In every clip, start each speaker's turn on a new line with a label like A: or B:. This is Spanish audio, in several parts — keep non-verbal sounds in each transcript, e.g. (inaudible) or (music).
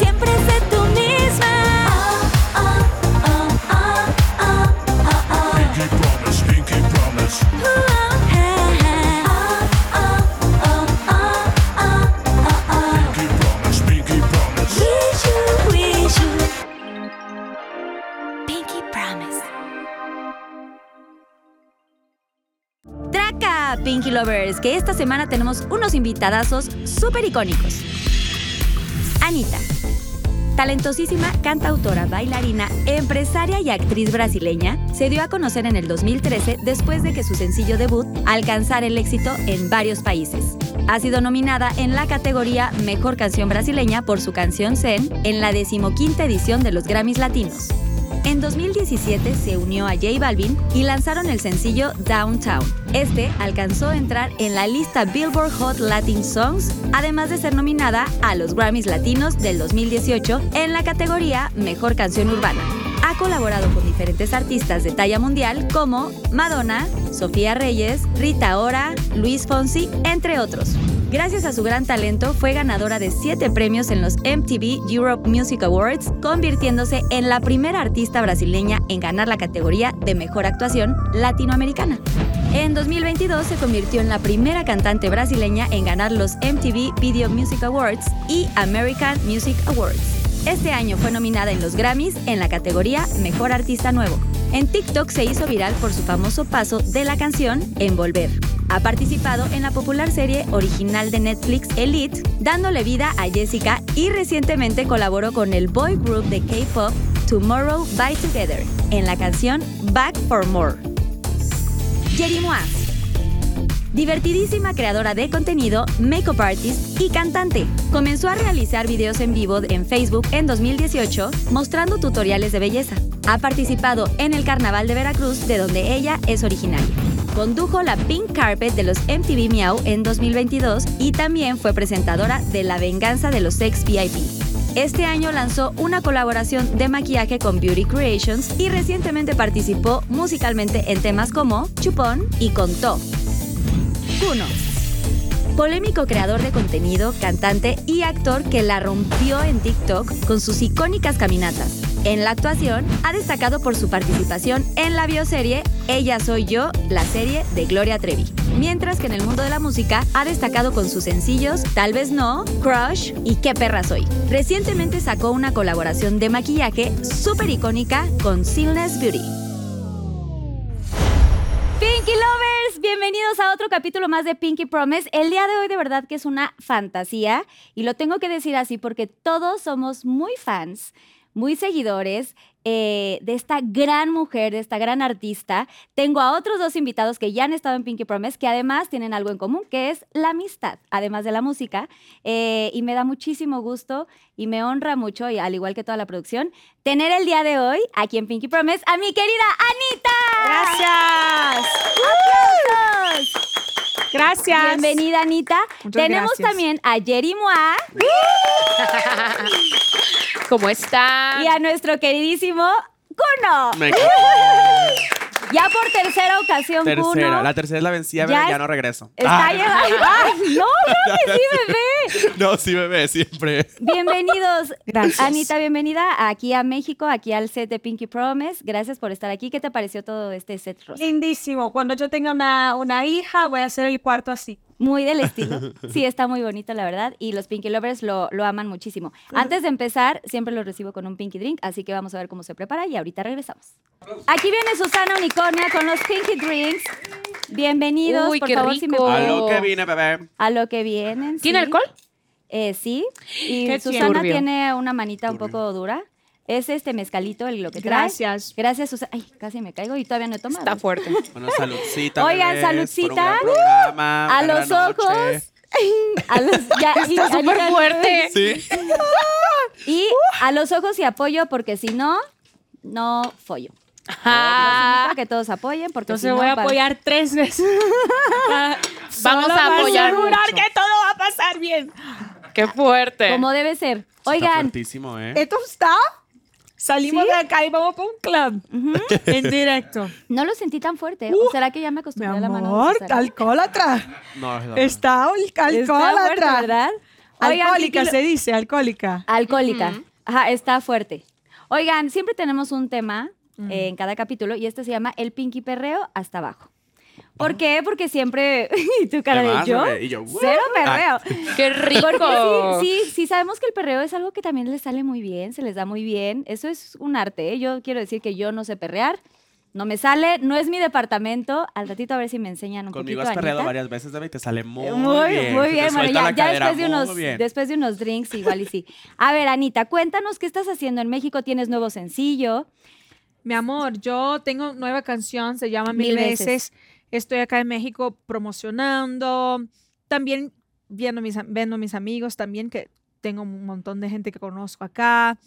A: siempre sé tú misma. Oh, oh, oh, oh, oh, oh, oh.
B: Pinky promise, Pinky promise.
A: Uh, oh, ah, ah. Oh, oh, oh, oh, oh, oh.
B: Pinky promise, Pinky promise.
A: Wish you, wish you. Pinky Promise. Draca, Pinky Lovers, que esta semana tenemos unos invitadazos súper icónicos. Anita, talentosísima cantautora, bailarina, empresaria y actriz brasileña, se dio a conocer en el 2013 después de que su sencillo debut alcanzara el éxito en varios países. Ha sido nominada en la categoría Mejor Canción Brasileña por su canción Zen en la decimoquinta edición de los Grammys Latinos. En 2017 se unió a J Balvin y lanzaron el sencillo Downtown. Este alcanzó a entrar en la lista Billboard Hot Latin Songs, además de ser nominada a los Grammys Latinos del 2018 en la categoría Mejor Canción Urbana. Ha colaborado con diferentes artistas de talla mundial como Madonna, Sofía Reyes, Rita Ora, Luis Fonsi, entre otros. Gracias a su gran talento fue ganadora de 7 premios en los MTV Europe Music Awards, convirtiéndose en la primera artista brasileña en ganar la categoría de Mejor Actuación Latinoamericana. En 2022 se convirtió en la primera cantante brasileña en ganar los MTV Video Music Awards y American Music Awards. Este año fue nominada en los Grammys en la categoría Mejor Artista Nuevo. En TikTok se hizo viral por su famoso paso de la canción Envolver. Ha participado en la popular serie original de Netflix Elite, dándole vida a Jessica y recientemente colaboró con el boy group de K-pop Tomorrow by Together en la canción Back for More. Jerry Moaz, Divertidísima creadora de contenido, makeup artist y cantante. Comenzó a realizar videos en vivo en Facebook en 2018 mostrando tutoriales de belleza. Ha participado en el Carnaval de Veracruz, de donde ella es originaria. Condujo la Pink Carpet de los MTV Miau en 2022 y también fue presentadora de La Venganza de los Ex VIP. Este año lanzó una colaboración de maquillaje con Beauty Creations y recientemente participó musicalmente en temas como Chupón y Contó. Kuno. Polémico creador de contenido, cantante y actor que la rompió en TikTok con sus icónicas caminatas. En la actuación, ha destacado por su participación en la bioserie Ella Soy Yo, la serie de Gloria Trevi. Mientras que en el mundo de la música ha destacado con sus sencillos Tal vez no, Crush y Qué perra soy. Recientemente sacó una colaboración de maquillaje súper icónica con Seamless Beauty. Pinky Lovers, bienvenidos a otro capítulo más de Pinky Promise. El día de hoy de verdad que es una fantasía y lo tengo que decir así porque todos somos muy fans, muy seguidores eh, de esta gran mujer, de esta gran artista. Tengo a otros dos invitados que ya han estado en Pinky Promise que además tienen algo en común que es la amistad, además de la música. Eh, y me da muchísimo gusto y me honra mucho, y al igual que toda la producción, tener el día de hoy aquí en Pinky Promise a mi querida Anita.
C: Gracias.
A: ¡Aplausos!
C: Gracias.
A: Bienvenida, Anita.
C: Muchas
A: Tenemos
C: gracias.
A: también a Jerry Moa
C: ¿Cómo está?
A: y a nuestro queridísimo Kuno.
D: Me-
A: Ya por tercera ocasión,
D: tercera.
A: Kuno.
D: La tercera es la vencida,
A: Ya
D: pero
A: es-
D: ya no regreso.
A: Está
D: Ah, (laughs)
A: llevando. ¡Ay, no, claro que sí, bebé!
D: no, sí, bebé, siempre.
A: Bienvenidos.
C: Gracias.
A: Anita, bienvenida aquí a México, aquí al set de Pinky Promise. Gracias por estar aquí. ¿Qué te pareció todo este set, Rosa?
C: Lindísimo. Cuando yo tenga una, una hija, voy a hacer el cuarto así.
A: Muy del estilo. Sí, está muy bonito, la verdad. Y los Pinky Lovers lo, lo aman muchísimo. Antes de empezar, siempre los recibo con un Pinky Drink, así que vamos a ver cómo se prepara y ahorita regresamos. Aquí viene Susana Unicornia con los Pinky Drinks. Bienvenidos,
E: Uy,
A: por
E: qué
A: favor, si me
E: rico.
D: A
A: pueden-
D: lo que vine, bebé.
A: A lo que vienen.
E: ¿Tiene
A: sí.
E: alcohol?
A: Eh, sí. Y
C: Qué
A: Susana
E: turbio.
A: tiene una manita un poco dura. Es este mezcalito el, lo que trae.
C: Gracias.
A: Gracias, Susana. Ay, casi me caigo y todavía no he tomado.
E: Está fuerte.
D: Bueno, saludcita.
A: Oigan,
D: bebés, por un
A: saludcita.
D: gran programa,
A: a
D: una
A: los
D: gran
A: ojos.
D: noche.
A: A los, ya, y-
E: Está súper
A: Anita,
E: fuerte.
D: Sí.
F: Uh.
A: Y a los ojos y apoyo, porque si no, no follo. Invito a que todos apoyen porque
F: Entonces
A: si no,
F: voy a
A: va-
F: apoyar tres veces.
E: Vamos a apoyar
F: asegurar
E: mucho.
F: que todo va a pasar bien.
E: Qué fuerte.
A: Como debe ser.
D: Está
A: Oigan,
D: fuertísimo, ¿eh?
F: Esto está. Salimos
A: ¿Sí?
F: de acá y vamos para un club. (laughs) En
A: (laughs)
F: directo.
A: no lo sentí tan fuerte. ¿O
F: Uh,
A: será que ya me
F: Mi
A: acostumbré a la mano? de
F: amor,
A: Susana?
F: alcohólatra.
D: No, es la-
F: Está ol-
A: Está fuerte,
F: alcohólatra.
A: ¿verdad? Oigan,
F: Alcohólica
A: Kiki,
F: se dice, alcohólica.
A: Alcohólica. Ajá, está fuerte. Oigan, siempre tenemos un tema
F: Mm.
A: eh, en cada capítulo y este se llama El Pinky Perreo hasta abajo. ¿Por qué? Porque siempre. (laughs) ¿Y tu cara
D: Te vas,
A: de yo?
D: hombre, y yo, "What?"
A: Cero perreo.
E: Qué rico.
A: Porque sí, sí, sí, sabemos que el perreo es algo que también les sale muy bien, se les da muy bien. Eso es un arte. ¿eh? Yo quiero decir que yo no sé perrear, no me sale, no es mi departamento. Al ratito a ver si me enseñan un
D: Conmigo
A: poquito.
D: has perreado
A: Anita.
D: varias veces, David, te sale muy,
A: Muy,
D: bien.
A: muy
D: se te
A: bien, bueno,
D: suelta
A: ya,
D: la
A: ya
D: cadera
A: después, de
D: muy
A: unos,
D: bien.
A: después de unos drinks igual y sí. A ver, Anita, cuéntanos qué estás haciendo en México, tienes nuevo sencillo.
C: Mi amor, yo tengo nueva canción, se llama Mil,
A: Mil
C: veces.
A: veces.
C: Estoy acá en México promocionando, también viendo mis, am- viendo mis amigos, también que tengo un montón de gente que conozco acá,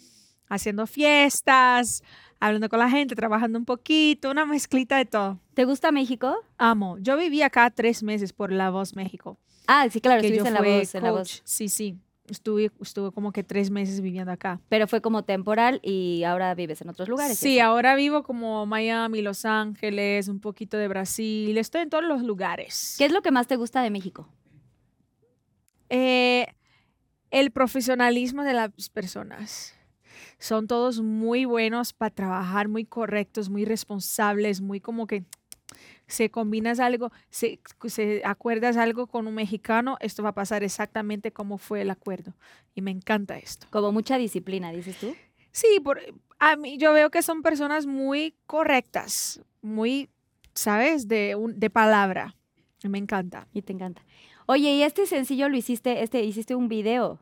C: haciendo fiestas, hablando con la gente, trabajando un poquito, una mezclita de todo.
A: ¿Te gusta México?
C: Amo. Yo viví acá tres meses por La Voz México.
A: Ah, sí, claro,
C: que yo
A: estuviste en la
C: fui
A: voz, en la
C: coach.
A: voz.
C: Sí, sí. Estuve, estuve como que tres meses viviendo acá.
A: Pero fue como temporal y ahora vives en otros lugares.
C: Sí, ahora vivo como Miami, Los Ángeles, un poquito de Brasil, estoy en todos los lugares.
A: ¿Qué es lo que más te gusta de México?
C: Eh, el profesionalismo de las personas. Son todos muy buenos para trabajar, muy correctos, muy responsables, muy como que se combinas algo, se, se acuerdas algo con un mexicano, esto va a pasar exactamente como fue el acuerdo. Y me encanta esto.
A: Como mucha disciplina, dices tú.
C: Sí, por, a mí yo veo que son personas muy correctas, muy, ¿sabes? De, un- de palabra. Y Me encanta.
A: Y te encanta. Oye, y este sencillo lo hiciste, este, hiciste un video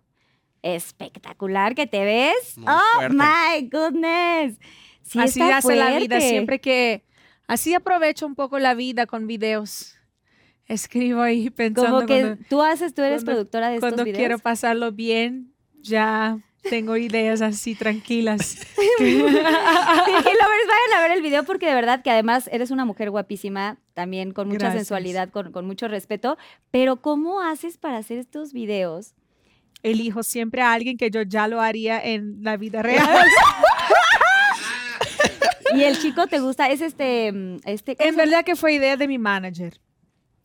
A: espectacular que te ves.
D: Muy
A: oh
D: fuerte.
A: my goodness. Sí,
C: así
A: está
C: hace la vida
A: fuerte.
C: siempre que... Así aprovecho un poco la vida con videos. Escribo ahí (laughs) pensando
A: Como que
C: cuando,
A: tú haces, tú eres
C: cuando-
A: productora de estos
C: cuando
A: videos.
C: quiero pasarlo bien, ya tengo ideas
A: (laughs)
C: así tranquilas.
A: (laughs)
C: (laughs)
A: Sí, lovers, vayan a ver el video porque de verdad que además eres una mujer guapísima, también con mucha
C: Gracias.
A: sensualidad, con, con mucho respeto. Pero, ¿cómo haces para hacer estos videos?
C: Elijo siempre a alguien que yo ya lo haría en la vida real.
A: Y el chico te gusta, es este. mm, este ¿cómo
C: En
A: se llama?
C: verdad que fue idea de mi manager.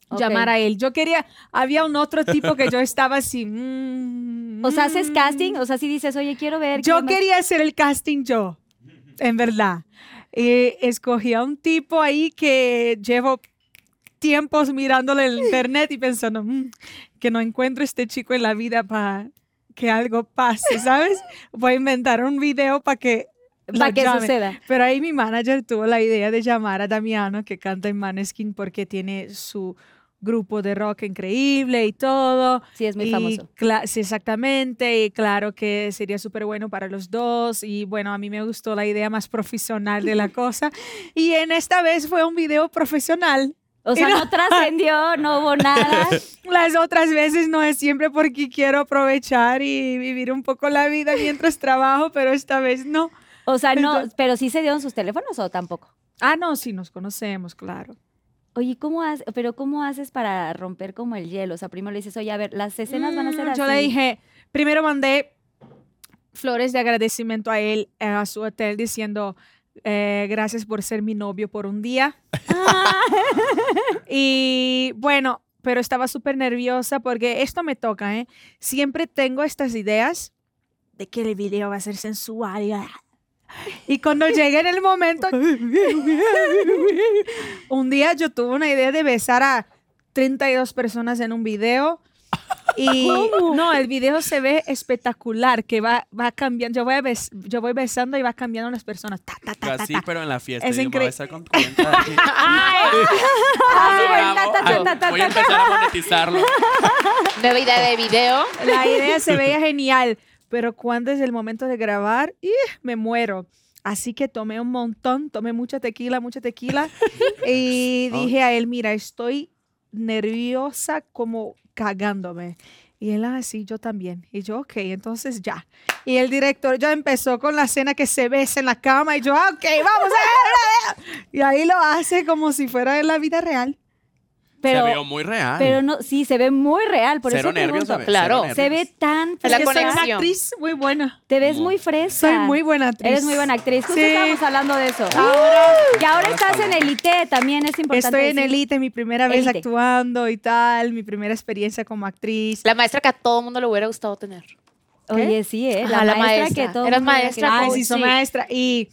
A: Ok.
C: llamar a él. Yo quería, había un otro tipo que yo estaba así. mm,
A: O sea, haces
C: mm.
A: casting, o sea, si dices, oye, quiero ver.
C: Yo
A: quién más-
C: quería hacer el casting yo, en verdad. Eh, escogí a un tipo ahí que llevo tiempos mirándolo en el internet y pensando "Mm, que no encuentro este chico en la vida para que algo pase, ¿sabes? Voy a inventar un video para que lo
A: Para que
C: llamen.
A: suceda.
C: Pero ahí mi manager tuvo la idea de llamar a Damiano, que canta en Maneskin porque tiene su grupo de rock increíble y todo.
A: Sí, es muy
C: Y
A: famoso.
C: cla- sí, exactamente, y claro que sería súper bueno para los dos. Y bueno, a mí me gustó la idea más profesional de
A: (laughs)
C: la cosa. Y en esta vez fue un video profesional.
A: O sea,
C: Y
A: no trascendió, no
C: (laughs)
A: hubo nada.
C: Las otras veces no es siempre porque quiero aprovechar y vivir un poco la vida mientras trabajo, pero esta vez no.
A: O sea, no,
C: Entonces-
A: pero sí se dieron sus teléfonos o tampoco.
C: Ah, no, sí, nos conocemos, claro.
A: Oye, ¿cómo haces? Pero ¿cómo haces para romper como el hielo? O sea, primero le dices, oye, a ver, las escenas van a ser
C: Mm,
A: así.
C: Yo le dije, primero mandé flores de agradecimiento a él, eh, a su hotel, diciendo eh, gracias por ser mi novio por un día.
A: Ah.
C: (laughs) y bueno, pero estaba súper nerviosa porque esto me toca, ¿eh? Siempre tengo estas ideas de que el video va a ser sensual. y- ah, Y cuando llegue en el momento, un día yo tuve una idea de besar a 32 personas en un video. Y no, el video se ve espectacular, que va, va cambiando. Yo voy, a bes- yo voy besando y va cambiando las personas. Ta, ta, ta,
D: Pero
C: ta,
D: así,
C: ta.
D: pero en la fiesta.
C: Es
D: yo me voy a
C: incre-
D: estar con 40
A: (laughs)
D: de aquí.
A: Ah, sí,
D: Bravo.
A: ta, ta, ta, ta,
D: Ah, Voy a empezar a monetizarlo.
E: De vida de video.
C: La idea (laughs) se veía genial, pero cuando es el momento de grabar, ¡ih! me muero. Así que tomé un montón, tomé mucha tequila, mucha (laughs) tequila y dije a él, mira, estoy nerviosa como cagándome. Y él así, yo también. Y yo, ok, entonces ya. Y el director ya empezó con la escena que se besa en la cama y yo, "Ah, ok, vamos a Y ahí lo hace como si fuera en la vida real.
D: se
A: Pero,
D: vio muy real.
A: pero no, sí, se ve muy real. Por
D: Cero
A: eso
D: nervios,
A: pregunto.
D: ¿sabes?
E: Claro.
D: Cero
A: Se ve
D: nervios.
A: tan
E: Es la
A: fresca.
C: soy una
E: conexión.
C: actriz muy buena.
A: Te ves
D: Muy-
A: muy fresca.
C: Soy muy buena actriz.
A: Eres muy buena actriz. Justo
C: Sí.
A: estábamos hablando de eso.
C: Ahora
A: y ahora
D: Ahora
A: estás en
D: estamos.
A: el IT, también es importante.
C: estoy en
A: decir-
C: Elite, mi primera vez
A: Élite.
C: actuando y tal, mi primera experiencia como actriz.
E: La maestra que a todo mundo le hubiera gustado tener.
A: Oye, sí, ¿eh? La,
E: Ajá, la
A: maestra,
E: maestra.
A: que todo.
E: Eras
A: mundo había
E: maestra,
A: querido.
C: Ay,
E: Uy,
C: sí, soy
E: sí.
C: maestra.
D: (laughs)
C: Y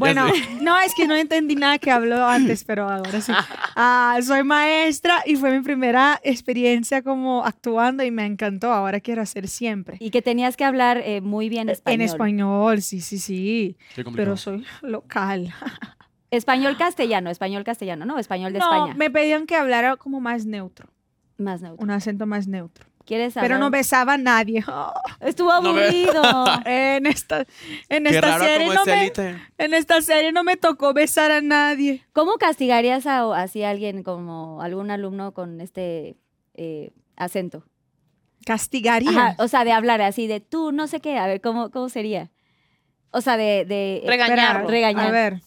C: bueno, (laughs) no, es que no entendí nada que habló antes, pero ahora sí. Ah, soy maestra y fue mi primera experiencia como actuando y me encantó. Ahora quiero hacer siempre.
A: Y que tenías que hablar eh, muy bien español.
C: E, En español, sí, sí, sí.
D: Qué complicado.
C: Pero soy local.
A: Español castellano, español castellano, ¿no? Español de
C: No,
A: España.
C: me pedían que hablara como más neutro,
A: Más neutro.
C: un acento más neutro.
A: ¿Quieres saber?
C: Pero no besaba a nadie. (laughs)
A: Estuvo
D: No me- (laughs)
A: aburrido.
C: En esta, en
D: Qué
C: esta
D: raro
C: serie
D: como
C: no
D: es
C: me,
D: élite.
C: en esta serie no me tocó besar a nadie.
A: ¿Cómo castigarías a así a alguien como algún alumno con este eh, acento?
C: Castigaría.
A: Ajá, o sea, de hablar así, de tú, no sé qué. A ver, ¿cómo, cómo sería? O sea, de... de eh,
E: Regañarlo.
A: Regañar.
C: A ver.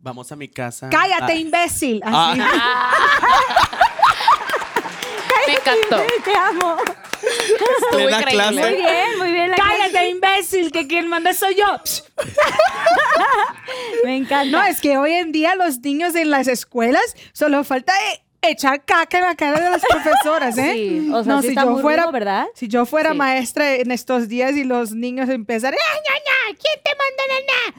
D: Vamos a mi casa.
C: Cállate,
D: Ah,
C: imbécil. Así.
D: Ah.
E: Me encantó.
A: (laughs) Te amo.
E: Estuvo
D: plena
E: increíble.
D: clase.
A: Muy bien, muy bien. la
C: Cállate, imbécil, que quien manda soy yo.
A: clase. (laughs) Me encanta.
C: No, es que hoy en día los niños en las escuelas solo falta eh, echar caca en la cara de las profesoras, ¿eh?
A: Sí, o sea,
C: no,
A: sí
C: si
A: está
C: yo
A: muy
C: fuera,
A: rudo, ¿verdad?
C: Si yo fuera
A: Sí.
C: maestra en estos días y los niños empezaran, ¡ay, ña, ña! ¿Quién te manda,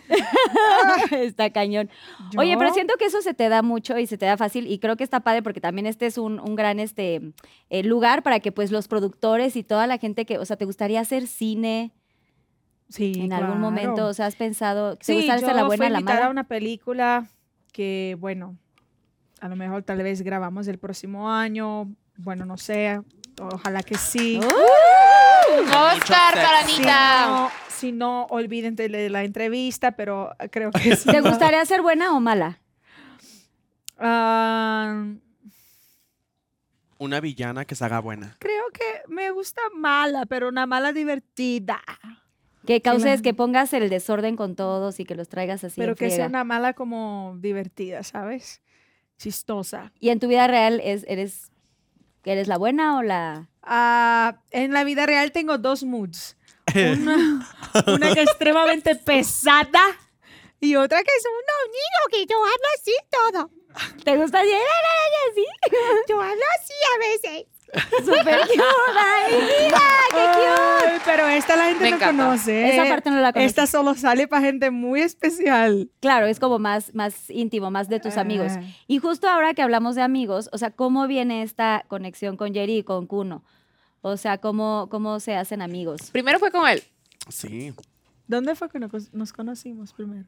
A: (laughs) está cañón.
C: nana?
A: Oye, pero
C: Yo-
A: siento que eso se te da mucho y se te da fácil y creo que está padre porque también este es un, un gran este, eh, lugar para que pues los productores y toda la gente que, o sea, ¿te gustaría hacer cine
C: Sí,
A: en algún
C: claro.
A: momento? O sea, ¿has pensado, te
C: Sí,
A: gustaría
C: yo
A: ser la
C: fui
A: buena, la
C: invitada
A: mala?
C: a una película que, bueno, a lo mejor tal vez grabamos el próximo año, bueno, no sé, ojalá que sí.
A: ¡Oh,
E: Oscar para
C: Si
E: Anita.
C: no, si no, olviden de la entrevista, pero creo
A: (laughs)
C: que sí.
A: ¿Te gustaría ser buena o mala?
C: Ah,
D: Una villana que se haga buena.
C: creo que me gusta mala, pero una mala divertida.
A: Que causes,
C: la-
A: que pongas el desorden con todos y que los traigas así.
C: pero
A: en
C: que sea
A: friega.
C: una mala como divertida, ¿sabes? Chistosa.
A: Y en tu vida real es, eres, eres la buena o la...
C: Ah, en la vida real tengo dos moods.
D: Eh.
C: Una,
D: (laughs)
C: una que es extremadamente pesada y otra que es un niño que yo hablo así todo.
A: ¿Te gusta así? (laughs) así?
C: Yo hablo así a veces.
A: Súper cute. Ay, mira, qué cute.
C: Ay, pero esta la gente
E: Me
C: no
E: encanta.
C: conoce.
A: Esa
C: ¿eh?
A: parte no la conozco.
C: Esta solo sale para gente muy especial.
A: Claro, es como más, más íntimo, más de tus amigos.
C: Ah.
A: Y justo ahora que hablamos de amigos, o sea, ¿cómo viene esta conexión con Jerry y con Kuno? O sea, ¿cómo, cómo se hacen amigos?
E: Primero fue con él.
D: Sí.
C: ¿Dónde fue que nos nos conocimos primero?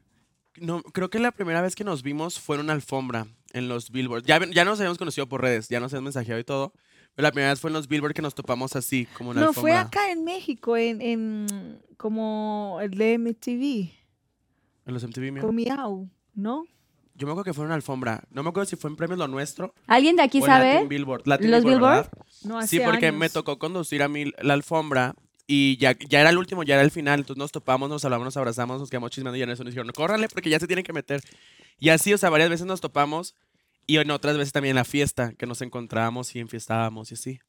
D: No, creo que la primera vez que nos vimos fue en una alfombra en los Billboard. Ya, ya nos habíamos conocido por redes, ya nos habíamos mensajeado y todo. Pero la primera vez fue en los Billboard que nos topamos así, como en la
C: No,
D: alfombra.
C: fue acá en México, en, en como el de MTV,
D: En los MTV, mira.
C: con Miau, ¿no?
D: Yo me acuerdo que fue en una alfombra. No me acuerdo si fue en Premios Lo Nuestro
A: ¿Alguien de aquí
D: o en Latin
A: sabe?
D: Billboard. Latin
A: ¿Los
D: Billboard? ¿verdad?
C: No
D: Sí,
C: hace
D: porque
C: años.
D: me tocó conducir a mí la alfombra y ya, ya era el último, ya era el final. Entonces nos topamos, nos hablamos, nos abrazamos, nos quedamos chismando y en eso nos dijeron, córrale porque ya se tienen que meter. Y así, o sea, varias veces nos topamos y en otras veces también en la fiesta, que nos encontrábamos y enfiestábamos y así.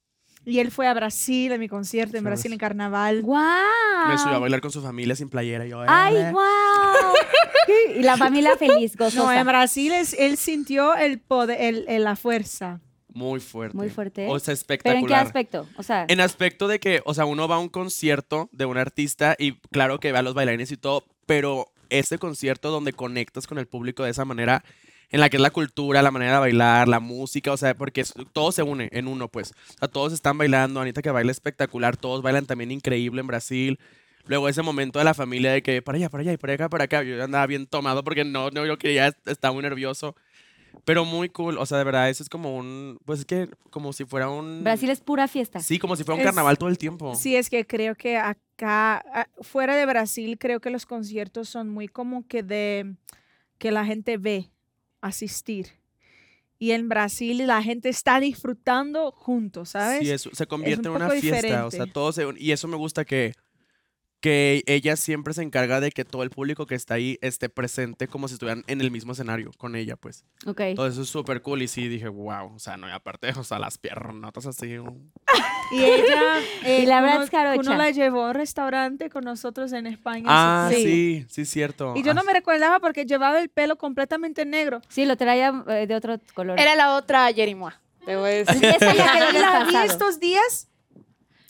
C: Y él fue a Brasil, a mi concierto en
D: Fue a
C: Brasil,
D: Brasil.
C: en carnaval.
D: Me subió a
A: ¡Guau!
D: bailar con su familia sin playera. y Yo,
A: Ah. ¡Ay,
D: "Órale".
C: (laughs)
A: guau! Y la familia feliz,
C: No,
A: gozosa.
C: en Brasil es- él sintió el poder, el- el- la fuerza.
D: Muy fuerte.
A: Muy fuerte.
D: O sea,
A: ¿Pero
D: espectacular.
A: en qué aspecto? O sea,
D: En aspecto de que, o sea, uno va a un concierto de un artista y claro que ve a los bailarines y todo, pero este concierto donde conectas con el público de esa manera, en la que es la cultura, la manera de bailar, la música, o sea, porque es- todo se une en uno, pues. O sea, todos están bailando, Anita que baila espectacular, todos bailan también increíble en Brasil. Luego ese momento de la familia de que para allá, para allá y para acá, para acá. Yo andaba bien tomado porque no, no, yo quería, estaba muy nervioso. Pero muy cool, o sea, de verdad, eso es como un, pues es que como si fuera un...
A: Brasil es pura fiesta.
D: Sí, como si fuera un
C: Es-
D: carnaval todo el tiempo.
C: Sí, es que creo que acá, a- fuera de Brasil, creo que los conciertos son muy como que de que la gente ve, asistir. Y en Brasil la gente está disfrutando juntos, ¿sabes?
D: Sí, eso se convierte en una
C: poco
D: fiesta, o sea,
C: diferente.
D: todo se un- y eso me gusta que que ella siempre se encarga de que todo el público que está ahí esté presente como si estuvieran en el mismo escenario con ella, pues.
A: Ok.
D: Todo eso es súper cool y sí, dije, wow, o sea, no, y aparte, o sea, las piernotas así. um.
C: Y ella,
A: (laughs)
C: eh,
A: Y la verdad
C: uno-
A: es jarocha.
C: uno la llevó a un restaurante con nosotros en España.
D: Ah,
C: sí.
D: sí, sí, cierto.
C: Y yo no
D: Ah,
C: me recordaba porque llevaba el pelo completamente negro.
A: Sí, lo traía eh, de otro color.
E: Era la otra Jerimoa. Te voy a decir.
A: (laughs) Esa ya quedó en el
C: (laughs) La vi
A: pasado.
C: estos días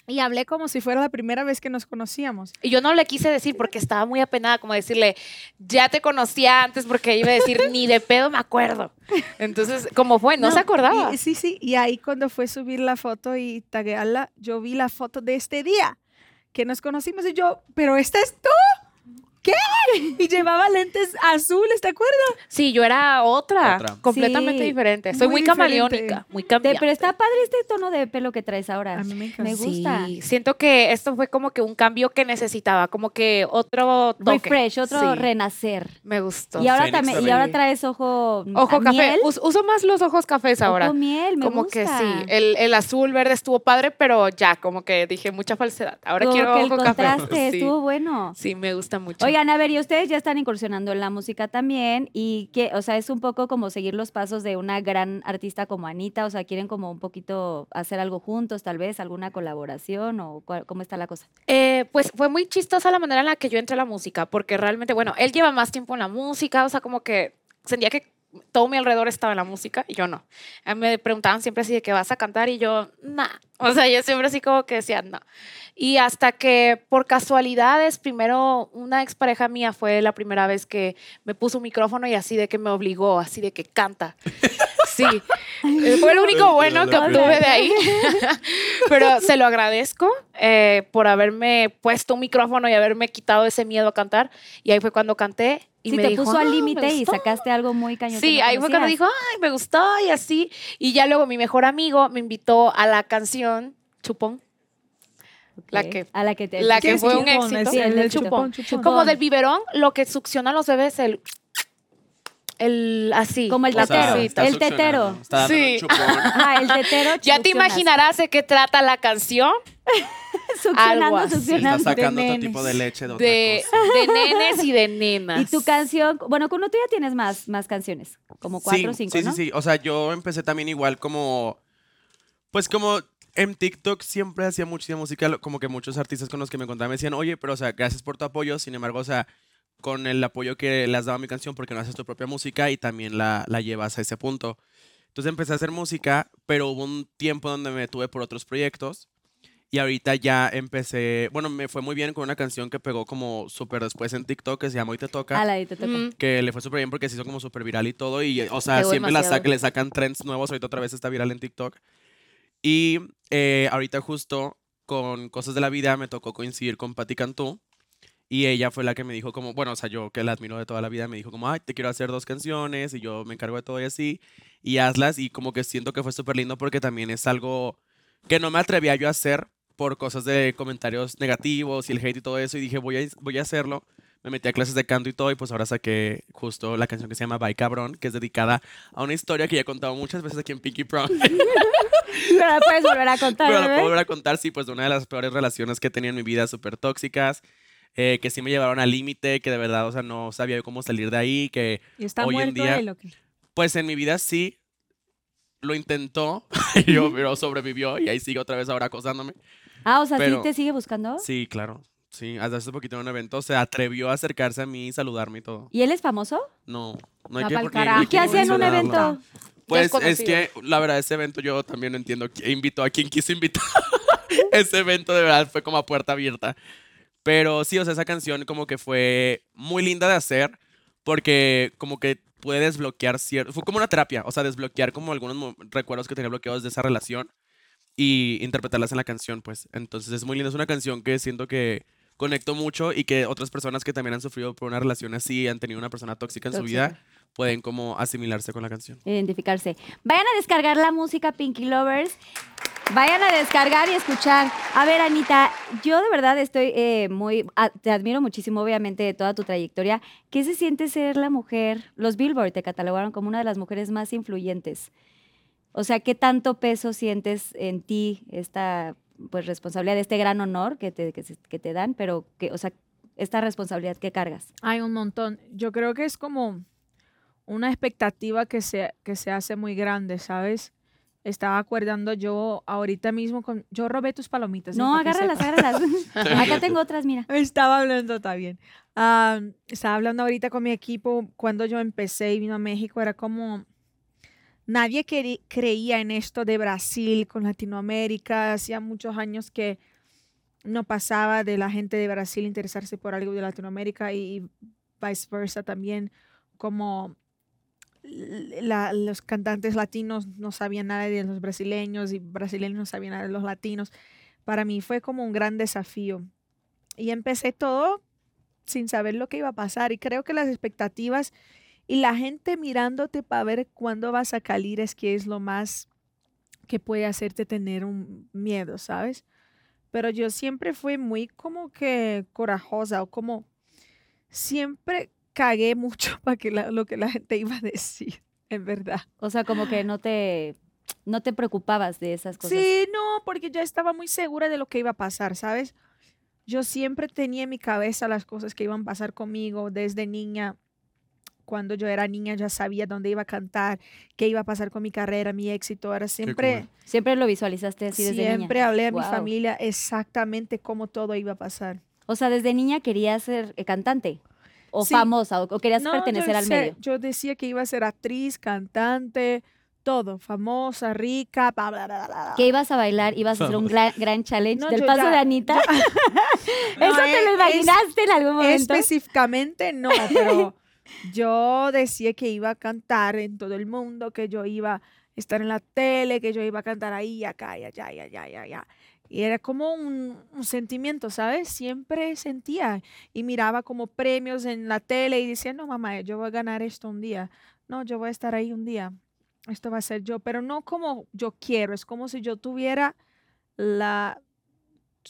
C: y hablé como si fuera la primera vez que nos conocíamos.
E: Y yo no le quise decir porque estaba muy apenada, como decirle, ya te conocía antes, porque iba a decir, ni de pedo me acuerdo. Entonces, como fue, no, se acordaba.
C: Y- sí, sí. Y ahí cuando fue subir la foto y taguearla, yo vi la foto de este día que nos conocimos y yo, pero esta es tú. ¿Qué? Y llevaba lentes azules, ¿te acuerdas?
E: Sí, yo era otra,
D: Otra.
E: completamente
A: Sí,
E: diferente. Soy muy,
C: muy diferente.
E: camaleónica, muy
A: Te-
E: cambiante.
A: pero está padre este tono de pelo que traes ahora.
C: me
A: Me gusta.
E: Sí, siento que esto fue como que un cambio que necesitaba, como que otro toque.
A: Refresh, otro
E: Sí,
A: renacer.
E: Me gustó.
A: Y ahora
D: Fénix
A: también, y
D: también.
A: ahora traes ojo, mm,
E: Ojo
A: a
E: café.
A: miel.
E: Us- uso más los ojos cafés ahora.
A: Ojo miel, me
E: como que
A: gusta.
E: sí, eh, el, el azul verde estuvo padre, pero ya, como que dije mucha falsedad. Ahora
A: Como
E: quiero
A: que el
E: ojo café.
A: contraste
E: (laughs) sí.
A: estuvo bueno.
E: Sí, me gusta mucho.
A: Oigan, a ver, y ustedes ya están incursionando en la música también y que, o sea, es un poco como seguir los pasos de una gran artista como Anita, o sea, quieren como un poquito hacer algo juntos, tal vez alguna colaboración o cuál- cómo está la cosa.
E: Eh, pues fue muy chistosa la manera en la que yo entré a la música, porque realmente, bueno, él lleva más tiempo en la música, o sea, como que sentía que todo mi alrededor estaba en la música y yo no. A mí me preguntaban siempre así de que vas a cantar y yo, nah. O sea, yo siempre así como que decía, no. Y hasta que por casualidades, primero una expareja mía fue la primera vez que me puso un micrófono y así de que me obligó, así de que canta. Sí, Eh, fue lo único bueno que
D: La
E: obtuve de ahí. (laughs) Pero se lo agradezco eh, por haberme puesto un micrófono y haberme quitado ese miedo a cantar. Y ahí fue cuando canté y
A: sí,
E: me
A: te
E: dijo,
A: puso
E: "Ah,
A: al
E: me
A: límite y
E: gustó".
A: sacaste algo muy cañón. que
E: Sí,
A: no
E: ahí fue cuando
A: conocías.
E: dijo, ay, me gustó y así. Y ya luego mi mejor amigo me invitó a la canción Chupón, la
A: Ok,
E: que-
A: A la que te... (laughs)
E: la que
C: Sí,
E: fue
C: sí,
E: un
C: chupón,
E: éxito.
C: es
A: Sí, el
E: el
A: del
E: chupón.
C: chupón.
E: Como del biberón, lo que succionan los bebés, el, el así.
A: Como el
D: ah, o sea,
A: tetero.
D: está
A: el tetero.
D: succionando, está dando un
E: Sí.
C: (laughs)
D: chupón.
A: Ah, el tetero.
E: Ya te
A: succionas.
E: imaginarás de qué trata la canción algo
A: Succionando,
E: así.
D: Está
A: succionando.
D: sacando otro
C: nenes.
D: tipo de leche de otra
E: de,
D: cosa.
E: de nenes y de
A: (laughs)
E: nenas.
A: Y tu canción, bueno, Cuno, tú ya tienes más, más canciones, como cuatro o
D: sí,
A: cinco,
D: sí,
A: ¿no?
D: sí, sí. O sea, yo empecé también igual como. Pues como en TikTok siempre hacía muchísima música, lo- como que muchos artistas con los que me encontraba me decían, oye, pero o sea, gracias por tu apoyo. Sin embargo, o sea, con el apoyo que le has dado a mi canción, porque no haces tu propia música y también la, la llevas a ese punto. Entonces empecé a hacer música, pero hubo un tiempo donde me detuve por otros proyectos. Y ahorita ya empecé, bueno, me fue muy bien con una canción que pegó como súper después en TikTok que se llama Hoy Te Toca
A: A la de te toca.
E: Mm.
D: que le fue súper bien porque se hizo como súper viral y todo. Y, o sea,
E: Pegó
D: siempre la
E: demasiado.
D: saca- le sacan trends nuevos. Ahorita otra vez está viral en TikTok. Y eh, ahorita justo con Cosas de la Vida me tocó coincidir con Patti Cantú. Y ella fue la que me dijo como, bueno, o sea, yo que la admiro de toda la vida, me dijo como, ay, te quiero hacer dos canciones y yo me encargo de todo y así. Y hazlas. Y como que siento que fue súper lindo porque también es algo que no me atrevía yo a hacer por cosas de comentarios negativos y el hate y todo eso. Y dije, voy a, voy a hacerlo. Me metí a clases de canto y todo. Y pues ahora saqué justo la canción que se llama Bye Cabrón, que es dedicada a una historia que ya he contado muchas veces aquí en Pinky Prom.
A: (laughs)
D: (laughs)
A: Pero la puedes volver a contar,
D: Pero la
A: ¿verdad?
D: puedo volver a contar, sí, pues de una de las peores relaciones que he tenido en mi vida, súper tóxicas. eh, que sí me llevaron al límite, que de verdad, o sea, no sabía yo cómo salir de ahí, que
C: Y está
D: Hoy en
C: muerto
D: día-
C: él, ¿o qué?
D: pues en mi vida sí lo intentó, (laughs) y yo, pero sobrevivió y ahí sigue otra vez ahora acosándome.
A: Ah, o sea, ¿sí
D: Pero-
A: te sigue buscando?
D: Sí, claro. Sí, hasta hace poquito en un evento se atrevió a acercarse a mí, saludarme y todo.
A: ¿Y él es famoso?
D: No, no hay
E: Va
D: que
E: pa'l
D: porque ni
E: carajo.
D: le
A: ¿Y qué
D: quiero
A: hacía en un
D: mencionarlo.
A: evento?
D: Pues es
E: Desconocido.
D: que la verdad ese evento yo también no entiendo quién invitó a quien quiso invitar. (laughs) ese evento de verdad fue como a puerta abierta. Pero sí, o sea, esa canción como que fue muy linda de hacer porque como que pude desbloquear cierto, fue como una terapia, o sea, desbloquear como algunos mo- recuerdos que tenía bloqueados de esa relación y interpretarlas en la canción, pues. Entonces es muy linda, es una canción que siento que conecto mucho y que otras personas que también han sufrido por una relación así, han tenido una persona tóxica en su vida, pueden como asimilarse con la canción.
A: Identificarse. Vayan a descargar la música Pinky Lovers. Vayan a descargar y escuchar. A ver, Anita, yo de verdad estoy eh, muy. a- te admiro muchísimo, obviamente, de toda tu trayectoria. ¿Qué se siente ser la mujer? Los Billboard te catalogaron como una de las mujeres más influyentes. O sea, ¿qué tanto peso sientes en ti esta pues, responsabilidad de este gran honor que te, que se- que te dan, pero que, o sea, esta responsabilidad que cargas.
C: Hay un montón. Yo creo que es como una expectativa que se, que se hace muy grande, ¿sabes? Estaba acordando yo ahorita mismo con... Yo robé tus palomitas. ¿eh?
A: No,
C: Para que
A: agárralas,
C: sepas.
A: agárralas. Acá tengo otras, mira.
C: Estaba hablando, está bien. Ah, estaba hablando ahorita con mi equipo. Cuando yo empecé y vino a México, era como. Nadie queri- creía en esto de Brasil con Latinoamérica. Hacía muchos años que no pasaba de la gente de Brasil interesarse por algo de Latinoamérica y, viceversa también. Como l- la- los cantantes latinos no sabían nada de los brasileños y brasileños no sabían nada de los latinos. Para mí fue como un gran desafío y empecé todo sin saber lo que iba a pasar. Y creo que las expectativas y la gente mirándote para ver cuándo vas a calir es que es lo más que puede hacerte tener un miedo, ¿sabes? Pero yo siempre fui muy como que corajosa o como siempre cagué mucho (laughs) para que la- lo que la gente iba a decir, en verdad.
A: O sea, como que no te, no te preocupabas de esas cosas.
C: Sí, no, porque ya estaba muy segura de lo que iba a pasar, ¿sabes? Yo siempre tenía en mi cabeza las cosas que iban a pasar conmigo desde niña. Cuando yo era niña ya sabía dónde iba a cantar, qué iba a pasar con mi carrera, mi éxito. Era siempre,
A: Siempre lo visualizaste así desde niña.
C: siempre hablé a mi
A: Guau.
C: familia exactamente cómo todo iba a pasar.
A: O sea, desde niña querías ser eh, cantante o
C: Sí.
A: famosa o, o querías
C: No, yo
A: pertenecer al
C: sé-
A: medio.
C: Yo decía que iba a ser actriz, cantante, todo, famosa, rica, bla, bla, bla, bla, bla.
A: Que ibas a bailar, ibas a hacer un gran, gran challenge
C: (laughs) No,
A: del
C: yo
A: paso
C: ya-
A: de Anita.
C: No,
A: (laughs) ¿Eso te
C: eh,
A: lo
C: es-
A: imaginaste en algún momento?
C: Específicamente no, pero yo decía que iba a cantar en todo el mundo, que yo iba a estar en la tele, que yo iba a cantar ahí, acá, y allá, y allá, y allá. Y era como un, un sentimiento, ¿sabes? Siempre sentía y miraba como premios en la tele y decía, no, mamá, yo voy a ganar esto un día. No, yo voy a estar ahí un día. Esto va a ser yo, pero no como yo quiero, es como si yo tuviera la,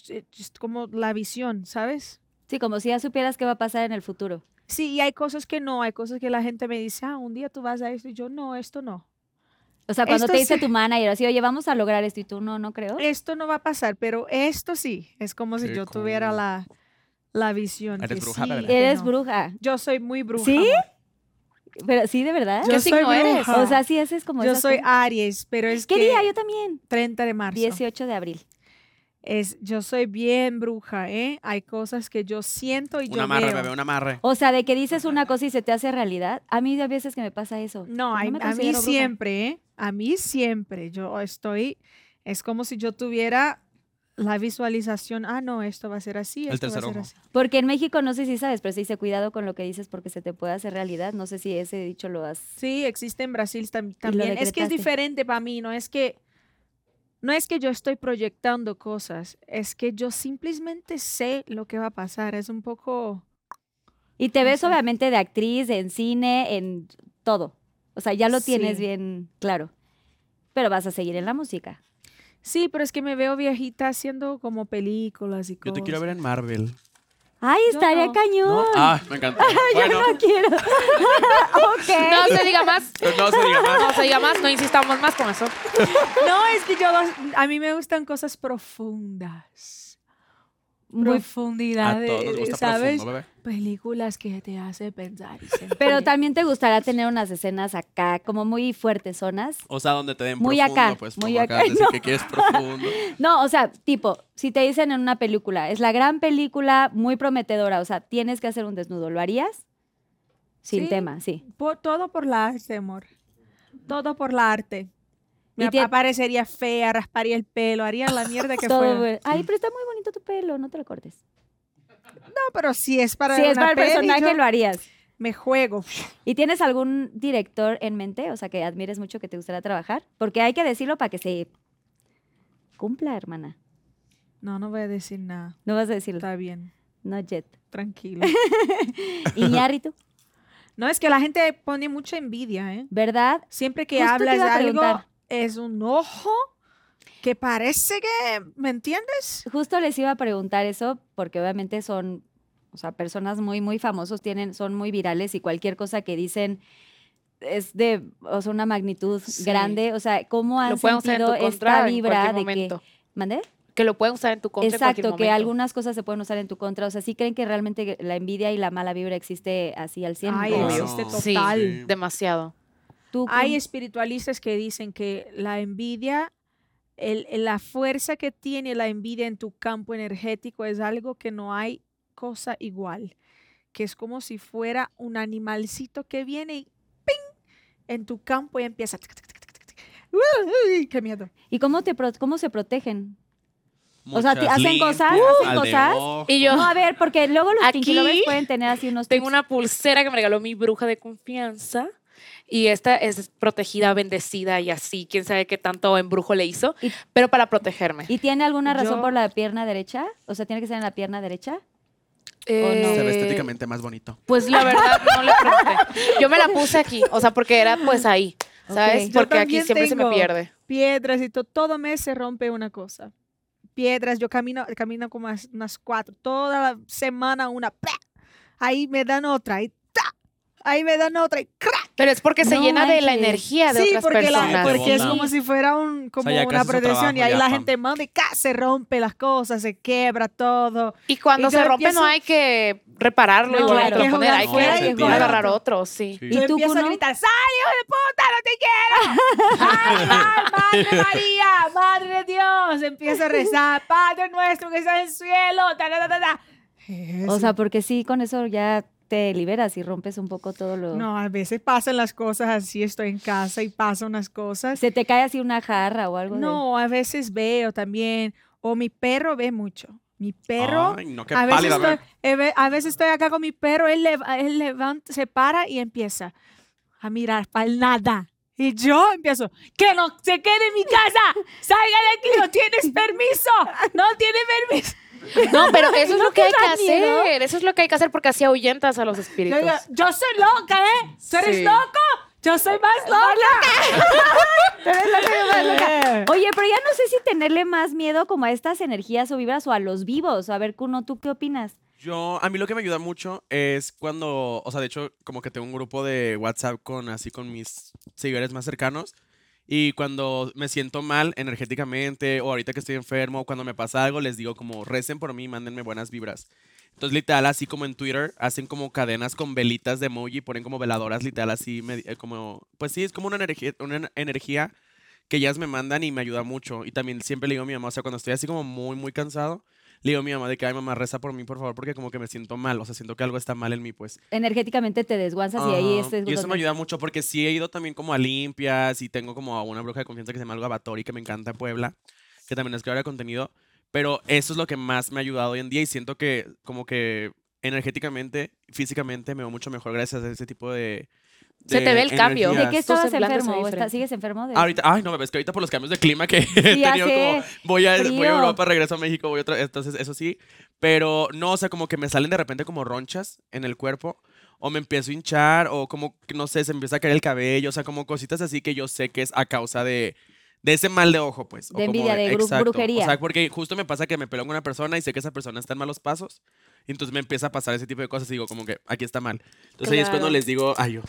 C: eh, es como la visión, ¿sabes?
A: Sí, como si ya supieras qué va a pasar en el futuro.
C: Sí, y hay cosas que no, hay cosas que la gente me dice, ah, un día tú vas a esto, y yo, no, esto no.
A: O sea, cuando
C: Esto
A: te dice
C: sí. Eh,
A: tu manager así, oye, vamos a lograr esto y tú no, no creo.
C: Esto no va a pasar, pero esto sí, es como si
D: Qué
C: yo tuviera
D: cool.
C: la, la visión.
D: Eres
C: que
D: bruja,
C: sí,
D: ¿verdad?
C: que
A: Eres
C: no.
A: bruja.
C: Yo soy muy bruja.
A: ¿Sí?
C: amor.
A: Pero sí, de verdad.
C: Yo
E: ¿Qué
C: soy
E: signo eres?
C: bruja.
A: O sea, sí, ese es como
C: yo
A: esas
C: soy
A: cosas.
C: Aries, pero es
A: ¿Qué
C: que
A: día? Yo también.
C: 30 de marzo.
A: 18 de abril.
C: Es, yo soy bien bruja, ¿eh? Hay cosas que yo siento y
D: Un
C: yo
D: amarre,
C: veo.
D: bebé, un amarre.
A: O sea, de que dices una cosa y se te hace realidad. A mí a veces que me pasa eso.
C: No,
A: Pues
C: hay-
A: me
C: a mí
A: considero bruja.
C: siempre, ¿eh? A mí siempre. Yo estoy, es como si yo tuviera la visualización, ah, no, esto va a ser así,
D: El
C: esto va a
D: tercer
C: ser
D: ojo.
C: así.
A: Porque en México, no sé si sabes, pero se dice cuidado con lo que dices porque se te puede hacer realidad. No sé si ese dicho lo has...
C: Sí, existe en Brasil tam- también. Es que es
A: decretaste.
C: diferente para mí, no es que no es que yo estoy proyectando cosas, es que yo simplemente sé lo que va a pasar, es un poco
A: Y te ves
C: Ujú.
A: obviamente de actriz, en cine, en todo. O sea, ya lo tienes
C: Sí.
A: bien claro. Pero vas a seguir en la música.
C: Sí, pero es que me veo viejita haciendo como películas y
D: Yo
C: cosas.
D: te quiero ver en Marvel.
A: ¡Ay,
C: Yo
A: estaría
C: no.
A: cañón!
C: (laughs)
D: ¿No? Ah,
A: (laughs)
D: me encanta. Bueno,
A: No quiero. ok.
E: No se diga más.
D: pues no se diga más.
E: No se diga
A: (laughs)
E: más. No insistamos más con eso.
C: (laughs) No, es que yo a mí me gustan cosas profundas.
A: Muy-
D: A
C: profundidades,
D: todos nos gusta
C: ¿sabes?
D: profundo, bebé.
C: Películas que te hace pensar. y sentir.
A: pero también te gustará tener unas escenas acá, como muy fuertes zonas.
D: O sea, donde te den
A: Muy
D: profundo,
A: acá,
D: pues,
A: muy
D: como
A: acá,
D: acabas de decir
A: no.
D: que quieres
A: (laughs)
D: profundo.
A: No, o sea, tipo, si te dicen en una película, es la gran película, muy prometedora, o sea, tienes que hacer un desnudo, ¿lo harías? Sin
C: Sí.
A: tema, sí.
C: Por- todo por la arte, amor. Todo por la arte. Me
A: Y tie-
C: ap- aparecería fea, rasparía el pelo, haría la mierda que
A: (laughs) Todo
C: fuera.
A: bueno. Ay, pero está muy bonito tu pelo, no te lo cortes.
C: No, pero si es para,
A: si es
C: una
A: para el
C: peli,
A: personaje,
C: yo
A: lo harías.
C: me juego.
A: ¿Y tienes algún director en mente, o sea, que admires mucho, que te gustaría trabajar? Porque hay que decirlo para que se cumpla, hermana.
C: No, no voy a decir nada.
A: No vas a decirlo.
C: Está bien,
A: No, Jet. (laughs)
C: tranquilo.
A: Iñárritu,
C: No, es que la gente pone mucha envidia, ¿eh?
A: ¿verdad?
C: Siempre que
A: Justo te
C: hablas de
A: iba a
C: algo,
A: preguntar.
C: es un ojo que parece que, ¿me entiendes?
A: Justo les iba a preguntar eso, porque obviamente son, o sea, personas muy, muy famosos, tienen, son muy virales y cualquier cosa que dicen es de, o sea, una magnitud
E: Sí.
A: grande. O sea, ¿cómo han
E: Lo podemos hacer en
A: sentido
E: tu
A: esta
E: contra en
A: vibra
E: cualquier
A: de que...
E: momento.
A: ¿Mandé?
E: que lo pueden usar en tu contra en
A: Exacto,
E: cualquier
A: que
E: momento.
A: algunas cosas se pueden usar en tu contra. O sea, sí creen que realmente la envidia y la mala vibra existe así al 100.
C: Ay,
A: No.
D: Claro.
C: existe
E: Sí.
C: total.
E: Demasiado.
A: Tú,
C: Hay
A: Kun,
C: espiritualistas que dicen que la envidia, el- el- la fuerza que tiene la envidia en tu campo energético es algo que no hay cosa igual, que es como si fuera un animalcito que viene y ¡ping! en tu campo y empieza. tic, tic, tic, tic, tic, tic. ¡Uy, ¡Qué miedo!
A: ¿Y cómo, te pro- cómo se protegen? O sea, te hacen cosas, hacen cosas.
E: Y yo
A: No, a ver, porque luego los
E: Aquí
A: pinkilovers pueden tener así unos
E: tengo
A: tips.
E: una pulsera que me regaló mi bruja de confianza y esta es protegida, bendecida y así. Quién sabe qué tanto embrujo le hizo,
A: Y-
E: pero para protegerme.
A: ¿Y tiene
E: (laughs)
A: alguna razón
C: Yo-
A: por la pierna derecha? O sea, ¿tiene que ser en la pierna derecha?
E: Eh,
D: Se ve estéticamente más bonito.
E: Pues la verdad no le pregunté. Yo me la puse aquí, o sea, porque era pues ahí, ¿sabes?
A: Ok.
C: Yo
E: Porque aquí
C: también
E: siempre se me
C: tengo.
E: pierde.
C: Piedras y todo, todo mes se rompe una cosa. Piedras, yo camino, camino como as- unas cuatro, toda la semana una. ¡plá! Ahí me dan otra, y ¡tá! ahí me dan otra, y ¡crac!
E: Pero es porque se
A: No
E: llena de la
A: manches.
E: energía de
C: sí,
E: otras
C: porque, la-
E: personas.
C: porque es
D: Sí.
C: como si fuera un, como
D: ya
C: una
D: casi es un
C: protección y
D: trabajo,
C: ahí
D: ya,
C: la
D: pam.
C: gente manda y ¡ca! se rompe las cosas, se quebra todo.
E: Y cuando
C: Y yo
E: se rompe
C: empiezo-
E: no hay que repararlo y
A: No,
E: volverlo
A: hay
E: a
A: que
E: poner,
C: jugar
E: hay que
D: fuera y jugar
E: agarrar
C: otro.
E: otro, sí.
D: Sí.
A: ¿Y
C: Yo
A: tú,
C: empiezo a
A: Kuno?
C: gritar, ¡sal, hijo de puta, no
A: (laughs)
C: te quiero! ¡Ay, ay, madre María, madre de Dios! Empiezo a rezar, Padre nuestro que estás en el cielo, ta, ta, ta, ta, ta.
A: O sea, porque sí, con eso ya te liberas y rompes un poco todo lo...
C: no, a veces pasan las cosas así, estoy en casa y pasan unas cosas.
A: Se te cae así una jarra o algo. de-
C: No, a veces veo también, o mi perro ve mucho. Mi
A: Ah.
C: perro
D: Ay, no, qué
C: a, veces
D: pálida.
C: estoy,
D: ve.
C: eh, ve- a veces estoy acá con mi perro, él, leva- él levanta, se para y empieza a mirar para nada. Y yo empiezo, que no se quede en mi casa, salga de aquí, no tienes permiso, no tiene permiso.
E: (laughs) No, pero eso es
C: ¿No
E: lo que
C: te
E: hay que
C: da miedo?
E: hacer, eso es lo que hay que hacer porque así ahuyentas a los
C: Yo,
E: espíritus.
C: digo, yo soy loca, ¿eh? ¿Tú eres
E: Sí.
C: loco? Yo soy más loca. Tú eres loca, yo más loca.
A: Oye, pero ya no sé si tenerle más miedo como a estas energías o vibras o a los vivos. A ver, Kuno, ¿tú qué opinas?
D: Yo, a mí lo que me ayuda mucho es cuando, o sea, de hecho, como que tengo un grupo de WhatsApp con así con mis seguidores más cercanos. Y cuando me siento mal energéticamente, o ahorita que estoy enfermo, o cuando me pasa algo, les digo como recen por mí, mándenme buenas vibras. Entonces, literal, así como en Twitter, hacen como cadenas con velitas de emoji, ponen como veladoras, literal, así, me- eh, como, pues sí, es como una energía, una en- energía que ellas me mandan y me ayuda mucho. Y también siempre le digo a mi mamá, o sea, cuando estoy así como muy, muy cansado, le digo a mi mamá de que, ay, mamá, reza por mí, por favor, porque como que me siento mal, o sea, siento que algo está mal en mí, pues.
A: Energéticamente te desguanzas y ahí este
D: Ajá,
A: estés...
D: Ah, y eso me ayuda mucho porque sí he ido también como a limpias y tengo como a una bruja de confianza que se llama Alba Batori, que me encanta en Puebla, que también es creadora de contenido. Pero eso es lo que más me ha ayudado hoy en día y siento que como que energéticamente, físicamente me veo mucho mejor gracias a ese tipo de...
E: Se te
D: de
E: ve el cambio.
A: ¿De
D: energías.
A: qué
E: Tu
A: estabas
E: semblante se
A: enfermo?
E: ve
A: ¿O está-
E: diferente.
A: ¿Sigues enfermo? De...
D: Ahorita, ay, no, ves que ahorita por los cambios de clima que he
A: (laughs) Sí,
D: tenido como
A: hace
D: voy a, voy a
A: frío.
D: Europa, regreso a México, voy otra, entonces eso sí, pero no, o sea, como que me salen de repente como ronchas en el cuerpo o me empiezo a hinchar o como que, no sé, se empieza a caer el cabello, o sea, como cositas así que yo sé que es a causa de de ese mal de ojo, pues. o
A: De
D: como
A: envidia, de gru-
D: exacto,
A: brujería.
D: O sea, porque justo me pasa que me peleo con una persona y sé que esa persona está en malos pasos. Y entonces me empieza a pasar ese tipo de cosas y digo, como que aquí está mal. Entonces ahí es cuando
E: Claro.
D: les digo, ay, yo.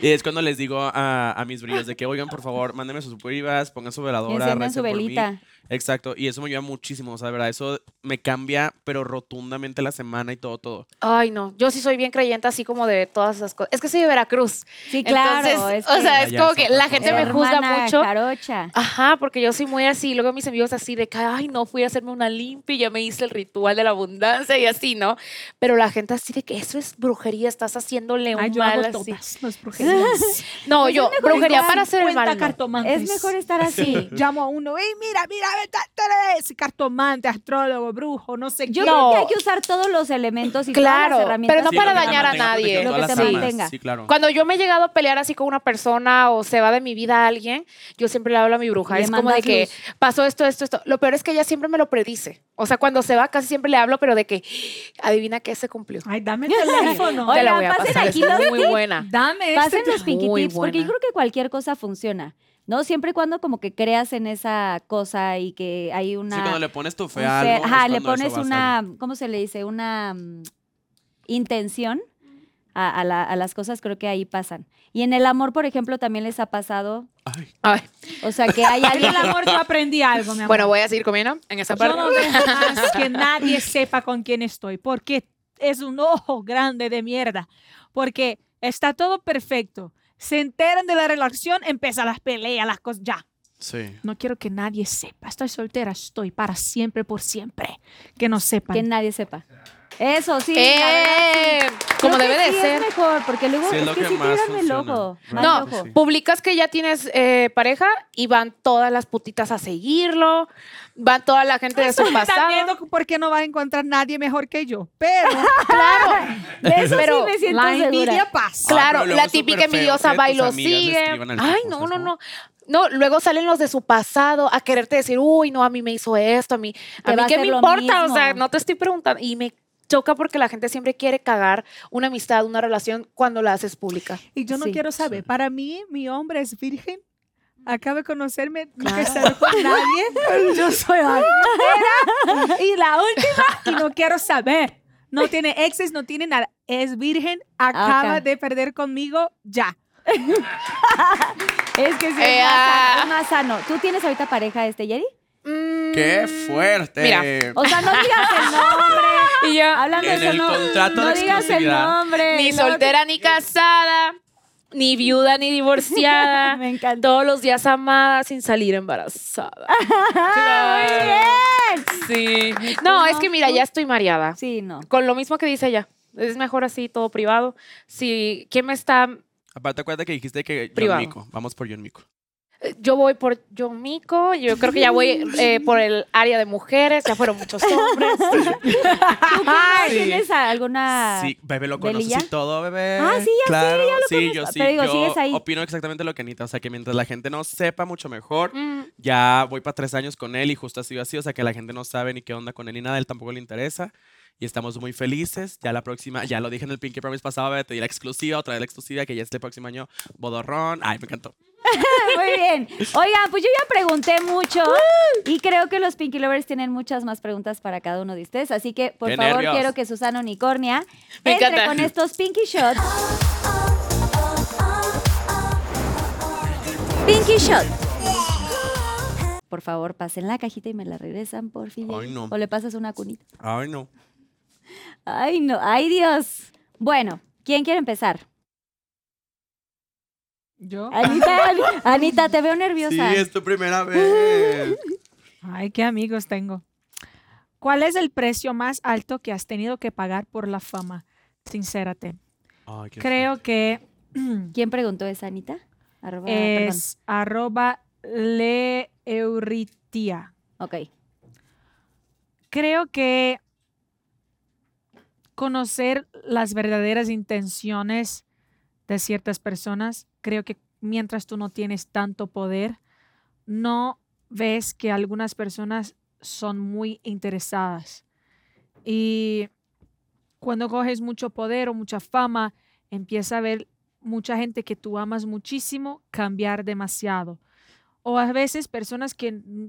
D: Y es cuando les digo a, a mis brillos de que, oigan, por favor, mándenme sus privas, pongan su veladora,
A: Enciendan su
D: recen por mí".
A: velita.
D: Exacto, y eso me ayuda muchísimo, o sea, de verdad, eso me cambia, pero rotundamente la semana y todo, todo.
E: Ay, no, yo sí soy bien creyente así como de todas esas cosas. Es que soy de Veracruz.
A: Sí, claro.
E: Entonces,
A: es
E: o sea,
D: Ah,
E: es
D: ya,
E: como
D: es
E: que
D: otra
E: la
D: cosa.
E: gente me juzga
A: hermana
E: mucho.
A: Jarocha.
E: Ajá, porque yo soy muy así. Luego mis amigos así de que, ay, no, fui a hacerme una limpia y ya me hice el ritual de la abundancia y así, ¿no? Pero la gente así de que eso es brujería, estás haciéndole un
C: Ay, yo
E: mal
C: hago
E: así.
C: todas las brujerías.
E: No, yo,
C: mejor
E: brujería
C: igual
E: para hacer el
C: 50
E: mal. no.
C: cartomantes.
A: Es mejor estar
E: (laughs)
A: así.
C: Llamo a uno, ¡ey, mira, mira, ta- ta- ese cartomante, astrólogo, brujo, no sé
A: Yo
C: qué!
A: creo
E: No.
A: que hay que usar todos los elementos y
E: Claro,
A: todas las herramientas.
E: pero no para
D: lo que te
E: dañar a
D: mantenga
E: nadie.
D: protegido
A: Lo que
D: todas las
A: te
D: semanas,
A: mantenga.
D: Sí, claro.
E: Cuando yo me he llegado a pelear así con una persona o se va de mi vida alguien, yo siempre le hablo a mi bruja.
A: Le
E: es como de
A: mandas
E: que
A: luz.
E: pasó esto, esto, esto. Lo peor es que ella siempre me lo predice. O sea, cuando se va casi siempre le hablo, pero de que adivina qué se cumplió.
C: Ay, dame (laughs) el teléfono.
E: Te
A: Oigan,
E: la voy a
A: pasen
E: pasar.
A: aquí
E: es
A: los
E: muy
A: tips.
E: buena.
C: dame
A: Pasen
C: este
A: los pinky
E: Muy
A: tips, porque yo
E: buena.
A: creo que cualquier cosa funciona, ¿no? Siempre y cuando como que creas en esa cosa y que hay una...
D: Sí, cuando le pones tu fe
A: un
D: a
A: fe-
D: algo.
A: ajá,
D: es
A: le
D: cuando eso
A: pones
D: va a
A: una, ¿cómo se le dice? Una mm, intención a, a la- a las cosas, creo que ahí pasan. Y en el amor, por ejemplo, también les ha pasado.
D: Ay,
E: Ay,
A: O sea, que
D: (laughs)
A: hay
C: En
A: alguien...
C: el amor yo aprendí algo, mi amor.
E: bueno, voy a seguir comiendo en esa
C: yo
E: parte. (laughs)
C: no dejo más que nadie sepa con quién estoy, porque es un ojo grande de mierda, porque está todo perfecto. Se enteran de la relación, empiezan las peleas, las cosas, ya.
D: sí.
C: No quiero que nadie sepa. Estoy soltera, estoy para siempre, por siempre. Que no sepan.
A: Que nadie sepa. Eso, sí. la verdad, sí.
E: Eh, como
A: Creo que
E: debe de
A: sí
E: ser.
A: Es mejor, porque luego
D: Sí, es
A: es,
D: lo
A: que,
D: que
A: sí
D: más
A: tiran del
D: funciona.
A: ojo.
D: Más
E: No,
D: ojo. Sí.
E: publicas que ya tienes eh, pareja y van todas las putitas a seguirlo, van toda la gente de su
C: Están
E: pasado.
C: viendo por qué no van a encontrar nadie mejor que yo. Pero
E: Claro,
A: De eso
E: (laughs) Pero
A: sí me siento
C: la
A: segura.
C: envidia pasa.
D: pero
E: claro,
D: luego
E: la
D: es súper
E: típica
D: feo
E: envidiosa
D: que
E: va y
D: tus
E: lo
D: amigas le
E: sigue.
D: escriban al
E: Ay,
D: tipo,
E: no,
D: ¿sabes
E: no,
D: cómo?
E: no. No, luego salen los de su pasado a quererte decir, uy, no, a mí me hizo esto, a mí,
A: Te
E: a mí
A: va a
E: qué
A: hacer
E: me
A: lo
E: importa, o sea,
A: mismo.
E: no te estoy preguntando. Y me choca porque la gente siempre quiere cagar una amistad, una relación cuando la haces pública.
C: Y yo no
A: Sí.
C: quiero saber. Para mí, mi hombre es virgen. Acaba de conocerme, nunca estaré
A: (laughs)
C: con nadie. Yo soy la primera y la última y no quiero saber. No tiene exes, no tiene nada. Es virgen, acaba
A: Acá.
C: de perder conmigo, ya.
A: (laughs) Es que sí, es, más sano, es más sano. ¿Tú tienes ahorita pareja este, Jerry?
E: Mm,
D: ¡Qué fuerte!
E: Mira,
A: O sea, no digas el
E: (laughs)
A: nombre.
E: Y yo,
A: Hablando
D: En
A: de eso,
D: el
A: no,
D: contrato
A: no
D: de
A: digas el
D: exclusividad.
A: nombre.
E: ni
A: no-
E: soltera ni casada, ni viuda
A: (laughs)
E: ni divorciada.
A: Me encantó.
E: Todos los días amada sin salir embarazada. Sí. No, es que mira, ya estoy mareada.
A: Sí, no.
E: Con lo mismo que dice ella. Es mejor así, todo privado. Si, ¿quién me está?
D: Aparte, acuérdate que dijiste que John
E: Privado.
D: Mico. Vamos por John Mico.
E: Eh, Yo voy por yo mico, yo creo que ya voy eh, por el área de mujeres, ya fueron muchos hombres. (laughs)
A: ¿Tú cómo tienes a- alguna...?
D: Sí, bebé, lo
A: ¿Belly
D: conoces
A: Ah, ya?
D: y todo, bebé.
A: Ah, sí, ya sí,
D: claro.
A: ya lo
D: sí, yo
A: conozco.
D: sí.
A: Pero digo,
D: yo
A: sigues ahí.
D: opino exactamente lo que Anita. O sea, que mientras la gente no sepa mucho mejor,
E: Mm,
D: ya voy para tres años con él y justo ha sido así. O sea, que la gente no sabe ni qué onda con él ni nada. Él tampoco le interesa. Y estamos muy felices. Ya la próxima, ya lo dije en el Pinky Promise pasado, bebé, te di la exclusiva, otra vez la exclusiva, que ya este próximo año, bodorrón. Ay, me encantó.
A: Muy bien. Oigan, pues yo ya pregunté mucho y creo que los Pinky Lovers tienen muchas más preguntas para cada uno de ustedes. Así que, por
D: Qué
A: favor,
D: nervios.
A: quiero que Susana Unicornia
E: Me
A: entre
E: encanta.
A: con estos Pinky Shots. Pinky Shot. Por favor, pasen la cajita y me la regresan, por fin.
D: Ay, no.
A: O le pasas una cunita.
D: Ay, no.
A: Ay, no. Ay, Dios. Bueno, ¿quién quiere empezar?
C: Yo.
E: (laughs)
A: Anita, Anita, te veo nerviosa.
D: Sí, es tu
A: Uh.
D: primera vez.
C: Ay, qué amigos tengo. ¿Cuál es el precio más alto que has tenido que pagar por la fama? Sincérate.
D: Ay, qué
C: Creo que (clears throat)
A: ¿Quién preguntó esa, Anita? Arroba, perdón.
C: es arroba leeuritia.
A: Ok.
C: Creo que conocer las verdaderas intenciones de ciertas personas, creo que mientras tú no tienes tanto poder, no ves que algunas personas son muy interesadas. Y cuando coges mucho poder o mucha fama, empieza a ver mucha gente que tú amas muchísimo cambiar demasiado. O a veces personas que n-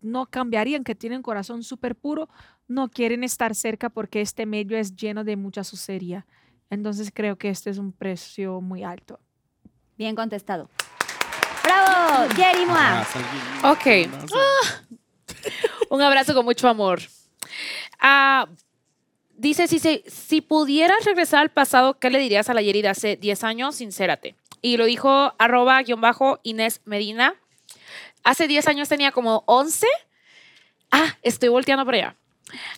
C: no cambiarían, que tienen corazón súper puro, no quieren estar cerca porque este medio es lleno de mucha sucería. Entonces creo que este es un precio muy alto.
A: Bien contestado. ¡Bravo! Jerry
D: Ah,
A: Moa.
E: Ok. Un abrazo con mucho amor. Ah, dice, si, se- si pudieras regresar al pasado, ¿qué le dirías a la Yeri de hace 10 años? Sincérate. Y lo dijo arroba guión bajo Inés Medina. Hace 10 años tenía como 11. Ah, estoy volteando por allá.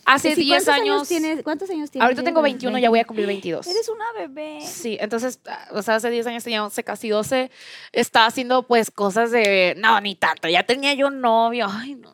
E: Hace
A: Sí,
E: 10
A: ¿cuántos
E: años...
A: tienes, ¿Cuántos años tienes?
E: ahorita tengo
A: Jerry?
E: 21, ya voy a cumplir 22.
A: (laughs) Eres una bebé.
E: Sí, entonces, ah, o sea, hace 10 años tenía 11, casi 12. Estaba haciendo, pues, cosas de. No, ni tanto. Ya tenía yo novio. Ay, no.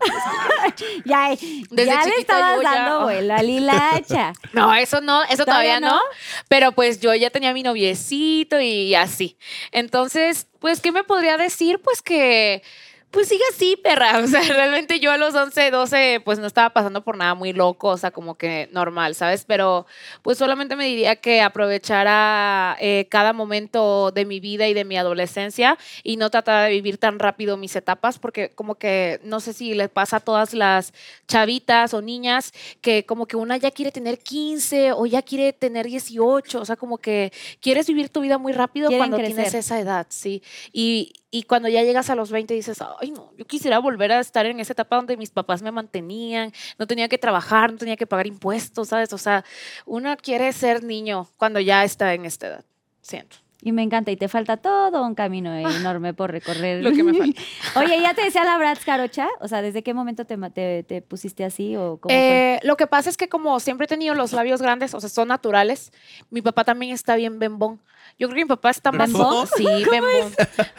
A: Ya,
E: Desde
A: ya le
E: chiquita
A: estabas
E: yo ya- (laughs)
A: dando vuelo a Lila Hacha.
E: No, eso no, eso
A: ¿Todavía
E: todavía,
A: no?
E: no? Pero pues yo ya tenía mi noviecito y así. Entonces, pues, ¿qué me podría decir? Pues que pues sigue así, perra. O sea, (laughs) realmente yo a los 11, 12, pues no estaba pasando por nada muy loco, o sea, como que normal, ¿sabes? Pero pues solamente me diría que aprovechara eh, cada momento de mi vida y de mi adolescencia y no tratara de vivir tan rápido mis etapas, porque como que no sé si les pasa a todas las chavitas o niñas que como que una ya quiere tener 15 o ya quiere tener 18, o sea, como que quieres vivir tu vida muy rápido
A: Quieren
E: cuando tienes
A: crecer.
E: esa edad, sí. Y, y cuando ya llegas a los 20 dices, ay no, yo quisiera volver a estar en esa etapa donde mis papás me mantenían, no tenía que trabajar, no tenía que pagar impuestos, ¿sabes? O sea, uno quiere ser niño cuando ya está en esta edad, siento.
G: Y me encanta, y te falta todo un camino enorme por recorrer.
E: (laughs) Lo que me falta.
A: (laughs) Oye, ¿ya te decía la Bratz Carocha? O sea, ¿desde qué momento te, ma- te, te pusiste así o cómo fue?
E: Eh, lo que pasa es que como siempre he tenido los labios grandes, o sea, son naturales, mi papá también está bien bembón. Yo creo que mi papá está más...
D: ¿Bembón?
E: Sí,
A: (laughs)
E: bembón.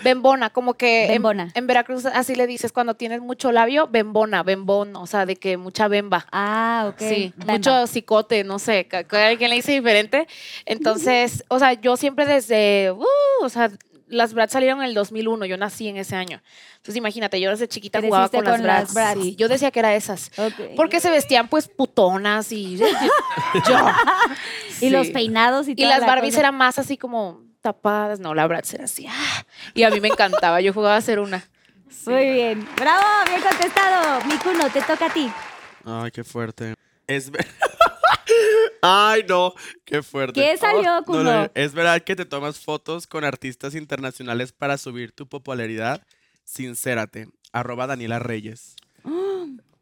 E: Bembona, como que... en-
A: Bembona.
E: En, Veracruz así le dices, cuando tienes mucho labio, bembona, bembón, o sea, de que mucha bemba.
A: Ah, ok.
E: Sí,
A: Bamba.
E: mucho cicote, no sé, ca- ca- alguien le dice diferente.
A: (laughs)
E: Entonces, o sea, yo siempre desde, uh, o sea, las Bratz salieron en el 2001, yo nací en ese año. Entonces, imagínate, yo desde chiquita jugaba
A: Creciste
E: con, las
A: con las
E: Bratz.
A: Bratz.
E: sí. yo decía que era esas.
A: Ok.
E: Porque se vestían pues putonas y (laughs) yo.
A: y
E: Sí.
A: los peinados y,
E: Y
A: toda
E: las
A: la
E: Barbies
A: cosa.
E: eran más así como tapadas, no, la Bratz era así. ah. Y a mí me encantaba, yo jugaba a ser una.
A: Muy bien. ¡Bravo! Bien contestado. Mikuno, te toca a ti.
D: Ay, qué fuerte. Es (laughs) ver- Ay, no, qué fuerte. Oh,
A: ¿Qué salió,
D: no, no,
A: culo?
D: Es verdad que te tomas fotos con artistas internacionales para subir tu popularidad. Sincérate. Arroba
A: (gasps)
D: Daniela Reyes.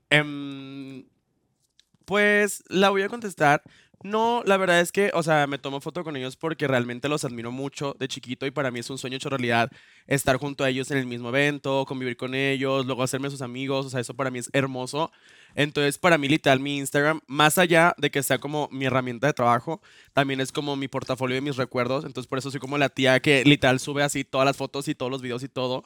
D: Em, pues la voy a contestar. No, la verdad es que, o sea, me tomo foto con ellos porque realmente los admiro mucho de chiquito y para mí es un sueño hecho realidad estar junto a ellos en el mismo evento, convivir con ellos, luego hacerme sus amigos, o sea, eso para mí es hermoso. Entonces, para mí, literal, mi Instagram, más allá de que sea como mi herramienta de trabajo, también es como mi portafolio de mis recuerdos. Entonces, por eso soy como la tía que literal sube así todas las fotos y todos los videos y todo.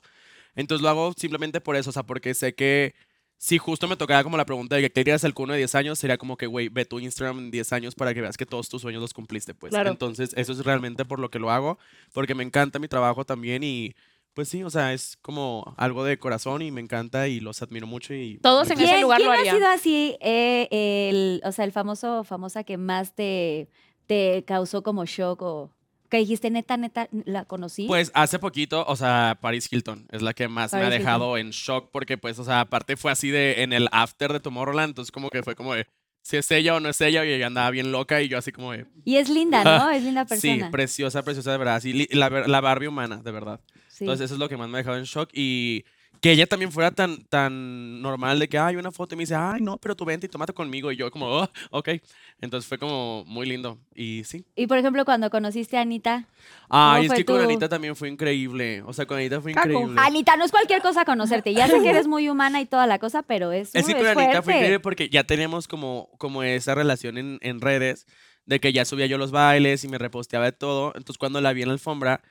D: Entonces, lo hago simplemente por eso, o sea, porque sé que si justo me tocara como la pregunta de que qué querías el cuno de 10 años, sería como que, güey, ve tu Instagram en 10 años para que veas que todos tus sueños los cumpliste, pues.
E: Claro.
D: Entonces, eso es realmente por lo que lo hago, porque me encanta mi trabajo también y. Pues sí, o sea, es como algo de corazón y me encanta y los admiro mucho y...
E: Todos
D: me
E: en ese
A: ¿Quién,
E: lugar
A: quién
E: lo
A: ha
E: haría.
A: sido así eh, el, o sea, el famoso, famosa que más te, te causó como shock o que dijiste, neta, neta, la conocí?
D: Pues hace poquito, o sea, Paris Hilton es la que más me ha
A: Paris
D: dejado en shock porque pues, o sea, aparte fue así de en el after de Tomorrowland, entonces como que fue como de si es ella o no es ella y ella andaba bien loca y yo así como de
A: y es linda, ¿no? Es linda persona.
D: sí, preciosa, preciosa de verdad, así li- la, ver- la Barbie humana, de verdad.
A: Sí.
D: Entonces eso es lo que más me ha dejado en shock y que ella también fuera tan tan normal de que hay una foto y me dice, "Ay, no, pero tú vente y tómate conmigo." Y yo como, "Oh, ok. Entonces fue como muy lindo y sí,
A: Y por ejemplo, cuando conociste a Anita.
D: Ay, es
A: fue
D: que con
A: tu-
D: Anita también fue increíble. O sea, con Anita fue
A: Caco.
D: increíble.
A: Anita, no es cualquier cosa conocerte. Ya sé que eres muy humana y toda la cosa, pero es,
D: Es
A: uh,
D: que
A: es
D: con Anita fue
A: fuerte.
D: increíble porque ya teníamos como, como esa relación en, en redes, de que ya subía yo los bailes y me reposteaba de todo. Entonces, cuando la vi en la alfombra,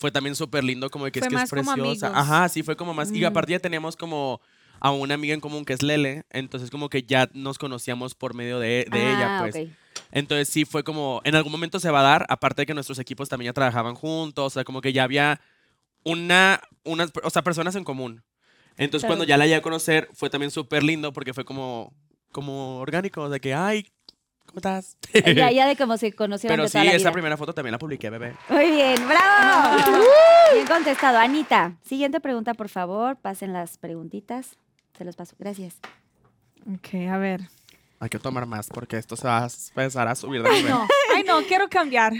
D: fue también súper lindo, como de que
C: Fue
D: es que es
C: más como
D: preciosa.
C: amigos.
D: Ajá, sí, fue como más. Y
A: Mm.
D: aparte, ya teníamos como a una amiga en común que es Lele. Entonces, como que ya nos conocíamos por medio de, de ella,
A: Ah,
D: pues.
A: ok.
D: Entonces sí fue como, en algún momento se va a dar, aparte de que nuestros equipos también ya trabajaban juntos, o sea, como que ya había una, unas, o sea, personas en común. Entonces
A: Claro.
D: cuando ya la llegué a conocer fue también súper lindo porque fue como, como orgánico, o sea, que, ay, ¿cómo estás? (laughs)
A: Ya, ya de como se conocieron
D: Pero
A: de
D: sí,
A: toda la
D: esa
A: vida.
D: primera foto también la publiqué, bebé.
A: Muy bien,
D: (laughs)
A: bravo. Uh-huh. Bien contestado. Anita, siguiente pregunta, por favor. Pasen las preguntitas. Se los paso. Gracias.
C: Ok, a ver.
D: Hay que tomar más porque esto se va a empezar a subir de nivel.
C: (laughs) No, ay no, quiero cambiar.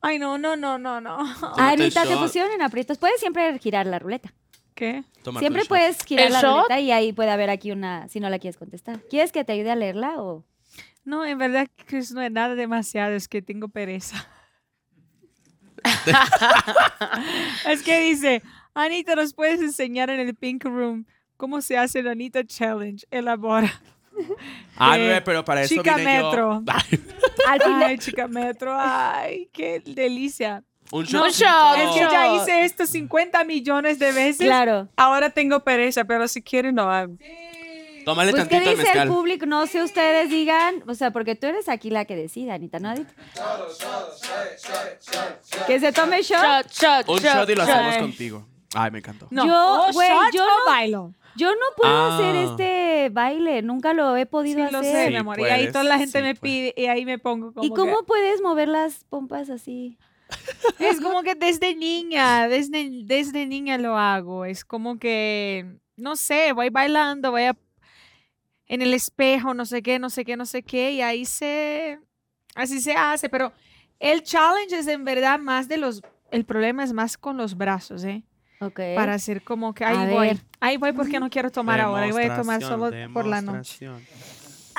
C: Ay no, no, no, no, no.
D: Tómate el
A: Anita, te
D: shot.
A: pusieron en aprietos. Puedes siempre girar la ruleta.
C: ¿Qué?
D: Tómate
A: Siempre
D: un shot.
A: puedes girar
E: ¿El
A: la
E: shot?
A: ruleta y ahí puede haber aquí una, si no la quieres contestar. ¿Quieres que te ayude a leerla o...?
C: No, en verdad, Chris, no es nada demasiado, es que tengo (laughs) pereza. es que dice, Anita, ¿nos puedes enseñar en el Pink Room cómo se hace el Anita Challenge? Elabora.
D: Ah,
C: Eh,
D: bebé, pero para eso
C: chica
D: vine yo.
C: metro.
D: Ay,
A: Al final...
C: Ay, chica metro, ay, qué delicia.
D: un
E: Un
D: shot.
E: shot,
C: Es que
E: un
C: ya
E: shot.
C: hice esto 50 millones de veces.
A: Claro.
C: Ahora tengo pereza, pero si quieren, no. hago.
D: Tómale
A: Pues, ¿qué
D: tantito al
A: dice el
D: mezcal.
A: público? No sé, ustedes digan. O sea, porque tú eres aquí la que decide, Anita, ¿no, Anita? Que se tome shot.
E: Shot, shot,
D: Un
E: shot,
D: shot y lo hacemos
E: shot.
D: contigo. Ay, me encantó.
C: No,
A: Yo,
C: o
A: güey,
C: shot
A: yo
C: o
A: no-
C: bailo.
A: Yo no puedo
D: Ah.
A: hacer este baile, nunca lo he
C: Sí,
A: podido
C: lo sé,
A: hacer.
D: Sí,
C: mi amor. y ahí
D: puedes,
C: toda la gente
D: sí,
C: me
D: puedes.
C: pide y ahí me pongo como
A: ¿Y
C: que-
A: cómo puedes mover las pompas así?
C: Es como que desde niña, desde, desde niña lo hago. Es como que, no sé, voy bailando, voy a- en el espejo, no sé qué, no sé qué, no sé qué, y ahí se, así se hace. Pero el challenge es en verdad más de los, el problema es más con los brazos, ¿eh?
A: Ok.
C: Para hacer como que,
A: A
C: ahí voy,
A: ver.
C: ahí voy porque no quiero tomar ahora, ahí voy a tomar solo por la noche.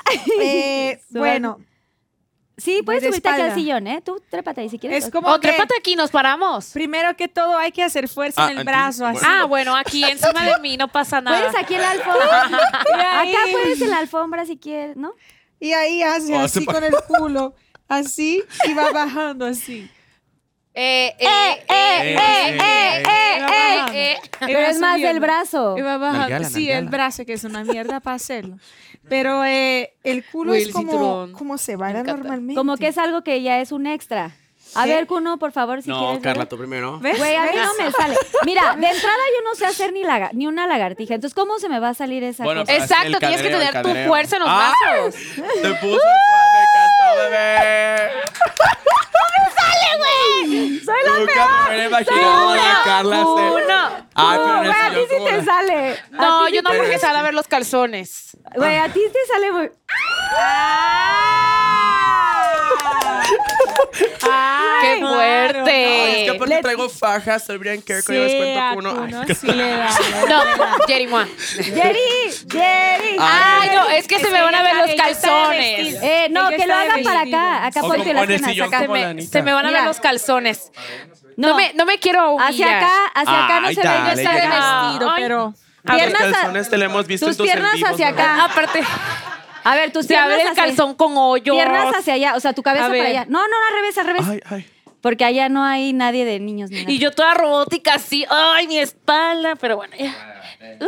C: (laughs) Eh,
A: Suave.
C: bueno,
A: Sí, puedes
C: de
A: subirte aquí al
C: espalda.
E: sillón,
A: ¿eh? Tú trépate ahí si quieres.
C: es
E: O
C: como que,
E: trépate aquí, nos paramos.
C: primero que todo hay que hacer
D: Ah,
C: fuerza en el
D: entonces,
C: brazo, así.
E: Ah, bueno, aquí encima de mí no pasa nada.
A: Puedes aquí en
C: (laughs)
A: la alfombra.
C: Y ahí-
A: Ah, Acá puedes en la alfombra si quieres, ¿no?
C: Y ahí hace
D: Oh, hace
C: así
D: pa-
C: con el culo. Así y va bajando así.
E: Eh, eh, eh, eh, eh, eh, eh, eh.
C: Y
A: Pero
C: va
A: es más
C: subiendo.
A: del brazo.
C: Y va bajando.
D: Nalgueala,
C: sí, el
D: nalgueala.
C: brazo, que es una mierda para hacerlo. Pero eh, el culo
E: Uy,
C: es
E: el
C: como,
E: cinturón.
C: como se baila
E: encanta.
C: normalmente.
A: Como que es algo que ya es un extra. A
C: Sí.
A: ver, Cuno, por favor, si
D: No,
A: quieres.
D: Carla,
A: ¿verdad?
D: tú primero.
C: ¿Ves?
A: Güey, a mí
C: ¿Ves?
A: no me sale. Mira, de entrada yo no sé hacer ni, laga- ni una lagartija. Entonces, ¿cómo se me va a salir esa
D: Bueno,
A: cosa?
D: pues,
E: Exacto,
D: el
E: tienes que
D: cadeneo, el
E: tener tu
D: cadeneo.
E: fuerza en los
D: ¡Ah!
E: brazos.
D: Te puso. Me encantó, bebé.
A: Soy
D: Nunca me hubiera imaginado a Carla hacer.
E: Uno.
D: Ay,
A: No,
D: pero
A: güey, a ti sí
D: necesito como-
A: te sale. A
E: No,
A: ti sí
E: yo no
A: te-
E: porque sale a ver los calzones.
A: Güey,
D: ah.
A: a ti te sale muy...
E: ¡Qué
D: Ay, es que
E: fuerte!
D: aparte traigo fajas, el Brian Kerr, yo les
C: Sí,
D: cuento
C: a
D: que uno.
C: Cuno
D: (laughs) Ay,
C: sí le da.
E: No, Jerry Moa.
A: ¡Jerry! ¡Jerry!
D: Ah.
E: Ay, no, es que se me van a ver
C: ella
E: los
C: está- ella está de
E: calzones.
C: vestido.
A: Eh, no, que
C: Ella
A: lo
C: está de
A: haga para acá.
C: vestido.
A: Acá por
D: O como
A: las
D: en el
A: piernas,
D: sillón,
A: acá.
D: como la
E: Me-
D: Anita.
E: se me van a ver
A: Mira.
E: los calzones.
A: No,
E: No me, no me quiero humillar.
A: hacia acá, hacia acá no
D: Ay,
A: se ve.
D: dale,
A: yo
D: Jerry.
A: estaba-
C: Vestido,
E: Ay.
C: pero.
D: A ver,
A: Piernas a-
D: calzones te lo hemos visto
A: tus
D: en tus en
A: piernas
D: vivos,
A: hacia
D: ¿no?
A: acá.
E: Ah, Aparte,
A: A ver, tus
E: se
A: piernas
E: abre el
A: hacia-
E: calzón con hoyos.
A: Piernas hacia allá, o sea, tu cabeza
E: A
A: para
E: ver.
A: allá. No, no, no, al revés, al revés.
D: Ay, ay.
A: Porque allá no hay nadie de niños ni nada.
E: Y yo toda robótica así, ay, mi espalda, pero bueno, ya.
A: Muy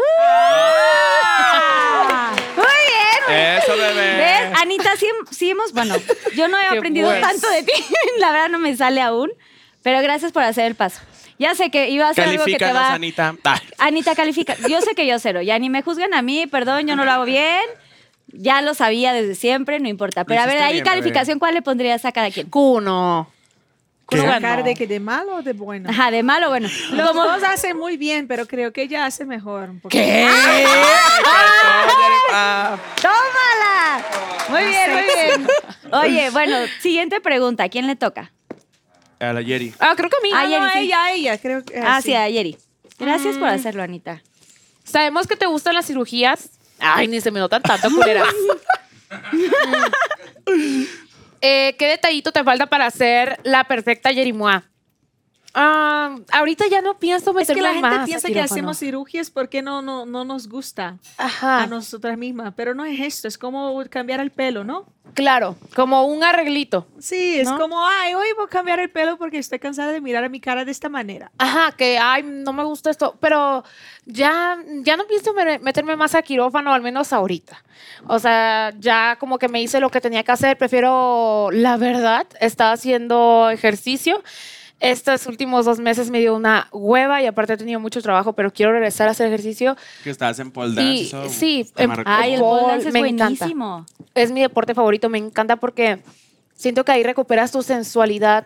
A: bien. güey.
D: Eso, bebé.
A: ¿Ves? Anita, sí, sí hemos, bueno, yo no he
E: Qué
A: aprendido
E: pues.
A: tanto de ti, (laughs) la verdad no me sale aún, pero gracias por hacer el paso. Ya sé que iba a ser algo que te
D: Califícanos,
A: va...
D: Anita. Ah,
A: (laughs) Anita, califica. Yo sé que yo cero, ya ni me juzgan a mí, perdón, yo no lo hago bien. Ya lo sabía desde siempre, no importa. Pero a ver,
D: hiciste
A: ahí
D: bien, bebé.
A: calificación, ¿cuál le pondrías a cada quien?
E: Cuno.
D: ¿Qué?
C: ¿Sacar de, que de malo o de bueno?
A: Ajá, de malo, bueno.
C: Los dos hacen muy bien, pero creo que ella hace mejor. un poquito.
E: ¿Qué?
D: Ah,
A: ¡Tómala! Muy bien, muy bien. Oye, bueno, siguiente pregunta. ¿A quién le toca?
D: A la Jerry.
E: Ah, creo que a mí.
A: Ay,
C: No,
A: Jerry, sí.
C: ella, ella, creo que.
A: Ah,
C: así.
A: sí, a Yeri. Gracias por hacerlo, Anita.
E: Sabemos que te gustan las cirugías. Ay, ni se me notan tanto, culeras. Eh, ¿Qué detallito te falta para hacer la perfecta Jerimoa? Ah, ahorita ya no pienso
C: Es que
E: meterme
C: la gente
E: más a
C: piensa que
E: quirófano.
C: hacemos cirugías porque no, no, no nos gusta
E: Ajá.
C: a nosotras mismas, pero no es esto, es como cambiar el pelo, ¿no?
E: Claro, como un arreglito.
C: Sí, es
E: ¿No?
C: como, ay, hoy voy a cambiar el pelo porque estoy cansada de mirar a mi cara de esta manera.
E: Ajá, que ay, no me gusta esto, pero ya, ya no pienso me- meterme más a quirófano, al menos ahorita. O sea, ya como que me hice lo que tenía que hacer, prefiero, la verdad, estaba haciendo ejercicio. Estos últimos dos meses me dio una hueva y aparte he tenido mucho trabajo, pero quiero regresar a hacer ejercicio.
D: Que estabas en pole
E: Y-
D: dance, eso
E: sí,
D: te
E: em-
D: marcó.
A: Ay, el
E: Fútbol,
A: pole dance es
E: me encanta.
A: buenísimo.
E: Es mi deporte favorito, me encanta porque siento que ahí recuperas tu sensualidad.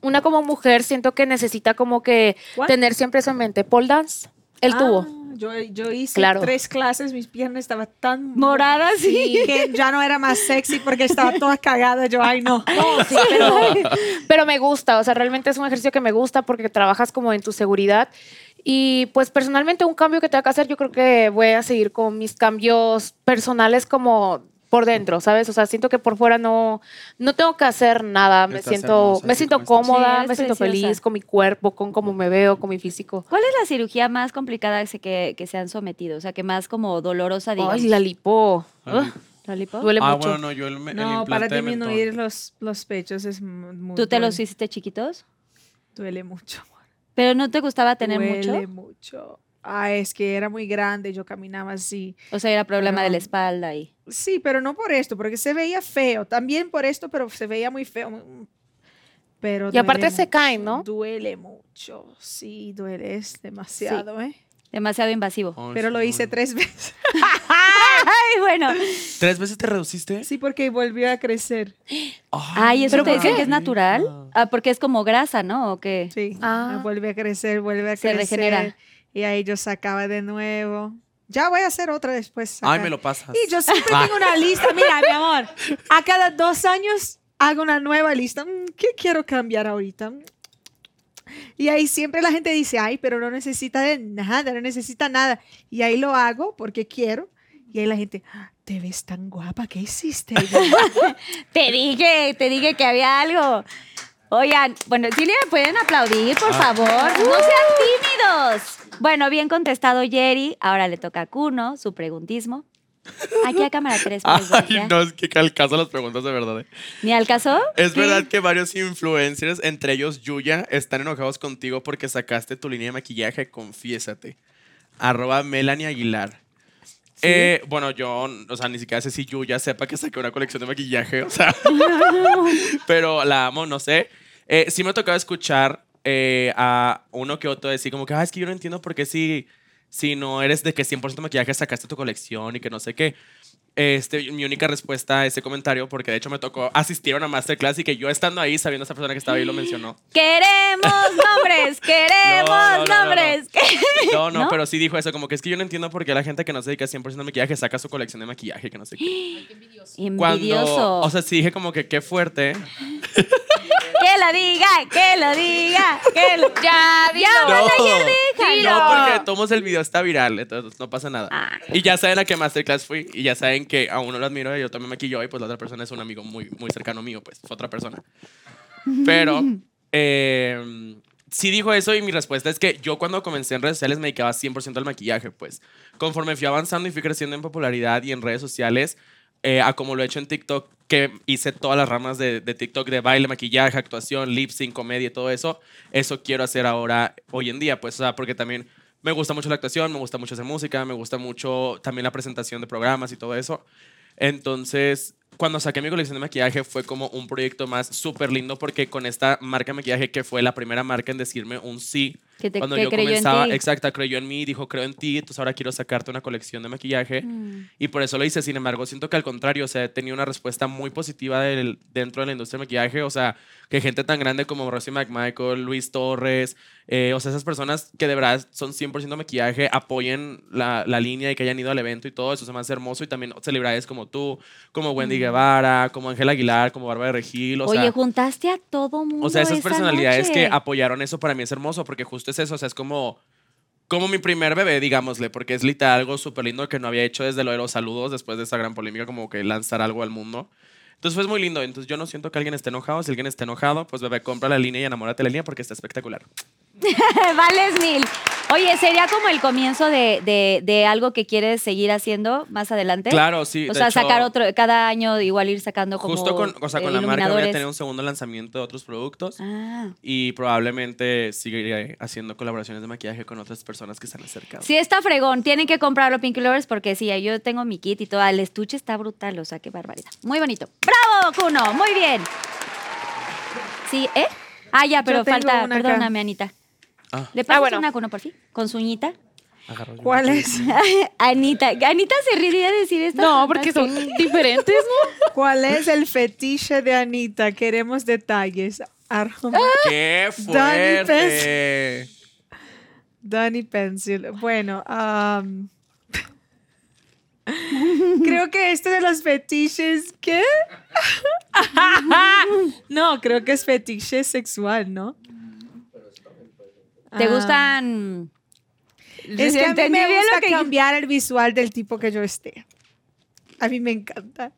E: Una como mujer siento que necesita como que
C: ¿Cuál?
E: tener siempre eso en mente. Pole dance, el
C: Ah,
E: tubo.
C: Yo, yo hice
E: Claro.
C: tres clases, mis piernas estaban tan
A: Moradas, sí.
C: Sí, (laughs) que ya no era más sexy porque estaba toda cagada. Yo, ay, (laughs) no.
E: Sí, pero, pero me gusta, o sea, realmente es un ejercicio que me gusta porque trabajas como en tu seguridad. Y pues personalmente un cambio que tenga que hacer, yo creo que voy a seguir con mis cambios personales como por dentro, ¿sabes? O sea, siento que por fuera no, no tengo que hacer nada, me
D: Estás
E: siento,
D: hermosa,
E: me
D: así
E: siento
D: como estás.
E: cómoda,
A: Sí, eres
E: me siento
A: preciosa.
E: feliz con mi cuerpo, con cómo me veo, con mi físico.
A: ¿Cuál es la cirugía más complicada que, que, que se han sometido? O sea, que más como dolorosa, digamos.
E: Ay, la lipo.
D: Ay,
E: Ugh,
A: ¿La lipo?
E: duele
D: Ah,
E: mucho.
D: bueno, no, yo el, me- el
C: No, para
D: implante de mentón.
C: disminuir los, los pechos es mu- muy
A: ¿Tú te
C: duele-
A: los hiciste chiquitos?
C: Duele mucho. amor.
A: ¿Pero no te gustaba tener
C: Duele
A: mucho?
C: mucho. Ay, es que era muy grande, yo caminaba así.
A: O sea, era problema
C: No.
A: de la espalda y...
C: Sí, pero no por esto, porque se veía feo. También por esto, pero se veía muy feo. muy- Pero
E: Y aparte
C: duele
E: se
C: mucho,
E: caen, ¿no?
C: Duele mucho. Yo sí, duele, es demasiado, ¿eh?
A: Demasiado invasivo.
D: Once,
C: Pero lo hice
D: nueve.
C: tres (laughs) veces.
A: Ay, bueno.
D: ¿Tres veces te reduciste?
C: Sí, porque volvió a crecer.
A: Ay, eso
E: ¿Pero
A: te
E: por
A: dicen
E: qué?
A: que es natural. Ah, porque es como grasa, ¿no? ¿O qué?
C: Sí.
E: Ah.
C: Vuelve a crecer, vuelve a
A: Se
C: crecer.
A: regenera.
C: Y ahí yo sacaba de nuevo. Ya voy a hacer otra después.
D: Ay,
C: sacar.
D: me lo pasas.
C: Y yo siempre
D: Ah.
C: tengo una lista. Mira, mi amor, a cada dos años hago una nueva lista. Mm, ¿Qué quiero cambiar ahorita? Mm. Y ahí siempre la gente dice, ay, pero no necesita de nada, no necesita nada. Y ahí lo hago porque quiero. Y ahí la gente, "Ah, te ves tan guapa, ¿qué hiciste? Y yo,
A: Te dije, te dije que había algo. Oigan, bueno, sí le pueden aplaudir,
D: Ah.
A: por favor.
D: Uh.
A: No sean tímidos. Bueno, bien contestado Jerry. Ahora le toca a Cuno su preguntismo. Aquí a cámara 3. (laughs)
D: Ay, no, Eh. es que al caso las preguntas de verdad. ¿eh?
A: ¿Ni al caso?
D: Es
A: Sí.
D: verdad que varios influencers, entre ellos Yuya, están enojados contigo porque sacaste tu línea de maquillaje, confiésate. Arroba Melanie Aguilar. Eh, bueno, yo, o sea, ni siquiera sé si Yuya sepa que saqué una colección de maquillaje, o sea, (laughs) pero la amo, no sé. Eh, sí me ha tocado escuchar eh, a uno que otro decir como que, ah, es que yo no entiendo por qué si, si no eres de que 100% maquillaje sacaste tu colección y que no sé qué. Este, mi única respuesta a ese comentario, porque de hecho me tocó asistir a una masterclass y que yo estando ahí, sabiendo esa persona que estaba ahí, lo mencionó.
A: Queremos
D: (laughs)
A: nombres, queremos
D: No, no, no, no,
A: nombres.
D: No, no,
A: ¿No?
D: pero sí dijo eso, como que es que yo no entiendo por qué la gente que no se dedica 100% al maquillaje saca su colección de maquillaje, que no sé qué.
A: Mm, Envidioso.
D: o sea, sí dije como que qué fuerte.
A: que la diga, que lo diga, que
D: (laughs)
A: lo
E: Ya, dilo.
D: No,
A: diga.
D: no, Ah. porque tomos el video está viral, entonces no pasa nada. Y ya saben a qué masterclass fui y ya saben que a uno lo admiro y yo también me maquilló y pues la otra persona es un amigo muy, muy cercano mío, pues fue otra persona. (laughs) Pero eh, sí dijo eso y mi respuesta es que yo cuando comencé en redes sociales me dedicaba 100% al maquillaje, pues conforme fui avanzando y fui creciendo en popularidad y en redes sociales, eh, a como lo he hecho en TikTok, que hice todas las ramas de, de TikTok, de baile, maquillaje, actuación, lip sync, comedia y todo eso, eso quiero hacer ahora, hoy en día, pues, o sea, porque también me gusta mucho la actuación, me gusta mucho hacer música, me gusta mucho también la presentación de programas y todo eso. Entonces, cuando saqué mi colección de maquillaje fue como un proyecto más súper lindo porque con esta marca de maquillaje que fue la primera marca en decirme un sí
A: Que te-
D: cuando
A: que
D: yo
A: creyó en
D: comenzaba,
A: ti.
D: exacta, creyó en mí, dijo, creo en ti, entonces ahora quiero sacarte una colección de maquillaje.
A: Mm.
D: Y por eso lo hice, sin embargo, siento que al contrario, o sea, he tenido una respuesta muy positiva del- dentro de la industria del maquillaje, o sea, que gente tan grande como Rosy McMichael, Luis Torres, eh, o sea, esas personas que de verdad son 100% maquillaje, apoyen la, la línea y que hayan ido al evento y todo eso, se me hace hermoso y también celebridades como tú, como Wendy Guevara, como Ángela Aguilar, como Bárbara de Regil, o sea...
A: Oye, juntaste a todo mundo.
D: O sea, esas
A: esa
D: personalidades que
A: noche.
D: apoyaron eso para mí es hermoso, porque justo es eso, o sea, es como, como mi primer bebé, digámosle, porque es literal algo súper lindo que no había hecho desde lo de los saludos, después de esa gran polémica, como que lanzar algo al mundo. Entonces fue muy lindo, entonces yo no siento que alguien esté enojado, si alguien está enojado, pues bebé, compra la línea y enamórate de la línea porque está espectacular.
A: (laughs) Vales mil. Oye, sería como el comienzo de, de- de algo que quieres seguir haciendo más adelante.
D: Claro, sí.
A: O
D: de
A: sea,
D: hecho,
A: sacar otro, cada año igual ir sacando como.
D: Justo con, o sea,
A: eh,
D: con la marca voy a
A: iluminadores.
D: tener un segundo lanzamiento de otros productos
A: Ah.
D: y probablemente seguiré haciendo colaboraciones de maquillaje con otras personas que se han acercado.
A: Sí, está fregón. Tienen que comprarlo, Pinky Lovers, porque sí, yo tengo mi kit y todo. El estuche está brutal, o sea, qué barbaridad. Muy bonito. ¡Bravo, Kuno! Muy bien. Sí, ¿eh? Ah, ya, pero
C: Yo tengo
A: falta.
C: una acá.
A: Perdóname, Anita.
D: Ah.
A: ¿Le pasas
E: Ah, bueno.
A: una a Kuno, por fin? ¿Con su uñita? (laughs)
D: Agarro yo.
C: (laughs) ¿Cuál es?
A: Anita. Anita se reiría de decir esto.
E: No, (laughs) porque son diferentes, ¿no?
C: ¿Cuál es el fetiche de Anita? Queremos detalles. Arjoma.
D: ¡Qué
C: Dani Pes-
D: fuerte!
C: Danny Pencil. Bueno, am, (laughs) creo que este de los fetiches, ¿qué? (laughs) no, creo que es fetiche sexual, ¿no?
A: ¿Te
C: Ah.
A: gustan...?
C: Es que a mí
A: Entendí
C: me
A: bien
C: gusta
A: lo que-
C: cambiar el visual del tipo que yo esté. A mí me encanta.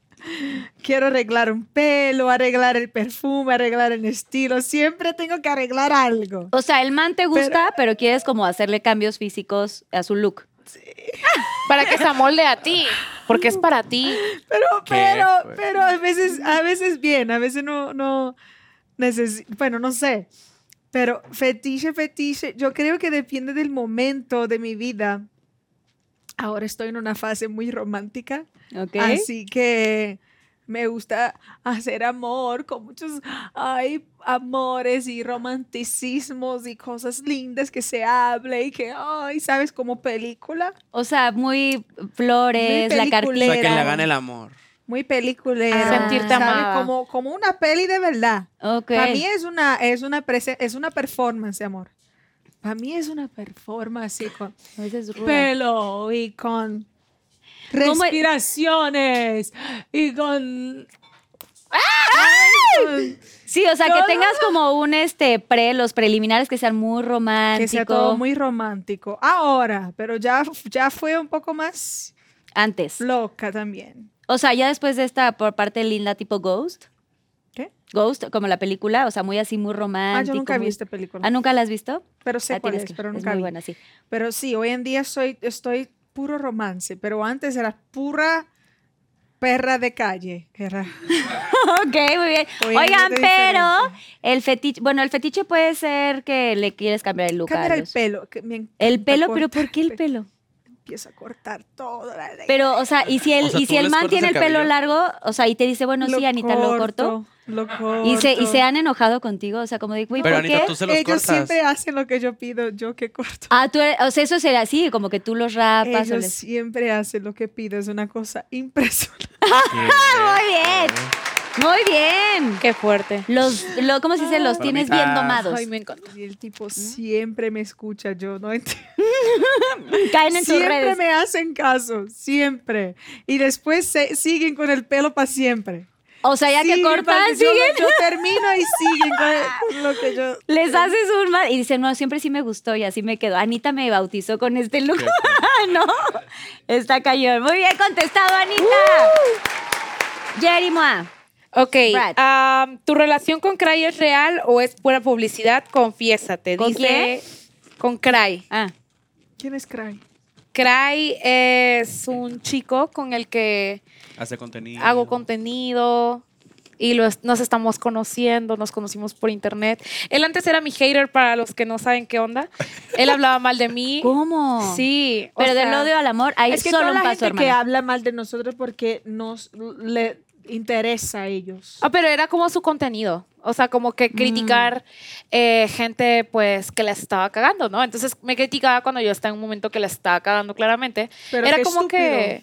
C: Quiero arreglar un pelo, arreglar el perfume, arreglar el estilo. Siempre tengo que arreglar algo.
A: O sea, el man te gusta, pero, quieres como hacerle cambios físicos a su look.
E: Para que se amolde a ti. Porque es para ti.
C: Pero,
D: Qué
C: pero,
D: fuerte.
C: pero a veces, a veces bien, a veces no, no necesi- bueno, no sé. Pero fetiche, fetiche, yo creo que depende del momento de mi vida. Ahora estoy en una fase muy romántica,
A: ¿Ok?
C: así que Me gusta hacer amor con muchos ay, amores y romanticismos y cosas lindas que se hable y que, ay, ¿sabes? Como película.
A: O sea, muy flores,
C: Muy
A: la
D: O
A: cartilla.
D: sea, que le
C: Era-
D: hagan el amor.
C: Muy peliculera.
A: Ah. Sentirte
C: ¿sabe?
E: amada.
C: Como, como una peli de verdad.
A: Ok.
C: Para mí es una, es, una prese- es una performance, amor. Para mí es una performance y con
A: Esa es ruda.
C: pelo y con
A: ¿Cómo-
C: respiraciones y con...
A: Sí, o sea,
C: No,
A: que
C: no,
A: tengas como un este pre, los preliminares que sean muy románticos.
C: Que sea todo muy romántico. Ahora, pero ya, ya fue un poco más
A: Antes.
C: loca también.
A: O sea, ya después de esta por parte linda tipo Ghost.
C: ¿Qué?
A: Ghost, como la película, o sea, muy así, muy
C: Ah,
A: romántico.
C: yo nunca vi
A: muy-
C: esta película.
A: ¿Ah, nunca la has visto?
C: Pero sé
A: Ah,
C: cuál
A: tienes
C: es,
A: que-
C: pero
A: es
C: nunca
A: muy
C: vi.
A: buena, sí.
C: Pero sí, hoy en día soy, estoy puro romance, pero antes era pura perra de calle. Era (laughs)
A: (laughs) Ok, muy bien.
C: Oye,
A: Oigan,
C: muy
A: pero el fetiche, bueno, el fetiche puede ser que le quieres cambiar el look. a
C: cambiar el
A: los-
C: pelo. que me encanta
A: El pelo, pero
C: cortar
A: ¿por qué el pelo?
C: Empiezo a cortar todo. la de-
A: Pero, o sea, y si el,
D: O sea,
A: y si
D: ¿tú
A: el
D: les
A: man
D: cortas
A: tiene el,
D: el
A: pelo
D: cabello?
A: largo, o sea, y te dice, bueno, sí, Anita, lo corto.
C: Lo corto.
A: Y se, y se han enojado contigo, o sea, como de, güey,
D: Pero
A: ¿por qué?
D: Anita, tú se los
C: Ellos
D: cortas.
C: siempre hacen lo que yo pido, yo que corto.
A: Ah, tú eres- o sea, eso será así, como que tú los rapas. o
C: Ellos
A: les-
C: siempre hacen lo que pido, es una cosa impresionante.
A: (laughs) Muy bien, muy bien.
E: Qué fuerte.
A: Los, lo, ¿cómo se dice? Los tienes bien
D: Palomitas.
A: domados.
E: Ay, me encanta.
A: Mm.
C: Y el tipo siempre me escucha, yo no entiendo.
A: Caen en tus
C: siempre
A: redes.
C: me hacen caso, siempre. Y después se- siguen con el pelo para siempre.
A: O sea, ya que
C: Siguen para
A: cortan,
C: yo,
A: siguen.
C: yo termino y siguen
A: (laughs)
C: con, el- con lo que yo.
A: Les haces un mal. Y dicen, no, siempre sí me gustó y así me quedó. Anita me bautizó con este look. (laughs) no, está cañón. Muy bien contestado, Anita. Jerry Moa.
E: Ok,
A: Brad.
E: am, ¿tu relación con Cray es real o es pura publicidad? Confiésate.
A: ¿Con
E: dice- Con Cray.
A: Ah,
C: ¿Quién es Cry?
E: Cray es un chico con el que
D: Hace contenido.
E: hago contenido y lo es- nos estamos conociendo, nos conocimos por internet. Él antes era mi hater para los que no saben qué onda. Él hablaba mal de mí.
A: ¿cómo?
E: Sí. o
A: Pero del
E: sea,
A: odio al amor hay
C: es que
A: solo
C: toda
A: un
C: la
A: paso,
C: gente que
A: hermano.
C: habla mal de nosotros porque nos le interesa a ellos.
E: Ah, pero era como su contenido. O sea, como que criticar
C: Mm.
E: eh, gente pues que la estaba cagando, ¿no? Entonces me criticaba cuando yo estaba en un momento que la estaba cagando claramente.
C: Pero
E: era
C: qué
E: como que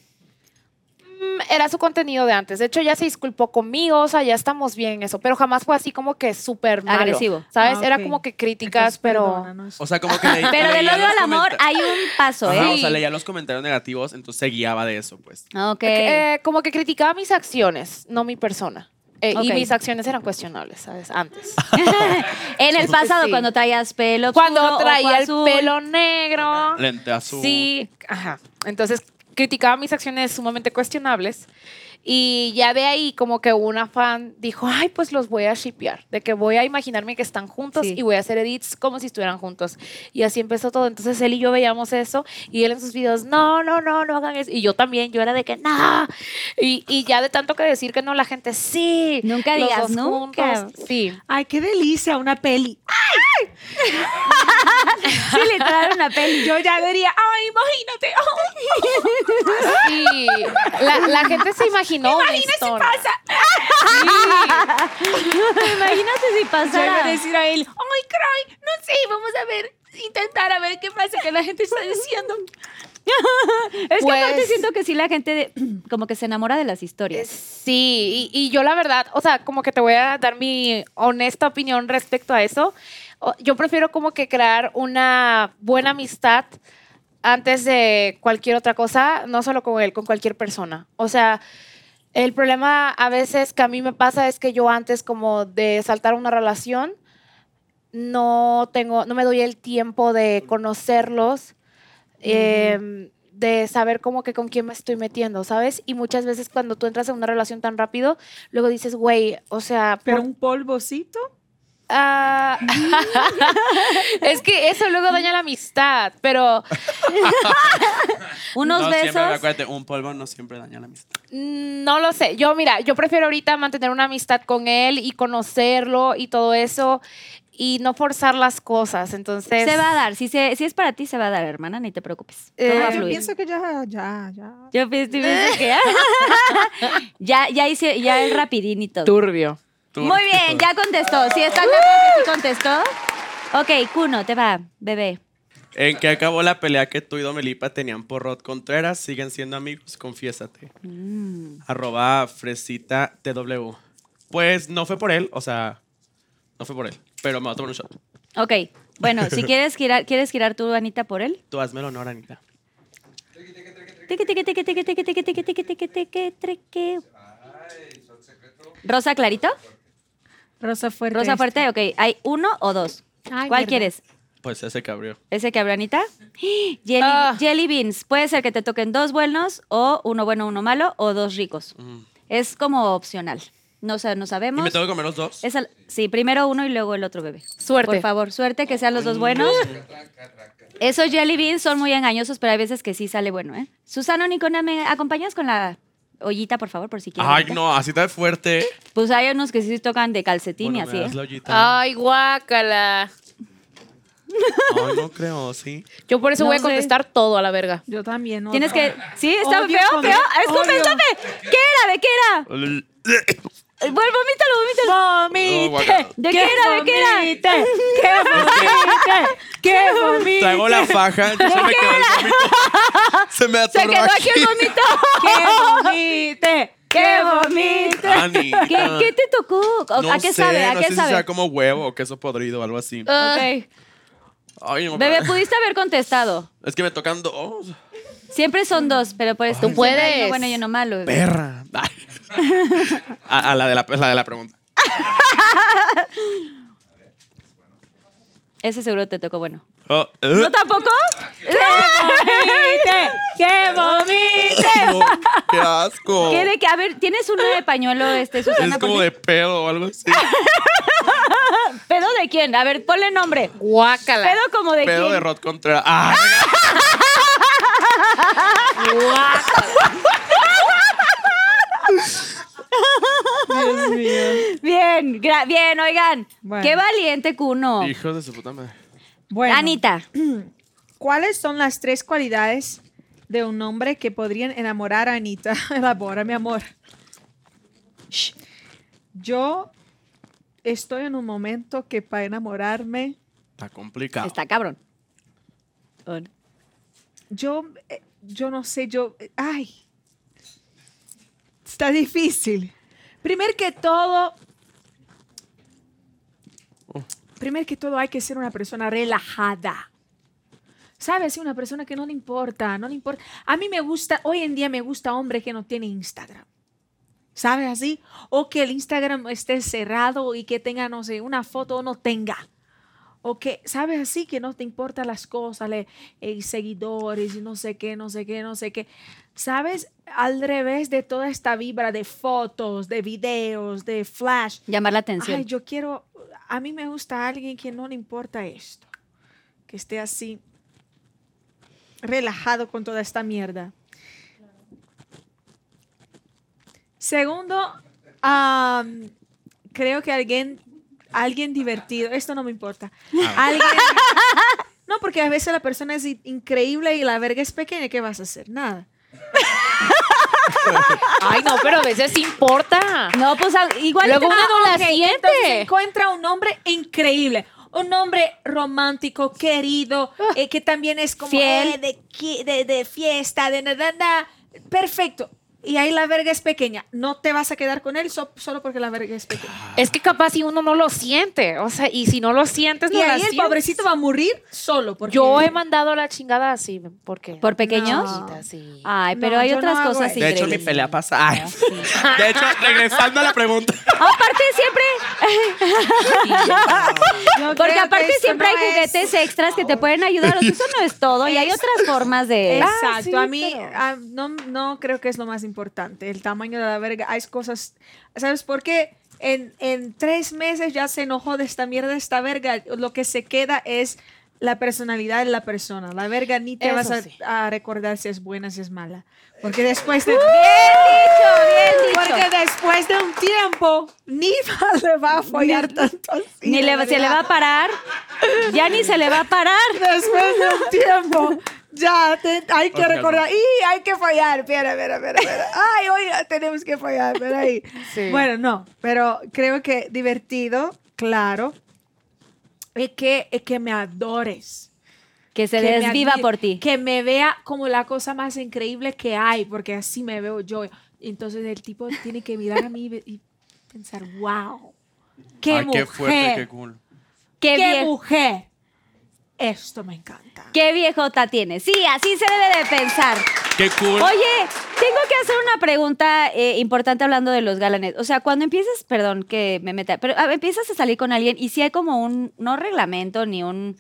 E: mm, era su contenido de antes. De hecho, ya se disculpó conmigo, o sea, ya estamos bien en eso, pero jamás fue así como que súper malo,
A: Agresivo.
E: ¿Sabes?
C: Ah,
E: Era
C: ok.
E: como que críticas,
C: Entonces,
E: pero
C: perdónanos.
D: O sea, como que le-
A: Pero del
D: leía
A: odio
D: los
A: al amor
D: comenta-
A: hay un paso,
D: este Ajá,
A: ¿eh?
D: O sea, leía los comentarios negativos, entonces se guiaba de eso, pues.
A: Ok.
E: eh, como que criticaba mis acciones, no mi persona. Eh,
A: Ok.
E: Y mis acciones eran cuestionables, ¿sabes? Antes.
A: en el pasado,
E: Sí.
A: cuando traías pelo oscuro,
E: Cuando
A: ojo
E: traía el
A: azul.
E: pelo negro.
D: Lente azul.
E: Sí, ajá. Entonces criticaba mis acciones sumamente cuestionables y ya de ahí como que una fan dijo, ay, pues los voy a shipear, de que voy a imaginarme que están juntos
A: Sí.
E: y voy a hacer edits como si estuvieran juntos. Y así empezó todo. Entonces él y yo veíamos eso y él en sus videos, no, no, no, no hagan eso. Y yo también, yo era de que, no. Y, y ya de tanto que decir que no, la gente, sí.
A: Nunca
E: los
A: digas
E: dos
A: nunca.
E: juntos". Sí.
C: Ay, qué delicia una peli.
A: Sí, literal, una peli.
C: Yo ya diría, ay, imagínate.
E: Sí, la, la gente se
A: (laughs)
E: imaginó. Imagínate si pasa.
A: Imagínate si
C: (laughs) Yo iba a
A: pasara.
C: decir a él, ay, Cry, no sé, vamos a ver, intentar a ver qué pasa, que la gente está diciendo.
A: Es que aparte
E: Pues-
A: siento que sí la gente de- como que se enamora de las historias.
E: Eh, Sí, y, y yo la verdad, o sea, como que te voy a dar mi honesta opinión respecto a eso. O- Yo prefiero como que crear una buena amistad antes de cualquier otra cosa, no solo con él, con cualquier persona. O sea, el problema a veces que a mí me pasa es que yo antes como de saltar una relación, no tengo, no me doy el tiempo de conocerlos, em, de saber como que con quién me estoy metiendo, ¿sabes? Y muchas veces cuando tú entras en una relación tan rápido, luego dices, güey, o sea, ¿por
C: Pero un polvocito.
E: Ah, (laughs) es que eso luego daña la amistad, pero
A: Unos
D: no Siempre,
A: besos.
D: acuérdate, un polvo no siempre daña la amistad.
E: no lo sé. Yo, mira, yo prefiero ahorita mantener una amistad con él y conocerlo y todo eso. y no forzar las cosas. Entonces,
A: Se va a dar. Si, se- si es para ti, se va a dar, hermana. Ni te preocupes. Todo
E: Eh,
A: va a
C: Ah, yo
A: fluir.
C: pienso Eh. que ya, ya, ya.
A: Yo pienso, yo pienso que ya. (laughs) ya, ya hice, ya el rapidín y todo.
E: turbio.
D: Tú-
A: Muy bien, ya contestó. Si están de acuerdo que sí contestó. Ok, Cuno, te va, bebé.
D: ¿En qué acabó la pelea que tú y Domelipa tenían por Rod Contreras? Siguen siendo amigos, confiésate.
A: Mm.
D: Arroba Fresita TW. Pues no fue por él, o sea, no fue por él, pero me va a tomar un shot.
A: Ok, bueno, si quieres girar, ¿quieres girar tú, Anita, por él?
D: Tú hazme el honor, Anita.
A: Teque, teque, teque, teque, teque, teque, teque, teque, teque, teque, teque. ¿Rosa clarito?
C: Rosa Fuerte.
A: ¿Rosa fuerte? Ok, ¿hay uno o dos?
C: Ay,
A: ¿Cuál
C: verdad.
A: quieres?
D: Pues ese cabrió.
A: ¿Ese que abrió Anita? (gasps) Jelly,
E: Ah.
A: jelly beans. Puede ser que te toquen dos buenos o uno bueno, uno malo o dos ricos. Es como opcional. No, sa- no
D: Mm. ¿Y
A: sabemos.
D: me tengo que comer los dos?
A: Es al- sí, primero uno y luego el otro bebé.
E: Suerte.
A: Por favor, suerte que sean los dos buenos.
D: Mm.
A: Esos jelly beans son muy engañosos, pero hay veces que sí sale bueno, ¿eh? Susana Nicona, ¿me acompañas con la ollita, por favor, por si quieres?
D: Ay, no, así tan fuerte.
A: Pues hay unos que sí tocan de calcetín
D: Bueno, me
A: y
D: das
A: así,
D: la
A: ¿eh?
D: ollita.
E: Ay, guácala.
D: Ay, no creo, sí.
E: Yo por eso
C: No
E: voy a
C: sé.
E: contestar todo a la verga.
C: Yo también, ¿no?
A: Tienes que... Sí, está
C: Odio
A: feo,
C: comer-
A: feo. Escupe,
C: odio.
A: escupe. ¿Qué era? ¿De qué era? Vuelvo, vomítalo, vomítalo.
D: No, guácala.
A: ¿De qué era? ¿De qué era? ¿Qué
C: ¡Qué
A: (laughs)
C: vomito!
D: Traigo la faja, entonces se me quedó el
A: (laughs)
D: vómito. Se me
A: Se
D: atoró
A: quedó aquí el vomito.
D: (laughs)
A: ¡Qué vomite! ¡Qué vomite!
D: Anita.
A: ¿Qué, qué te tocó? ¿A
D: No
A: qué
D: sé,
A: sabe? ¿A
D: no
A: qué
D: sé si
A: sabe?
D: sea como huevo o queso podrido o algo así.
E: Ah,
A: Ok.
D: Ay, no,
A: Bebé,
D: pero-
A: pudiste haber contestado.
D: Es que me tocan dos.
A: Siempre son dos, pero por esto.
E: Tú puedes.
D: pues.
A: siempre hay uno bueno y uno malo. bebé.
D: Perra. (laughs) a, a la de la, la de la pregunta.
A: Ese seguro te tocó bueno.
D: Oh, eh.
A: ¿No tampoco? ¡Ah!
C: ¡Qué vomito!
D: No, ¡Qué
A: (laughs)
D: asco!
A: ¿Qué de qué? A ver, ¿tienes uno de pañuelo, este, Susana?
D: es como
A: Ponle-
D: de pedo o algo así.
A: Ah, ¿Pedo de quién? A ver, ponle nombre.
E: Guácala.
A: ¿Pedo como de quién?
D: pedo
A: Ah,
D: de ah, Rod Contreras. ¡Ay!
C: Dios mío.
A: Bien, gra- bien, oigan.
C: Bueno.
A: Qué valiente cuno.
D: Hijos de su puta madre.
C: Bueno,
A: Anita.
C: ¿cuáles son las tres cualidades de un hombre que podrían enamorar a Anita? (laughs) Elabora, mi amor. Shh. Yo estoy en un momento que para enamorarme
D: Está complicado.
A: Está cabrón.
C: Yo, eh, yo no sé, yo, eh, ay, está difícil. Primero que todo, primero que todo hay que ser una persona relajada. ¿Sabes? Una persona que no le importa, no le importa. A mí me gusta, hoy en día me gusta hombre que no tiene Instagram. ¿Sabes así? O que el Instagram esté cerrado y que tenga, no sé, una foto o no tenga. O que, ¿sabes así? Que no te importan las cosas, le, eh, seguidores y no sé qué, no sé qué, no sé qué. ¿Sabes? Al revés de toda esta vibra de fotos, de videos, de flash.
A: Llamar la atención.
C: Ay, yo quiero, a mí me gusta alguien que no le importa esto, que esté así relajado con toda esta mierda. Segundo, am, creo que alguien, alguien divertido, esto no me importa. Alguien, (laughs) no, porque a veces la persona es in- increíble y la verga es pequeña, ¿qué vas a hacer? Nada.
E: Ay, no, pero a veces sí importa.
A: No, pues al- igual.
E: Luego
A: te-
E: una
A: Ah, ok.
E: adolescente.
C: Entonces encuentra un hombre increíble. Un hombre romántico, querido, eh, que también es como
A: Fiel.
C: eh, de, qui- de- de fiesta, de nada, Perfecto. Y ahí la verga es pequeña. No te vas a quedar con él so- solo porque la verga es pequeña.
E: Es que capaz si uno no lo siente, o sea, y si no lo sientes, no
C: y
E: la
C: ahí el
E: sientes.
C: pobrecito va a morir solo. Porque
E: Yo he mandado la chingada así, porque
A: ¿Por pequeños?
E: Chiquita, sí.
A: Ay, pero
C: No,
A: hay
C: yo
A: otras
C: no hago
A: cosas
C: eso.
D: de hecho, mi
A: increíbles.
D: pelea pasa.
A: Ah,
D: Ay. (laughs) De hecho, regresando a la pregunta.
A: Aparte siempre,
C: Yo
A: porque
C: creo que
A: aparte
C: eso
A: siempre
C: no
A: hay
C: es-
A: juguetes extras que te pueden ayudar. o sea, eso no es todo y hay otras formas
C: (laughs)
A: de.
C: Exacto,
E: sí,
C: a mí
E: pero-
C: a- no, no creo que es lo más importante, el tamaño de la verga. Hay cosas, ¿sabes por qué? En, en tres meses ya se enojó de esta mierda, de esta verga. Lo que se queda es la personalidad de la persona. La verga ni te
E: Eso
C: vas a,
E: sí.
C: a recordar si es buena, si es mala. Porque después de...
A: dicho, bien dicho.
C: Porque después de un tiempo, ni (laughs) le va a follar tanto así,
A: Ni le,
C: de
A: se le va
C: verdad.
A: a parar. Ya ni se le va a parar.
C: Después de un tiempo, ya te- hay que
D: Ok,
C: recordar. Y hay que fallar. Espera, espera, espera, espera. Ay, oiga, tenemos que fallar. Espera ahí.
E: Sí.
C: Bueno, no, pero creo que divertido, claro. Es que, es que me adores.
A: Que se
C: que me
A: desviva
C: admire,
A: por ti.
C: Que me vea como la cosa más increíble que hay, porque así me veo yo. Entonces el tipo tiene que mirar a mí y ve- y pensar, wow, qué
D: Ay,
C: mujer,
D: qué fuerte, qué cool.
A: Qué,
C: qué,
A: viejo,
C: mujer. Esto me encanta.
A: qué viejota tiene. Sí, así se debe de pensar.
D: Qué cool.
A: Oye, tengo que hacer una pregunta eh, importante hablando de los galanes. O sea, cuando empiezas, perdón que me meta, pero ah, empiezas a salir con alguien y si hay como un, no reglamento ni un,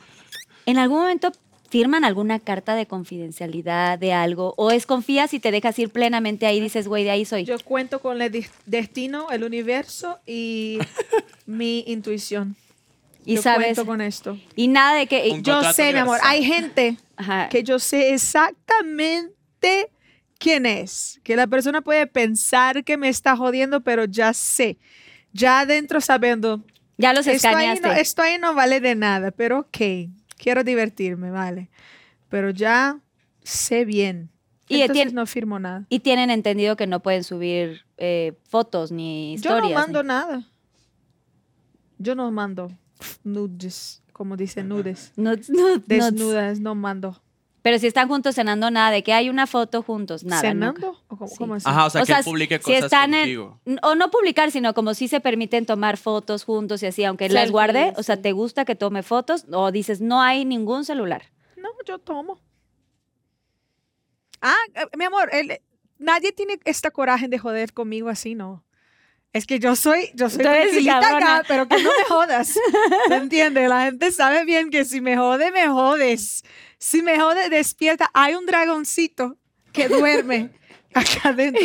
A: en algún momento firman alguna carta de confidencialidad de algo o es confías y te dejas ir plenamente ahí y dices, güey, de ahí soy.
C: Yo cuento con el des- destino, el universo
A: (laughs)
C: y mi intuición.
A: y
C: Yo
A: sabes.
C: cuento con esto.
A: Y nada de que...
D: Un
A: yo-
C: Yo
D: contrato
C: sé, mi amor,
D: universal.
C: hay gente
A: ajá.
C: que yo sé exactamente quién es. Que la persona puede pensar que me está jodiendo, pero ya sé. Ya adentro sabiendo.
A: ya los
C: Esto ahí,
A: escaneaste.
C: no, esto ahí no vale de nada, pero ok. Quiero divertirme, vale. Pero ya sé bien.
A: Y
C: Entonces
A: Etienne-
C: no firmo nada.
A: Y tienen entendido que no pueden subir eh, fotos ni
C: Yo
A: historias.
C: no mando
A: ni-
C: nada. Yo no mando nudes, como dicen nudes.
A: Nudes, nudes, nudes.
C: Desnudas, no mando.
A: Pero si están juntos cenando, nada, de que hay una foto juntos, nada. nunca.
C: ¿Cenando? ¿O cómo,
A: Sí.
C: cómo así?
D: Ajá, o sea,
A: O sea,
D: que publique
A: si
D: cosas
A: están en-
D: contigo.
A: N- O no publicar, sino como si se permiten tomar fotos juntos y así, aunque las
E: Selfies,
A: guarde, o sea,
E: sí.
A: ¿te gusta que tome fotos? O dices, no hay ningún celular.
C: No, yo tomo. Ah, eh, mi amor, el- nadie tiene esta coraje de joder conmigo así, no. Es que yo soy, yo soy
A: Tú eres
C: tranquilita
A: cabrona.
C: acá, pero que no me (laughs) jodas. ¿Me entiendes? La gente sabe bien que si me jode, me jodes. Si me jode, despierta. Hay un dragoncito que duerme (laughs) acá adentro.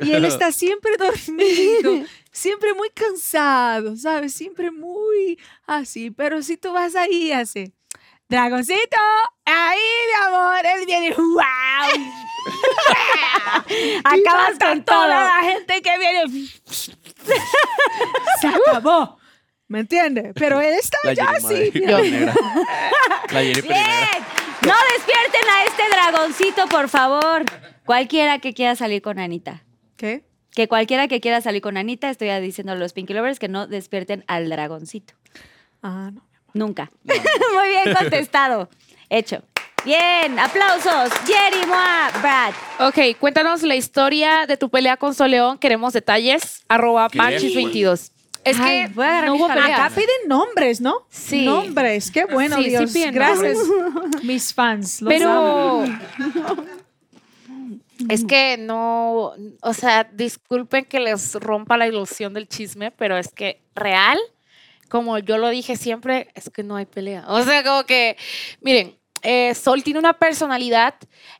C: Y él está siempre (laughs) dormido, siempre muy cansado, ¿sabes? Siempre muy así. Pero si tú vas ahí, hace... Dragoncito, ahí mi amor, él viene, (laughs) wow.
A: Acabas con todo.
C: Toda la gente que viene (laughs) se acabó. ¿Me entiendes? Pero él está
D: La
C: ya
D: Yeri
C: así.
D: madre, (laughs) la negra.
A: (laughs)
D: La Yeri primera.
A: ¡Bien! ¡No despierten a este dragoncito, por favor! Cualquiera que quiera salir con Anita.
C: ¿Qué?
A: Que cualquiera que quiera salir con Anita, estoy ya diciendo a los Pinky Lovers que no despierten al dragoncito.
C: Ah, no.
A: Nunca. (laughs) Muy bien contestado. Hecho. Bien, aplausos. Jerry, Moa, Brad.
E: Ok, cuéntanos la historia de tu pelea con Soleón. Queremos detalles. Arroba
D: Qué
E: Manchis22. Es
A: Ay,
E: que
A: voy a agarrar
E: no
A: mis
E: hubo
A: tabletas.
E: pelea.
C: Acá piden nombres, ¿no?
E: Sí.
C: Nombres, qué bueno,
E: Sí, sí
C: Dios.
E: piden
C: Gracias, mis fans. los amo.
E: Pero es que no, o sea, disculpen que les rompa la ilusión del chisme, pero es que real, como yo lo dije siempre, es que no hay pelea. O sea, como que, miren, eh, Sol tiene una personalidad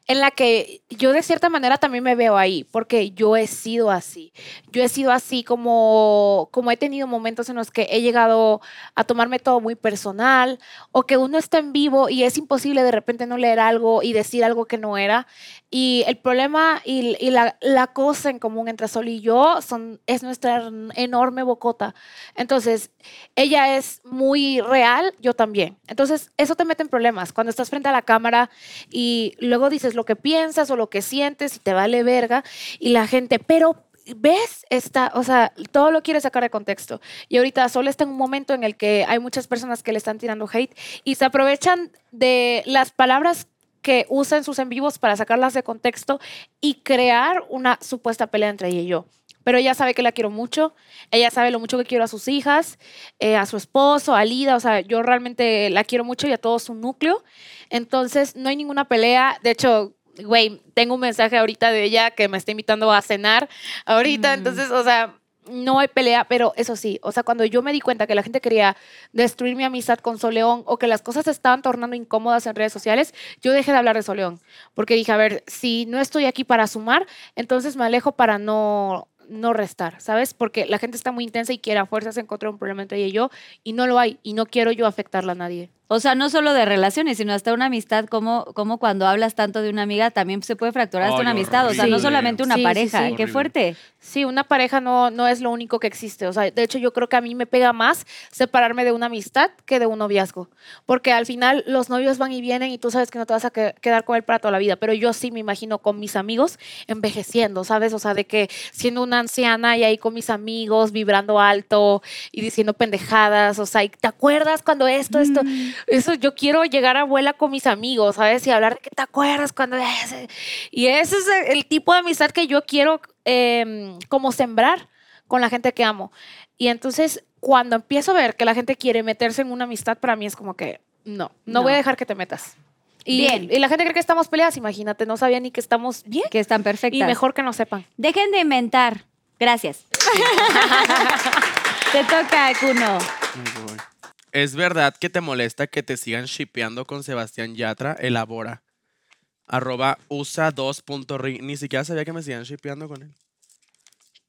E: en la que yo de cierta manera también me veo ahí, porque yo he sido así. Yo he sido así como, como he tenido momentos en los que he llegado a tomarme todo muy personal, o que uno está en vivo y es imposible de repente no leer algo y decir algo que no era. Y el problema y, y la, la cosa en común entre Sol y yo son, es nuestra en- enorme bocota. Entonces, ella es muy real, yo también. Entonces, eso te mete en problemas. Cuando estás frente a la cámara y luego dices lo que piensas o lo que sientes y te vale verga y la gente, pero... ¿Ves? Está, o sea, todo lo quiere sacar de contexto. Y ahorita Sol está en un momento en el que hay muchas personas que le están tirando hate y se aprovechan de las palabras que usa en sus en vivos para sacarlas de contexto y crear una supuesta pelea entre ella y yo. Pero ella sabe que la quiero mucho, ella sabe lo mucho que quiero a sus hijas, eh, a su esposo, a Lida, o sea, yo realmente la quiero mucho y a todo su núcleo. Entonces, no hay ninguna pelea. De hecho, güey, tengo un mensaje ahorita de ella que me está invitando a cenar ahorita, entonces, o sea, no hay pelea, pero eso sí, o sea, cuando yo me di cuenta que la gente quería destruir mi amistad con Soleón o que las cosas se estaban tornando incómodas en redes sociales, yo dejé de hablar de Soleón, porque dije, a ver, si no estoy aquí para sumar, entonces me alejo para no no restar, ¿sabes? Porque la gente está muy intensa y quiere a fuerzas encontrar un problema entre ella y yo y no lo hay y no quiero yo afectarla a nadie.
A: O sea, no solo de relaciones, sino hasta una amistad, como, como cuando hablas tanto de una amiga, también se puede fracturar hasta
D: Ay,
A: una amistad. O sea, no
E: horrible.
A: solamente una
E: Sí, sí,
A: pareja.
E: sí.
A: Qué
D: Horrible.
A: fuerte.
E: Sí, una pareja no, no es lo único que existe. O sea, de hecho, yo creo que a mí me pega más separarme de una amistad que de un noviazgo. Porque al final los novios van y vienen y tú sabes que no te vas a que- quedar con él para toda la vida. Pero yo sí me imagino con mis amigos envejeciendo, ¿sabes? O sea, de que siendo una anciana y ahí con mis amigos vibrando alto y diciendo pendejadas. O sea, y ¿te acuerdas cuando esto, esto?
A: Mm.
E: Eso yo quiero llegar abuela con mis amigos, ¿sabes? Y hablar de que te acuerdas cuando ese- Y ese es el- el tipo de amistad que yo quiero em, como sembrar con la gente que amo. Y entonces cuando empiezo a ver que la gente quiere meterse en una amistad, para mí es como que no, no, voy a
A: No.
E: dejar que te metas. Y,
A: Bien.
E: y la gente cree que estamos peleadas, imagínate, no sabía ni que estamos bien.
A: Que están perfectas.
E: Y mejor que no sepan.
A: Dejen de inventar.
E: (laughs)
A: Gracias. Te toca, Kuno.
D: Ay, güey. ¿Es verdad que te molesta que te sigan shipeando con Sebastián Yatra? Elabora. Arroba usa 2.ri. Ni siquiera sabía que me sigan shipeando con él.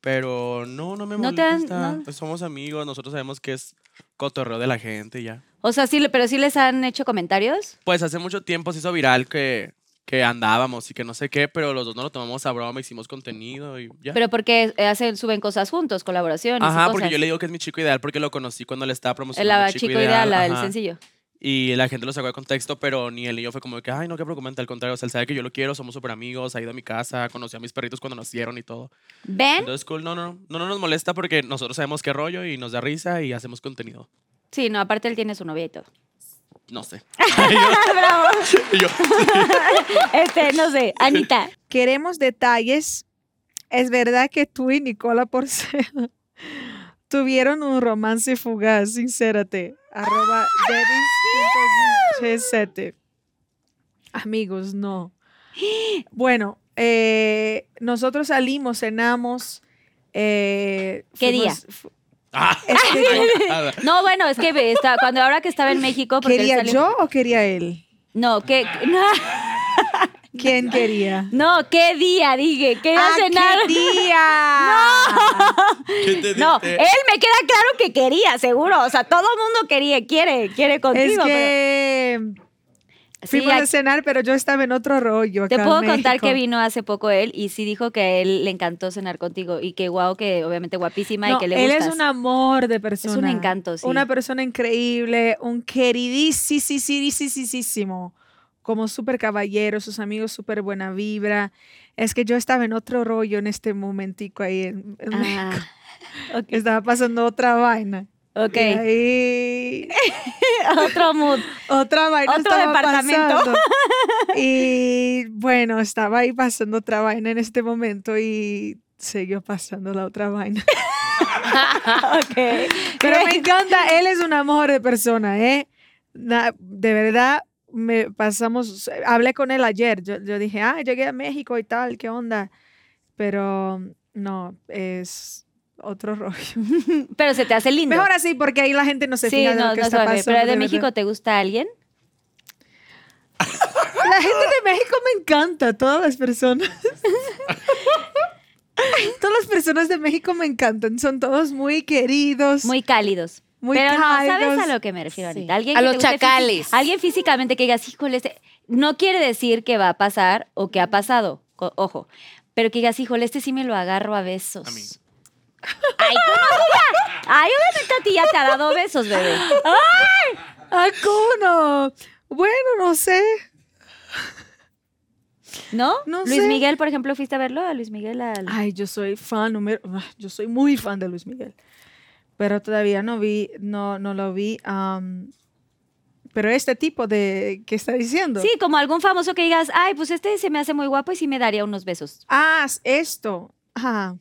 D: Pero no, no me
A: No te han-
D: molesta.
A: no.
D: Pues Somos amigos, nosotros sabemos que es cotorreo de la gente y ya.
A: O sea, sí, le- pero sí les han hecho comentarios.
D: Pues hace mucho tiempo se hizo viral que, que andábamos y que no sé qué, pero los dos no lo tomamos a broma, hicimos contenido y ya.
A: Pero porque eh, hacen, suben cosas juntos, colaboraciones.
D: Ajá,
A: y
D: porque
A: cosas.
D: yo le digo que es mi chico ideal porque lo conocí cuando le estaba
A: El
D: promocionando.
A: ah, chico ideal, la- el
D: ajá.
A: sencillo.
D: Y la gente lo sacó de contexto, pero ni él ni yo fue como de que, ay, no, qué preocupante, al contrario, o sea, él sabe que yo lo quiero, somos súper amigos, ha ido a mi casa, conocí a mis perritos cuando nacieron y todo.
A: ¿Ven?
D: Entonces, cool, no, no, no, no, no nos molesta porque nosotros sabemos qué rollo y nos da risa y hacemos contenido.
A: Sí, no, aparte él tiene su novia y todo.
D: No
A: (laughs)
D: sé.
A: Bravo.
D: Y yo,
A: Este, no
H: Eh,
A: sé, Anita.
H: Queremos detalles. Es verdad que tú y Nicola (laughs) Porcela tuvieron un romance fugaz, sincérate. Arroba devis.g7. Amigos, no. Bueno, eh, nosotros salimos, cenamos. eh,
A: ¿Qué día?
H: fu-
D: ah,
H: es que-
D: nada.
A: (laughs) No, bueno, es que está- cuando ahora que estaba en México. porque él
H: ¿Quería
A: salió-
H: yo o quería él?
A: No, ¿qué, no,
H: ¿Quién quería?
A: no, ¿qué día? Dije, ¿qué día
H: ¡Ah,
A: cenaron?
H: qué
A: (laughs)
H: día!
D: ¿Qué te
A: No,
D: dije?
A: él me queda claro que quería, seguro. O sea, todo el mundo quería, quiere, quiere
H: Es
A: contigo.
H: que...
A: pero- Sí,
H: Fuimos
A: aquí-
H: a cenar, pero yo estaba en otro rollo.
A: te
H: acá en
A: puedo contar que
H: México.
A: vino hace poco él y sí dijo que a él le encantó cenar contigo y que guau, que obviamente guapísima y
H: No,
A: que le
H: él
A: gustas.
H: es un amor de persona.
A: Es un encanto, sí.
H: Una persona increíble, un queridísimo, como súper caballero, sus amigos súper buena vibra. Es que yo estaba en otro rollo en este momentico ahí. en- en México.
A: Ah, ok.
H: Estaba pasando otra vaina.
A: Ok, (laughs)
H: Y ahí-
A: otro mood.
H: otra vaina
A: Otro
H: estaba
A: departamento. (laughs)
H: pasando. Y bueno, estaba ahí pasando otra vaina en este momento y siguió pasando la otra vaina.
A: (laughs) Ok.
H: Pero
A: (laughs)
H: me encanta, él es un amor de persona, ¿eh? Na- de verdad, me pasamos, hablé con él ayer, yo, yo dije, ah, llegué a México y tal, ¿qué onda? Pero no, es otro rollo.
A: Pero se te hace lindo.
H: Mejor así, porque ahí la gente no se
A: sí,
H: fija de
A: no,
H: lo que
A: no se
H: está
A: va a ver.
H: pasando.
A: Pero de,
H: de
A: México,
H: verdad.
A: ¿te gusta alguien?
H: La gente de México me encanta, todas las personas. todas las personas de México me encantan, son todos muy queridos, muy,
A: Muy cálidos. pero no
H: cálidos.
A: sabes a lo que me refiero,
E: Sí.
A: Anita. Alguien
E: A
A: que
E: los
A: te guste físi-
E: chacales.
A: Alguien físicamente que digas, híjole, este- no quiere decir que va a pasar o que ha pasado, co- ojo, pero que digas, híjole, este sí me lo agarro a besos.
D: A mí.
A: Ay, ¿cómo ya? Ay, obviamente a ti ya te ha dado besos, bebé.
H: ¡Ah, Kuno! Bueno, no sé.
A: ¿No?
H: No
A: Luis
H: sé.
A: Miguel, por ejemplo, fuiste a verlo a Luis Miguel al-
H: Ay, yo soy fan número, ah, yo soy muy fan de Luis Miguel, pero todavía no vi, no, no lo vi. am, pero este tipo de que está diciendo.
A: Sí, como algún famoso que digas, ay, pues este se me hace muy guapo y sí me daría unos besos.
H: Ah, esto. Ah,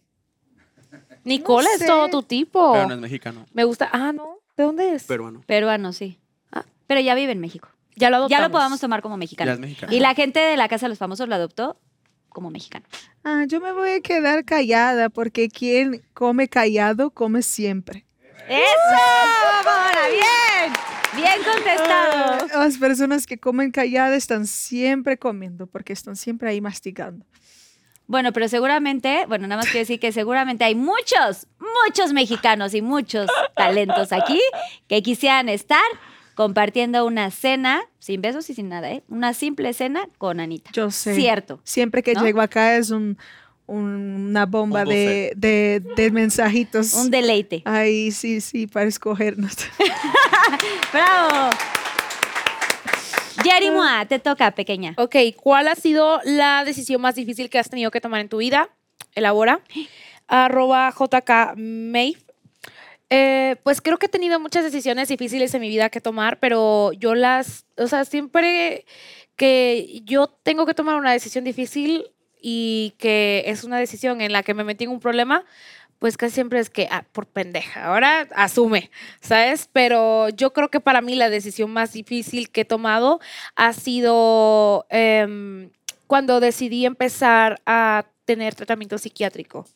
E: Nicola
H: No
E: es todo
H: sé.
E: tu tipo.
D: Pero no es mexicano,
E: Me gusta. Ah, no. ¿De dónde es?
D: peruano.
A: Peruano, sí.
E: Ah.
A: Pero ya vive en México.
E: ya lo
A: Ya
E: adoptamos.
A: lo podamos tomar como
D: Ya es
A: mexicano.
D: mexicano.
A: Y la gente de la Casa de los Famosos lo adoptó como mexicano.
H: ah, yo me voy a quedar callada porque quien come callado come siempre.
A: ¡Eso! ¡Ahora bien! Bien contestado.
H: Ah, Las personas que comen callada están siempre comiendo porque están siempre ahí masticando.
A: Bueno, pero seguramente, bueno, nada más quiero decir que seguramente hay muchos, muchos mexicanos y muchos talentos aquí que quisieran estar compartiendo una cena, sin besos y sin nada, ¿eh? Una simple cena con Anita.
C: Yo sé.
A: Cierto.
C: Siempre que
A: ¿No?
C: llego acá es un, una bomba
D: Un
C: de, de, de mensajitos.
A: Un deleite.
C: Ay, sí, sí, para escogernos.
A: ¡Bravo! Jerry Moa, te toca, pequeña.
E: Ok, ¿cuál ha sido la decisión más difícil que has tenido que tomar en tu vida? Elabora. Arroba JK May. Eh, pues creo que he tenido muchas decisiones difíciles en mi vida que tomar, pero yo las, o sea, siempre que yo tengo que tomar una decisión difícil y que es una decisión en la que me metí en un problema, pues casi siempre es que, ah, por pendeja, ahora asume, ¿sabes? Pero yo creo que para mí la decisión más difícil que he tomado ha sido em, cuando decidí empezar a tener tratamiento psiquiátrico.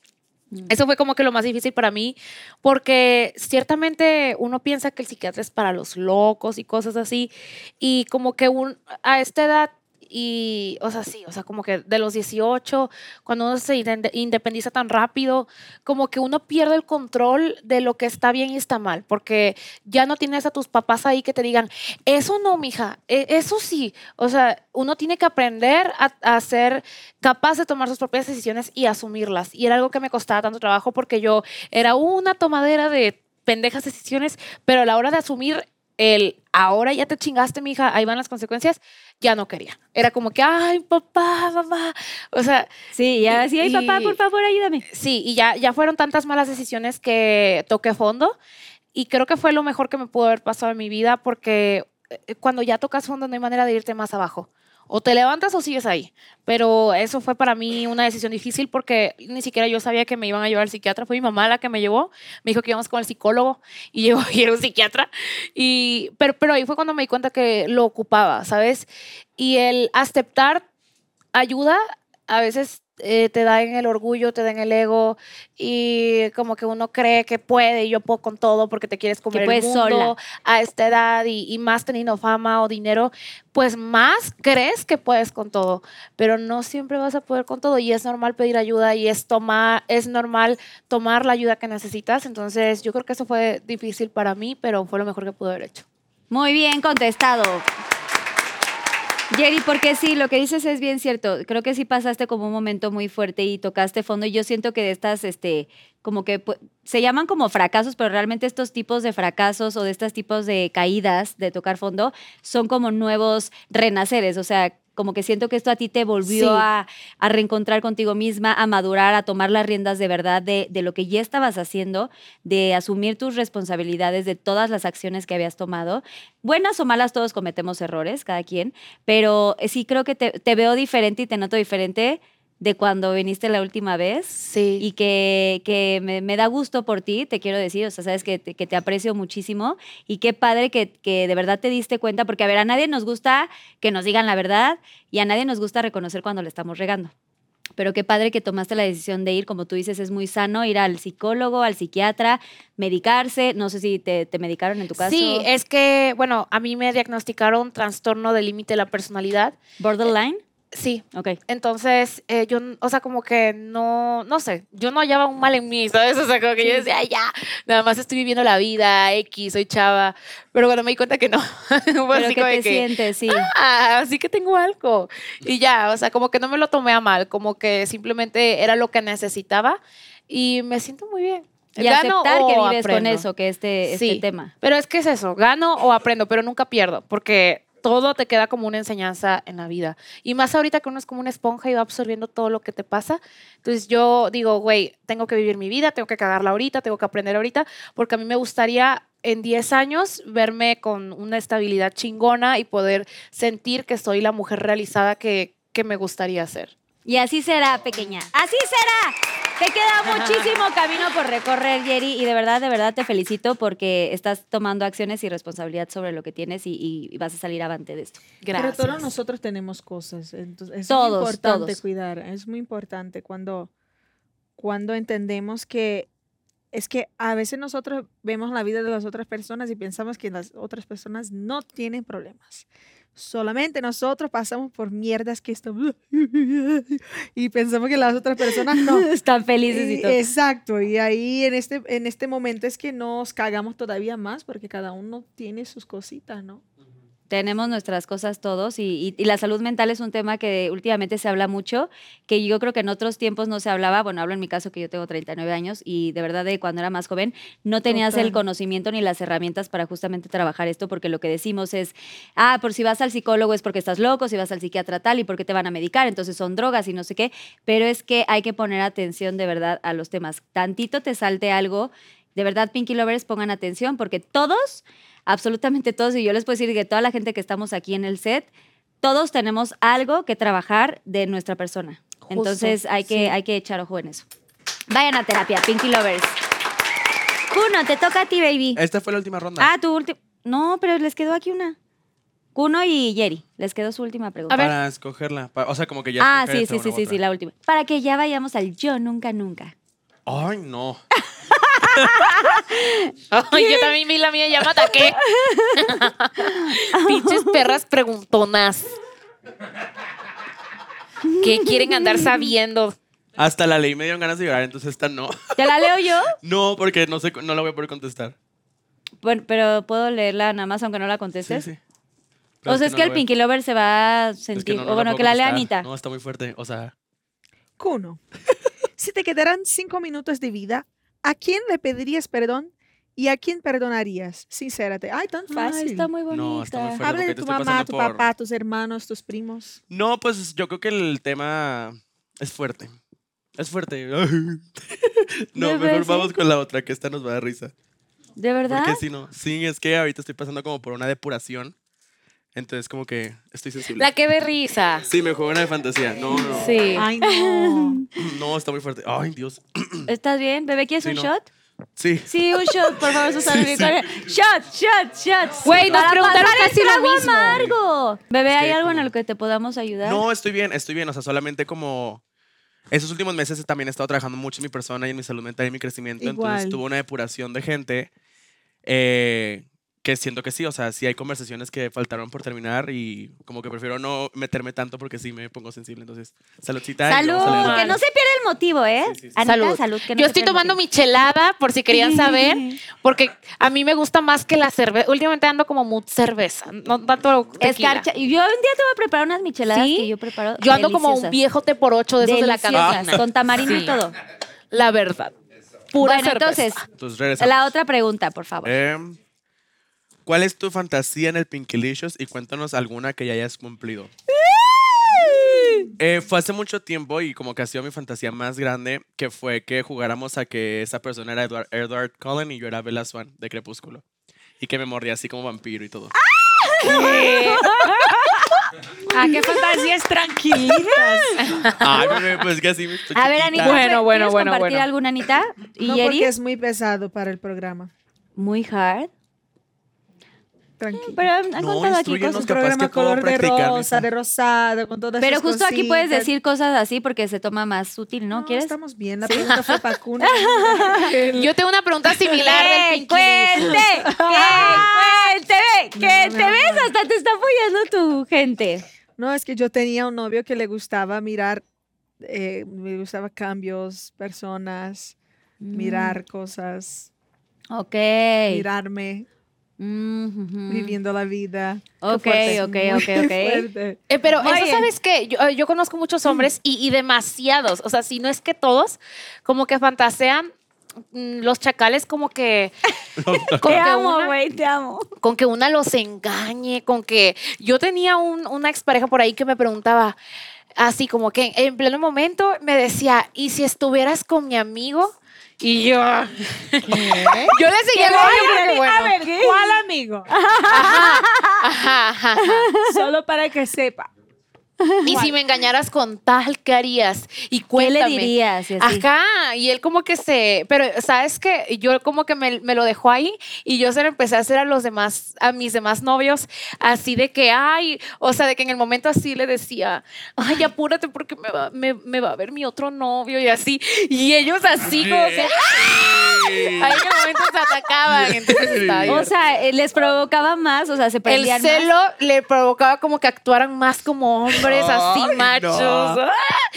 E: Eso fue como que lo más difícil para mí, porque ciertamente uno piensa que el psiquiatra es para los locos y cosas así, y como que un, a esta edad, y, o sea, sí, o sea, como que de los 18, cuando uno se inde- independiza tan rápido, como que uno pierde el control de lo que está bien y está mal, porque ya no tienes a tus papás ahí que te digan, eso no, mija, e- eso sí. O sea, uno tiene que aprender a, a ser capaz de tomar sus propias decisiones y asumirlas. Y era algo que me costaba tanto trabajo porque yo era una tomadera de pendejas decisiones, pero a la hora de asumir el ahora ya te chingaste, mija, ahí van las consecuencias, ya no quería. Era como que, ay, papá, mamá. O sea,
A: Sí, y así, ay, papá,
E: Y-
A: por favor, ayúdame.
E: sí, y ya, ya fueron tantas malas decisiones que toqué fondo y creo que fue lo mejor que me pudo haber pasado en mi vida porque eh, cuando ya tocas fondo no hay manera de irte más abajo. O te levantas o sigues ahí. Pero eso fue para mí una decisión difícil porque ni siquiera yo sabía que me iban a llevar al psiquiatra. Fue mi mamá la que me llevó. Me dijo que íbamos con el psicólogo y llegó (laughs) y era un psiquiatra. Y, pero, pero ahí fue cuando me di cuenta que lo ocupaba, ¿sabes? Y el aceptar ayuda a veces eh, te da en el orgullo, te da en el ego y como que uno cree que puede y yo puedo con todo porque te quieres comer el
A: puedes
E: mundo
A: sola.
E: a esta edad y, y más teniendo fama o dinero, pues más crees que puedes con todo, pero no siempre vas a poder con todo y es normal pedir ayuda y es tomar, es normal tomar la ayuda que necesitas, entonces yo creo que eso fue difícil para mí, pero fue lo mejor que pude haber hecho.
A: Muy bien contestado. Jerry, porque sí, lo que dices es bien cierto. Creo que sí pasaste como un momento muy fuerte y tocaste fondo. Y yo siento que de estas, este, como que pu- se llaman como fracasos, pero realmente estos tipos de fracasos o de estos tipos de caídas de tocar fondo son como nuevos renaceres. O sea, como que siento que esto a ti te volvió
E: Sí.
A: a, a reencontrar contigo misma, a madurar, a tomar las riendas de verdad de, de lo que ya estabas haciendo, de asumir tus responsabilidades de todas las acciones que habías tomado. Buenas o malas, todos cometemos errores, cada quien, pero eh, sí creo que te, te veo diferente y te noto diferente de cuando viniste la última vez
E: Sí.
A: y que, que me, me da gusto por ti, te quiero decir, o sea, sabes que te, que te aprecio muchísimo y qué padre que, que de verdad te diste cuenta, porque a ver, a nadie nos gusta que nos digan la verdad y a nadie nos gusta reconocer cuando le estamos regando. Pero qué padre que tomaste la decisión de ir, como tú dices, es muy sano ir al psicólogo, al psiquiatra, medicarse, no sé si te, te medicaron en tu caso.
E: Sí, eh, es que, bueno, a mí me diagnosticaron trastorno de límite de la personalidad.
A: borderline.
E: Sí,
A: Ok.
E: Entonces, eh, yo, n- o sea, como que no, no sé, yo no hallaba un mal en mí, ¿sabes? O sea, como que yo decía, "Ay, ya, nada más estoy viviendo la vida, X, soy chava. Pero cuando me di cuenta que no, (laughs) fue
A: Pero
E: Pues así
A: que
E: como
A: te
E: de que,
A: sientes, sí.
E: "Ah, así que tengo algo. Y ya, o sea, como que no me lo tomé a mal, como que simplemente era lo que necesitaba y me siento muy bien.
A: Y
E: Gano
A: aceptar que
E: o
A: vives con
E: aprendo.
A: eso, que este, este
E: Sí.
A: tema.
E: Pero es que es eso, gano o aprendo, pero nunca pierdo, porque todo te queda como una enseñanza en la vida. Y más ahorita que uno es como una esponja y va absorbiendo todo lo que te pasa. Entonces yo digo, güey, tengo que vivir mi vida, tengo que cagarla ahorita, tengo que aprender ahorita, porque a mí me gustaría en 10 años verme con una estabilidad chingona y poder sentir que soy la mujer realizada que, que me gustaría ser.
A: Y así será, pequeña. Así será. Te queda
E: (laughs)
A: muchísimo camino por recorrer, Jerry. Y de verdad, de verdad te felicito porque estás tomando acciones y responsabilidad sobre lo que tienes y, y- y vas a salir avante de esto.
C: Pero
E: Gracias.
C: todos nosotros tenemos cosas. Entonces es
A: Todos,
C: muy importante
A: todos.
C: cuidar. Es muy importante cuando, cuando entendemos que es que a veces nosotros vemos la vida de las otras personas y pensamos que las otras personas no tienen problemas.
H: Solamente nosotros pasamos por mierdas que estamos (laughs) y pensamos que las otras
A: (laughs)
H: personas no.
A: (laughs) Están felices y
H: Y-
A: todo.
H: Exacto, y ahí en este, en este momento es que nos cagamos todavía más porque cada uno tiene sus cositas, ¿no?
A: Tenemos nuestras cosas todos y, y- y la salud mental es un tema que últimamente se habla mucho, que yo creo que en otros tiempos no se hablaba. Bueno, hablo en mi caso que yo tengo 39 años y de verdad de cuando era más joven no tenías el
H: Total.
A: conocimiento ni las herramientas para justamente trabajar esto porque lo que decimos es, ah, por si vas al psicólogo es porque estás loco, si vas al psiquiatra tal y porque te van a medicar, entonces son drogas y no sé qué, pero es que hay que poner atención de verdad a los temas. Tantito te salte algo, de verdad Pinky Lovers pongan atención porque todos absolutamente todos, y yo les puedo decir que toda la gente que estamos aquí en el set, todos tenemos algo que trabajar de nuestra persona. Entonces hay que, hay que echar ojo en eso. Vayan a terapia, Pinky Lovers. Cuno, te toca a ti, baby.
D: Esta fue la última ronda.
A: Ah, tu última. No, pero les quedó aquí una. Cuno y Jerry, les quedó su última pregunta.
E: A ver.
D: Para escogerla. pa- o sea, como que ya.
A: Ah,
D: escoger
A: sí,
D: entre
A: sí, sí,
D: una u
A: sí, sí,
D: otra.
A: la última. Para que ya vayamos al yo nunca, nunca.
D: Ay, no.
E: (laughs) Ay, yo también vi la mía, ya
A: (laughs)
E: me ataqué. Pinches perras preguntonas. ¿Qué quieren andar sabiendo?
D: Hasta la ley me dieron ganas de llorar, entonces esta no.
A: ¿Te la leo
D: (laughs)
A: yo?
D: No, porque no sé, cu- no la voy a poder contestar.
A: Bueno, pero puedo leerla nada más, aunque no la contestes.
D: Sí, sí. Pero
A: O sea, es que
D: no
A: el
D: la voy a-
A: Pinky Lover se va a
D: es
A: sentir.
D: no, no
A: o bueno,
D: puedo
A: que la lea
D: contestar.
A: Anita.
D: No, está muy fuerte. O sea,
H: Cuno, (laughs) si te quedaran cinco minutos de vida, ¿a quién le pedirías perdón y a quién perdonarías? Sincérate. Ay, tan fácil.
A: Ay, está muy bonita.
D: No, está muy fuerte.
H: Habla
D: porque te
H: de tu
D: estoy
H: mamá,
D: pasando
H: tu
D: por-
H: papá, tus hermanos, tus primos.
D: no, pues yo creo que el tema es fuerte. Es fuerte. (laughs) no,
A: ¿De
D: mejor
A: verdad?
D: vamos con la otra, que esta nos va a dar risa.
A: ¿De verdad?
D: Porque si no, sí, es que ahorita estoy pasando como por una depuración. Entonces, como que estoy sensible.
E: La que ve risa.
D: Sí, me juego una de fantasía. No, no.
E: Sí.
A: Ah,
H: Ay, no.
D: No, está muy fuerte. Ay, Dios.
A: ¿Estás bien? ¿Bebé, quieres
D: Sí,
A: un
D: no.
A: shot?
D: Sí.
A: Sí,
D: (laughs)
A: un shot, por favor, Susana Victoria. Shot, shot, shot.
E: Güey, nos
A: Para
E: preguntaron
A: pasar el
E: casi lo
A: trago
E: mismo.
A: amargo. Bebé,
D: Es que
A: ¿hay algo en
D: como-
A: lo que te podamos ayudar?
D: No, estoy bien, estoy bien. O sea, solamente como. Esos últimos meses también he estado trabajando mucho en mi persona y en mi salud mental y en mi crecimiento. Entonces
H: Igual.
D: tuve una depuración de gente eh, que siento que sí. O sea, sí hay conversaciones que faltaron por terminar y como que prefiero no meterme tanto porque sí me pongo sensible. Entonces, saludcita. y
A: Salud,
D: vamos a leer.
A: que no se pierda el motivo, ¿eh?
D: Sí, sí, sí.
A: Anita,
E: Salud.
A: salud. que no
E: Yo
A: se
E: estoy
A: pierda el
E: tomando
A: motivo.
E: michelada, por si querían
A: (laughs)
E: saber, porque a mí me gusta más que la cerveza. Últimamente ando como mood cerveza, no tanto tequila.
A: Escarcha. Y Yo un día te voy a preparar unas micheladas
E: Sí.
A: que yo preparo.
E: Yo ando como un
A: deliciosas.
E: viejo té por ocho de esos de la
A: Deliciosas,
E: cantina.
A: Con tamarindo
E: Sí.
A: y todo.
E: La verdad. Pura
A: bueno,
E: cerveza.
A: entonces,
D: Entonces, regresamos.
A: la otra pregunta, por favor.
D: Em, ¿Cuál es tu fantasía en el Pinkilicious y cuéntanos alguna que ya hayas cumplido? Eh, fue hace mucho tiempo y como que ha sido mi fantasía más grande que fue que jugáramos a que esa persona era Edward, Edward Cullen y yo era Bella Swan de Crepúsculo y que me mordía así como vampiro y todo.
C: ¿A qué fantasías tranquilitas?
D: Ay, bebé, pues que así. estoy
A: A ver,
D: chiquita.
A: Anita,
E: Bueno,
A: ¿quieres
E: bueno, bueno,
A: compartir
E: bueno.
A: alguna, Anita? (laughs) ¿Y
H: No,
A: Yeri?
H: porque es muy pesado para el programa.
A: Muy hard.
H: Tranquilo.
A: Pero han han
D: No,
A: contado aquí
D: instruyenos,
A: cosas.
H: un
D: capaz que
H: programa
D: puedo
H: color de
D: practicar, Lisa.
H: rosa, de rosado, con todas
A: Pero
H: sus
A: justo aquí puedes
H: cositas.
A: decir cosas así porque se toma más sutil, ¿no?
H: No,
A: ¿Quieres?
H: Estamos bien, la pregunta fue
A: (laughs)
H: para Cuno.
E: Yo tengo una pregunta similar del
A: ¡Que
E: Pinky
A: cuente!
E: Licious.
A: ¡Que cuente! ve, ¡Que te ves! Hasta te está apoyando tu gente.
H: No, es que yo tenía un novio que le gustaba mirar, eh, me gustaba cambios, personas,
A: Mm.
H: mirar cosas,
A: Ok.
H: mirarme,
A: Mm, ujú.
H: viviendo la vida. Qué
A: Ok,
H: fuerte,
A: ok,
H: muy
A: ok, ok.
H: (laughs) fuerte.
E: Eh, pero
A: Muy
E: eso,
A: bien. Mm.
E: ¿sabes qué? Yo, eh, yo conozco muchos hombres y, y demasiados. O sea, si no es que todos, como que fantasean mm, los chacales como que con,
A: Te
E: que
A: amo,
E: una,
A: güey, te amo.
E: con que una los engañe, con que yo tenía un, una expareja por ahí que me preguntaba así como que en pleno momento me decía, ¿y si estuvieras con mi amigo? Y yo, yo le seguía el rollo porque, bueno,
C: (laughs) ¿Cuál amigo?
E: ajá, ajá, ajá.
C: Solo para que sepa.
E: Y si me engañaras con tal, ¿qué harías? Y
A: ¿Qué
E: cuéntame.
A: le dirías? Y así.
E: Ajá, y él como que se, pero sabes que yo como que me, me lo dejó ahí y yo se lo empecé a hacer a los demás, a mis demás novios, así de que, ay, o sea, de que en el momento así le decía, ay, apúrate porque me va, me, me va a ver mi otro novio y así, y ellos así como que, ¡ay! (laughs) ahí en el momento se atacaban, entonces estaba
A: O sea, eh, les provocaba más, o sea, se
E: el
A: prendían más.
E: celo le provocaba como que actuaran más como hombres, así machos. ¡Ah!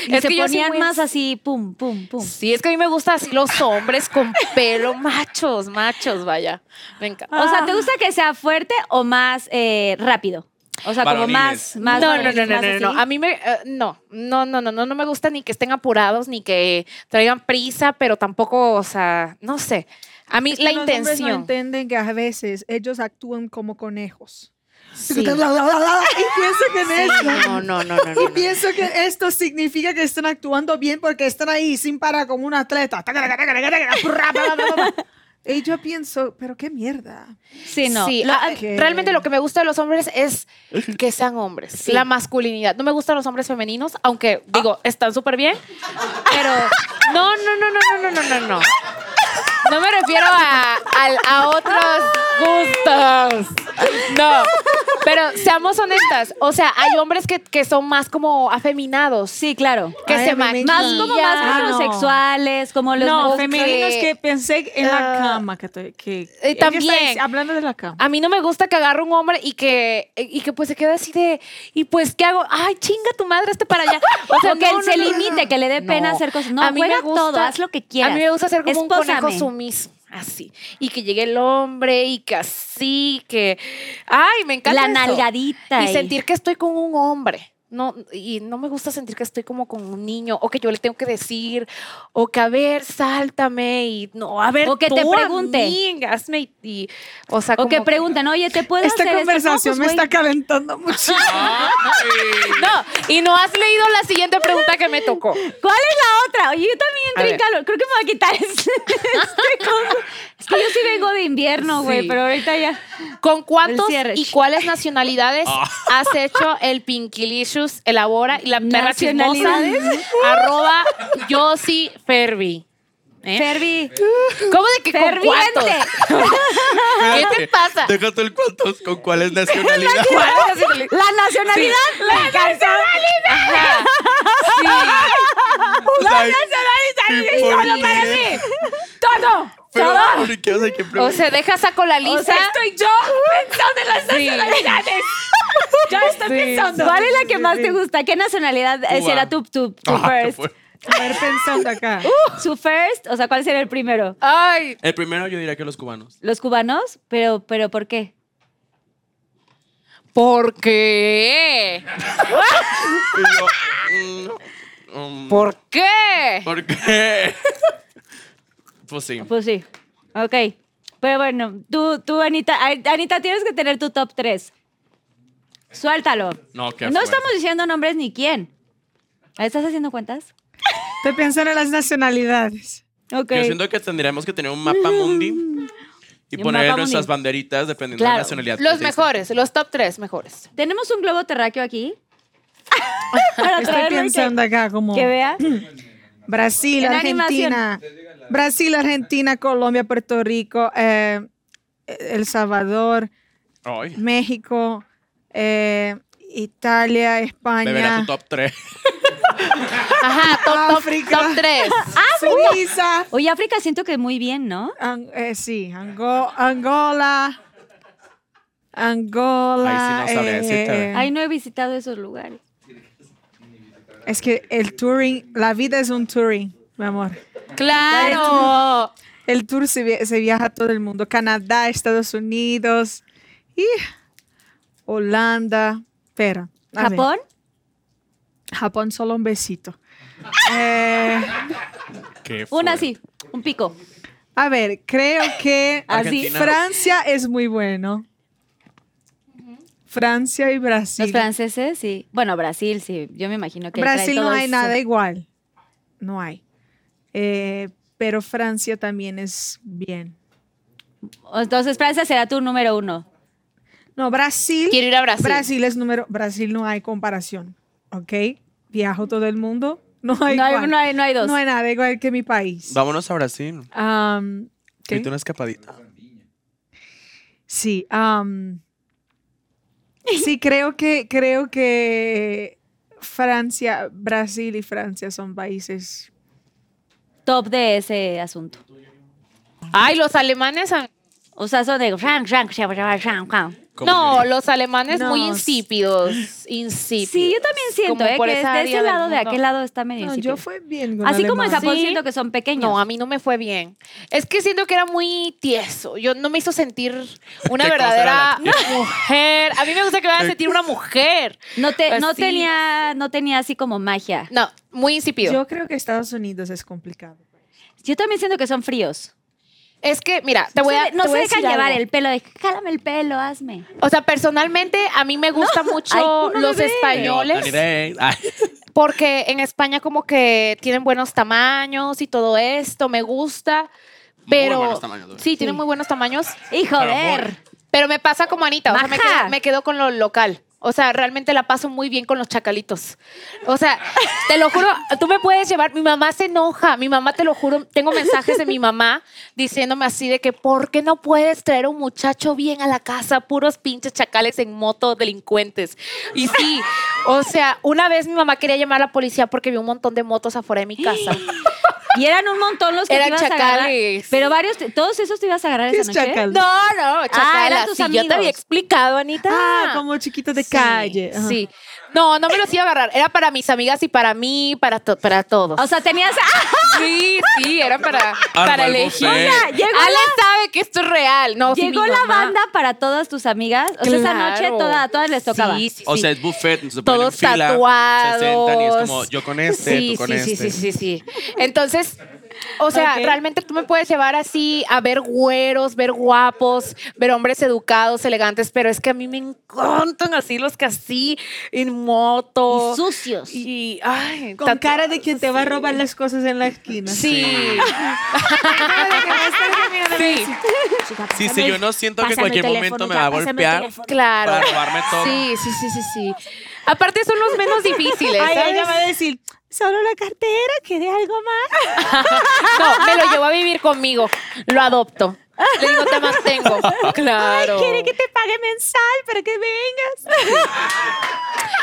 A: Y se
E: yo sí
A: ponían
E: voy-
A: más así, pum, pum, pum.
E: Sí, es que a mí me gustan así los hombres
H: (laughs)
E: con pelo, machos, machos, vaya. Me encanta.
A: O sea, ¿te gusta que sea fuerte o más eh, rápido? O sea, como
D: Varoniles.
A: más, más.
E: no, no,
A: varoniles,
E: no, no,
A: más
E: no, no,
A: así.
E: no. A mí me. eh, no, no, no, no, no, no me gusta ni que estén apurados, ni que traigan prisa, pero tampoco, o sea, no sé. A mí
H: Es que
E: la
H: los hombres no
E: intención.
H: entienden que a veces ellos actúan como conejos.
E: Sí.
H: Y piensan en eso.
E: No, no, no, no, no,
H: Y
E: no.
H: pienso que esto significa que están actuando bien porque están ahí sin parar como un atleta. Y yo pienso, pero qué mierda.
A: Sí, no.
E: Sí,
A: Lo-
E: ah,
H: ok.
E: realmente lo que me gusta de los hombres es que sean hombres. La masculinidad. No me gustan los hombres femeninos, aunque
H: Ah.
E: digo, están súper bien. Pero no, no, no, no, no, no, no, no, no. No me refiero a, al- a otros gustos. No. Pero seamos honestas. O sea, hay hombres que, que son más como afeminados.
A: Sí, claro.
E: Que
H: Ay,
E: se
H: a mí me
E: maquillan.
A: Más como más
C: Ah, no.
A: heterosexuales, como los
C: No,
A: más-
C: femeninos
E: que-
C: que pensé en la
E: Ah.
C: cama. Que, te- que
E: Eh,
C: ella está
E: también.
H: Hablando de la cama.
E: A mí no me gusta que agarre un hombre y que, y que pues se quede así de, y pues, ¿qué hago? Ay, chinga tu madre, este para allá.
A: O sea,
E: (laughs) No,
A: que él
E: no,
A: se
E: no, no,
A: limite, que le dé pena
E: No.
A: hacer cosas. No,
E: A mí me
A: juega
E: gusta-
A: todo, haz lo que quieras.
E: A mí me gusta ser como un
A: Espósame.
E: conejo sumiso, así. Y que llegue el hombre y que así, que... Ay, me encanta
A: La
E: eso.
A: nalgadita.
E: Y
A: y-
E: sentir que estoy con un hombre. No, y no me gusta sentir que estoy como con un niño, o que yo le tengo que decir, o que a ver, sáltame, y no, a ver,
A: O que te
E: tú a
A: pregunte.
E: mí, hazme, y, y, o sea,
A: O que
E: como
A: preguntan, oye, ¿te puedo
H: Esta
A: hacer esto?" No, pues,
H: conversación me
A: güey.
H: está calentando mucho.
E: (laughs) No, y no has leído la siguiente pregunta que me tocó.
A: ¿Cuál es la otra? Oye, yo también
E: A
A: entro en
E: ver.
A: calor. Creo que me voy a quitar este, este coso. (laughs) Es que yo sí vengo de invierno, güey,
E: Sí.
A: pero ahorita ya.
E: ¿Con cuántos
A: cierre.
E: y cuáles nacionalidades
D: Ah.
E: has hecho el Pinkilicious? Elabora y la perra chismosa.
A: Nacionalidades.
E: Arroba Yossi Ferbi. ¿Eh?
A: Ferbi,
E: ¿Cómo de que con cuántos?
A: ferviente.
E: ¿Qué te pasa?
D: Deja tú el cuántos con
E: (laughs)
D: cuáles nacionalidades.
E: ¿Cuáles nacionalidades?
A: La nacionalidad. La nacionalidad.
E: Ajá.
D: solo para
C: mí. Todo.
D: Pero ¿por qué? O sea, ¿qué
E: O
D: pregunta?
E: sea, dejas a con la lista.
C: O sea, estoy yo pensando en
A: (laughs)
C: las nacionalidades. Yo estoy pensando.
A: ¿Cuál es la que más te gusta? ¿Qué nacionalidad eh,
D: Cuba.
A: será tu, tu, tu
D: Ah, qué
A: first?
D: fuerte.
H: A ver, pensando acá.
A: ¿Su first? O sea, ¿cuál será el primero?
C: Ah.
E: Ay,
D: El primero yo diría que los cubanos.
A: ¿Los cubanos? Pero, pero ¿por qué?
E: ¿por qué?
D: Y yo, mm, um,
E: ¿Por qué?
D: ¿Por qué? (laughs) Pues sí.
A: Pues sí. Ok. Pero bueno, tú, tú, Anita, Ay, Anita, tienes que tener tu top 3. Suéltalo.
D: No, qué
A: No
D: fuerte.
A: estamos diciendo nombres ni quién. ¿Estás haciendo cuentas?
H: Te pensando en las nacionalidades.
A: Ok.
D: Yo siento que tendríamos que tener un mapa mundi y
A: Un
D: poner
A: mapa
D: nuestras
A: mundi.
D: banderitas dependiendo de
A: Claro.
D: la nacionalidad. que
E: Los
D: exista.
E: mejores, los top tres mejores.
A: Tenemos un globo terráqueo
D: (laughs)
A: aquí. Para
H: Estoy
A: traerlo y que-
H: pensando acá como
A: Que vea.
H: Brasil,
A: En
H: Argentina. Brasil, Argentina, Colombia, Puerto Rico, eh, El Salvador,
D: Ay,
H: México, eh, Italia,
D: beberá
H: España,
D: tu top 3.
E: Ajá, top, top,
H: África.
E: top tres.
A: Ah,
H: Suiza,
A: Oye, África siento que muy bien, ¿no?
H: Ang- eh, sí, Ango- Angola, Angola.
D: Ahí sí no sabría
H: eh,
D: decirte.
A: Ay, no he visitado esos lugares.
H: es que el touring, la vida es un touring, mi amor.
E: Claro.
H: El tour se, vi- se viaja a todo el mundo. Canadá, Estados Unidos y Holanda. Pero. a ver.
A: ¿Japón?
H: Japón solo un besito. Eh,
D: (laughs) Qué
A: Una
D: fuerte.
A: sí, un pico.
H: a ver, creo que
D: Argentina.
H: Francia es muy bueno. Francia y
A: Los
H: Brasil.
A: franceses, sí. Bueno, Brasil, sí. Yo me imagino que. trae
H: Brasil no
A: todo
H: hay
A: su-
H: nada igual. No hay. Eh, pero Francia también es bien.
A: Entonces, Francia será tu número uno.
H: No, Brasil.
E: Quiero ir a Brasil.
H: Brasil es número. Brasil no hay comparación. ¿ok? Viajo todo el mundo. (laughs) No hay,
A: No hay,
H: igual.
A: no hay- no hay dos.
H: No hay nada igual que mi país.
D: Vámonos a Brasil.
H: Am, ¿qué?
D: Vete una escapadita.
H: Sí. am,
A: (laughs)
H: sí, creo que, creo que Francia, Brasil y Francia son países.
A: Top de ese asunto.
E: Ay, los alemanes. han-
G: O sea, eso de... rank, rank, rank, rank, rank, rank.
D: Como
E: No,
D: que-
E: los alemanes muy
H: No,
E: insípidos. Insípidos.
A: Sí, yo también siento,
E: Como
A: ¿eh?
E: por
A: Que
E: esa
A: de
E: área
A: ese
E: del
A: lado, de
E: mundo.
A: aquel lado está medio
H: No,
A: insípido.
H: yo fue bien. con
A: Así como en
H: Alemania.
A: Japón
E: Sí.
A: siento que son pequeños.
E: No, a mí no me fue bien. Es que siento que era muy tieso. Yo no me hizo sentir una
D: ¿Qué cosa era
E: verdadera
D: la
E: (laughs) mujer. A mí me gusta que me haga sentir una mujer.
A: No, te, no,
E: Así.
A: tenía, no tenía así como magia.
E: No, muy insípido.
H: Yo creo que Estados Unidos es complicado.
A: Yo también siento que son fríos.
E: es que, mira, te voy a.
A: Se- no
E: te
A: se
E: voy a
A: dejan
E: decir
A: llevar
E: algo.
A: el pelo de jálame el pelo, hazme.
E: O sea, personalmente, a mí me gustan
A: Ay,
E: mucho
A: ¿cómo me
E: los
D: Eh,
A: ves?
D: Dani
E: españoles.
D: Day. (laughs) Ay,
E: Porque en España, como que tienen buenos tamaños y todo esto. Me gusta. Pero.
D: buenos tamaños, güey.
E: sí, tienen muy buenos tamaños.
A: Y joder.
E: Pero me pasa como Anita, o sea, me
A: Ajá.
E: quedo, me quedo con lo local. O sea, realmente la paso muy bien con los chacalitos. O sea, (laughs) te lo juro, tú me puedes llevar. Mi mamá se enoja. Mi mamá, te lo juro, tengo mensajes de mi mamá diciéndome así de que, ¿por qué no puedes traer un muchacho bien a la casa? Puros pinches chacales en moto, delincuentes. Y sí, o sea, una vez mi mamá quería llamar a la policía porque vio un montón de motos afuera de mi casa.
A: Y eran un montón los que
E: Eran
A: te ibas a agarrar.
E: chacales.
A: Pero varios, te- todos esos te ibas a agarrar
H: ¿Qué
A: esa
H: es
A: noche.
H: chacal?
E: (laughs) No, no, chacalas.
A: tus
E: sí, yo te
A: amigos.
E: había explicado, Anita.
H: Ah, como chiquito de
E: Sí,
H: calle. Ajá.
E: Sí. No, no me los iba a agarrar. Era para mis amigas y para mí, para, to- para todos.
A: O sea,
E: (laughs)
A: tenías. ¡Ah!
E: sí, sí, era para,
D: Arma
E: para
D: el
E: elegir.
D: buffet.
A: Oiga, llegó
E: Ale sabe que esto es real. No, Oh, sí,
A: Llegó
E: mi
A: la
E: mamá-
A: banda para todas tus amigas. O sea, esa noche
E: Claro.
A: toda, a todas les tocaba.
E: Sí, sí,
D: O
E: sí.
D: sea, es buffet, se ponen
E: todos
D: en fila,
E: tatuados.
D: se sentan y es como yo con este,
E: sí,
D: tú con
E: sí,
D: este.
E: Sí, sí, sí, sí. Entonces, o sea, realmente tú me puedes llevar así a ver güeros, ver guapos, ver hombres educados, elegantes, pero es que a mí me encantan así los que así en moto.
A: Y sucios.
E: Y, ay,
H: Con
E: tatu-
H: cara de quien te va a robar las cosas en la esquina.
E: Sí.
I: Ah,
E: Sí,
D: Sí, sí, yo no siento que en
I: Pásame el
D: cualquier
I: teléfono,
D: momento me
I: ya,
D: va a
I: pásame el
D: golpear
I: teléfono.
E: claro.
D: para robarme todo.
E: Sí, sí, sí, sí, sí. Aparte son los menos difíciles.
H: Ay,
E: ¿sabes?
H: ella va a decir, solo la cartera, ¿quieres algo más?
E: (laughs) No, me lo llevo a vivir conmigo. Lo adopto. Le digo, te
H: (laughs)
E: mantengo. Claro.
H: ¿Quiere que te pague mensal para que vengas?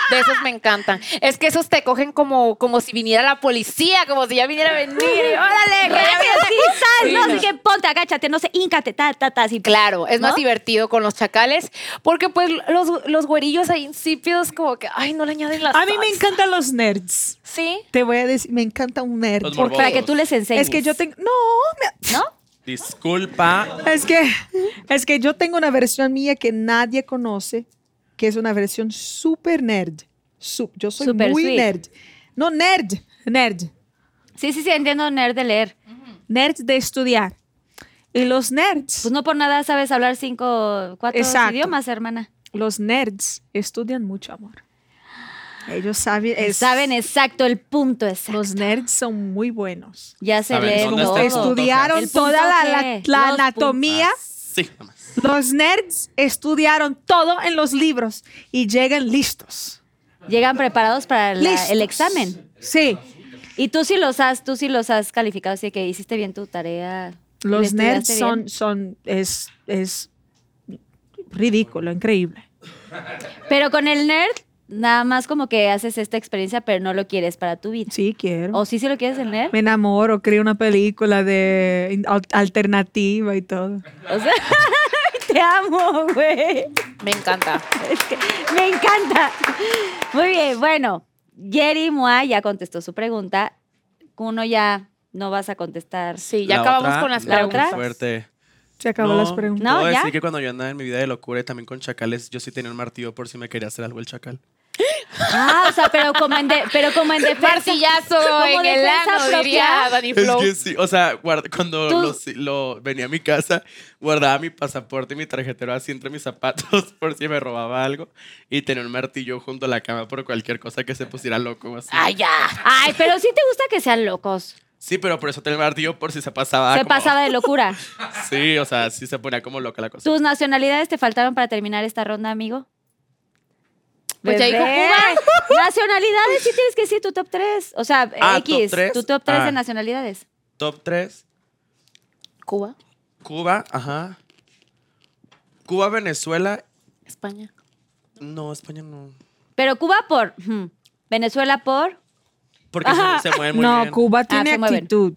E: De esos me encantan. Es que esos te cogen como, como si viniera la policía, como si ya viniera a venir.
H: (laughs)
E: Y, ¡Órale! que ya
A: Rápido,
E: vienes
A: sí,
E: aquí".
A: sal,
E: Sí,
A: no sé
E: no.
A: qué, ponte, agáchate, no sé, íncate, ta, ta, ta, así.
E: Claro, es
A: ¿No?
E: más divertido con los chacales, porque pues los, los güerillos ahí insípidos como que, ay, no le añaden las
H: A mí me encantan los nerds.
E: Sí.
H: Te voy a decir, me encanta un nerd.
D: Los
H: Porque-
A: Para que tú les enseñes.
H: Es que yo tengo. No,
A: ¿No?
D: Disculpa.
H: me- es que es que yo tengo una versión mía que nadie conoce, que es una versión super nerd. Su- yo soy
A: Super
H: muy
A: sweet.
H: nerd. No, nerd, nerd.
A: Sí, sí, sí, entiendo nerd de leer.
H: Nerd de estudiar. Y los nerds.
A: Pues no por nada sabes hablar cinco, cuatro
H: Exacto.
A: idiomas, hermana.
H: los nerds estudian mucho amor. Ellos saben, es-
A: Saben exacto el punto exacto.
H: los nerds son muy buenos.
A: Ya se
D: Saben
A: leen
D: dónde
A: todo.
D: está el punto.
H: Estudiaron
A: El punto
H: toda la, la-
A: G,
H: la
A: los
H: anatomía.
D: Sí, nomás.
H: Los nerds estudiaron todo en los libros y llegan listos.
A: Llegan preparados para la-
H: Listos.
A: el examen.
H: Sí.
A: Y tú sí los has, tú sí los has calificado, así que hiciste bien tu tarea. ¿lo
H: Los
A: estudiaste
H: nerds son,
A: bien?
H: son es, es ridículo, increíble.
A: Pero con el nerd, nada más como que haces esta experiencia, pero no lo quieres para tu vida.
H: Sí, quiero.
A: ¿O sí se lo quieres el nerd?
H: Me enamoro, creo una película de in- al- alternativa y todo.
A: O sea, (laughs) te amo, güey.
E: Me encanta.
A: Es que me encanta. Muy bien, bueno, Jerry Mua ya contestó su pregunta. Uno ya no vas a contestar.
E: Sí, ya
D: La
E: acabamos
D: otra,
E: con las
D: la
E: preguntas.
D: otra, Fuerte.
H: Se acabó
D: No,
H: las preguntas.
A: No,
D: puedo
A: ya.
D: decir que cuando yo andaba en mi vida de locura y también con chacales, yo sí tenía un martillo por si me quería hacer algo el chacal.
A: Ah, o sea, pero como en, de- pero como
H: (laughs)
A: en defensa.
E: Martillazo
A: Como
E: en el
A: defensa
E: ano,
A: propia.
E: diría Dani
D: Es
E: Flow.
D: que sí, o sea, guarda- cuando
A: Tú-
D: lo, si- lo- venía a mi casa, guardaba mi pasaporte y mi tarjetero así entre mis zapatos (laughs) por si me robaba algo y tenía un martillo junto a la cama por cualquier cosa que se pusiera loco o así.
E: Ay, ya.
A: Ay, pero sí te gusta que sean locos.
D: Sí, pero por eso tenía el martillo por si se pasaba.
A: Se
D: como-
A: pasaba de locura.
D: Sí, o sea, sí se ponía como loca la cosa.
A: ¿Tus nacionalidades te faltaron para terminar esta ronda, amigo?
E: Pues ya dijo
A: Bebé. Nacionalidades, sí tienes que decir tu top 3. O sea,
D: Ah,
A: X,
D: top tres.
A: tu top 3
D: Ah.
A: de nacionalidades.
D: Top 3.
E: Cuba,
D: Cuba, ajá. Cuba, Venezuela.
E: España.
D: No, España no.
A: Pero Cuba por. ujú, Venezuela por.
D: Porque se, se mueven muy
H: no,
D: bien.
H: Cuba tiene
A: se mueven.
H: actitud.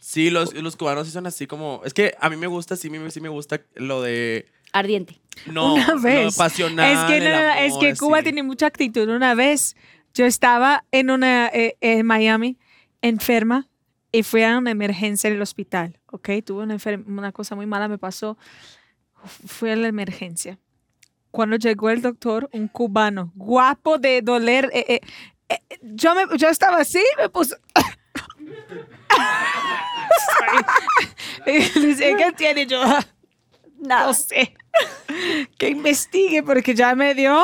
D: Sí, los, los cubanos sí son así como. Es que a mí me gusta, sí, me- sí me gusta lo de.
A: Ardiente.
D: No,
H: una vez.
D: lo pasional.
H: es que,
D: el
H: no, no, no, es
D: amor,
H: que Cuba
D: así.
H: tiene mucha actitud. Una vez yo estaba en una eh, en Miami enferma y fui a una emergencia en el hospital, ¿ok? Tuve una, enfer- una cosa muy mala, me pasó. Fui a la emergencia. Cuando llegó el doctor, un cubano, guapo de doler. eh, eh, eh, yo, me, yo estaba así, me puse... (laughs) Y dice, ¿qué tiene yo? No sé. Que investigue, porque ya me dio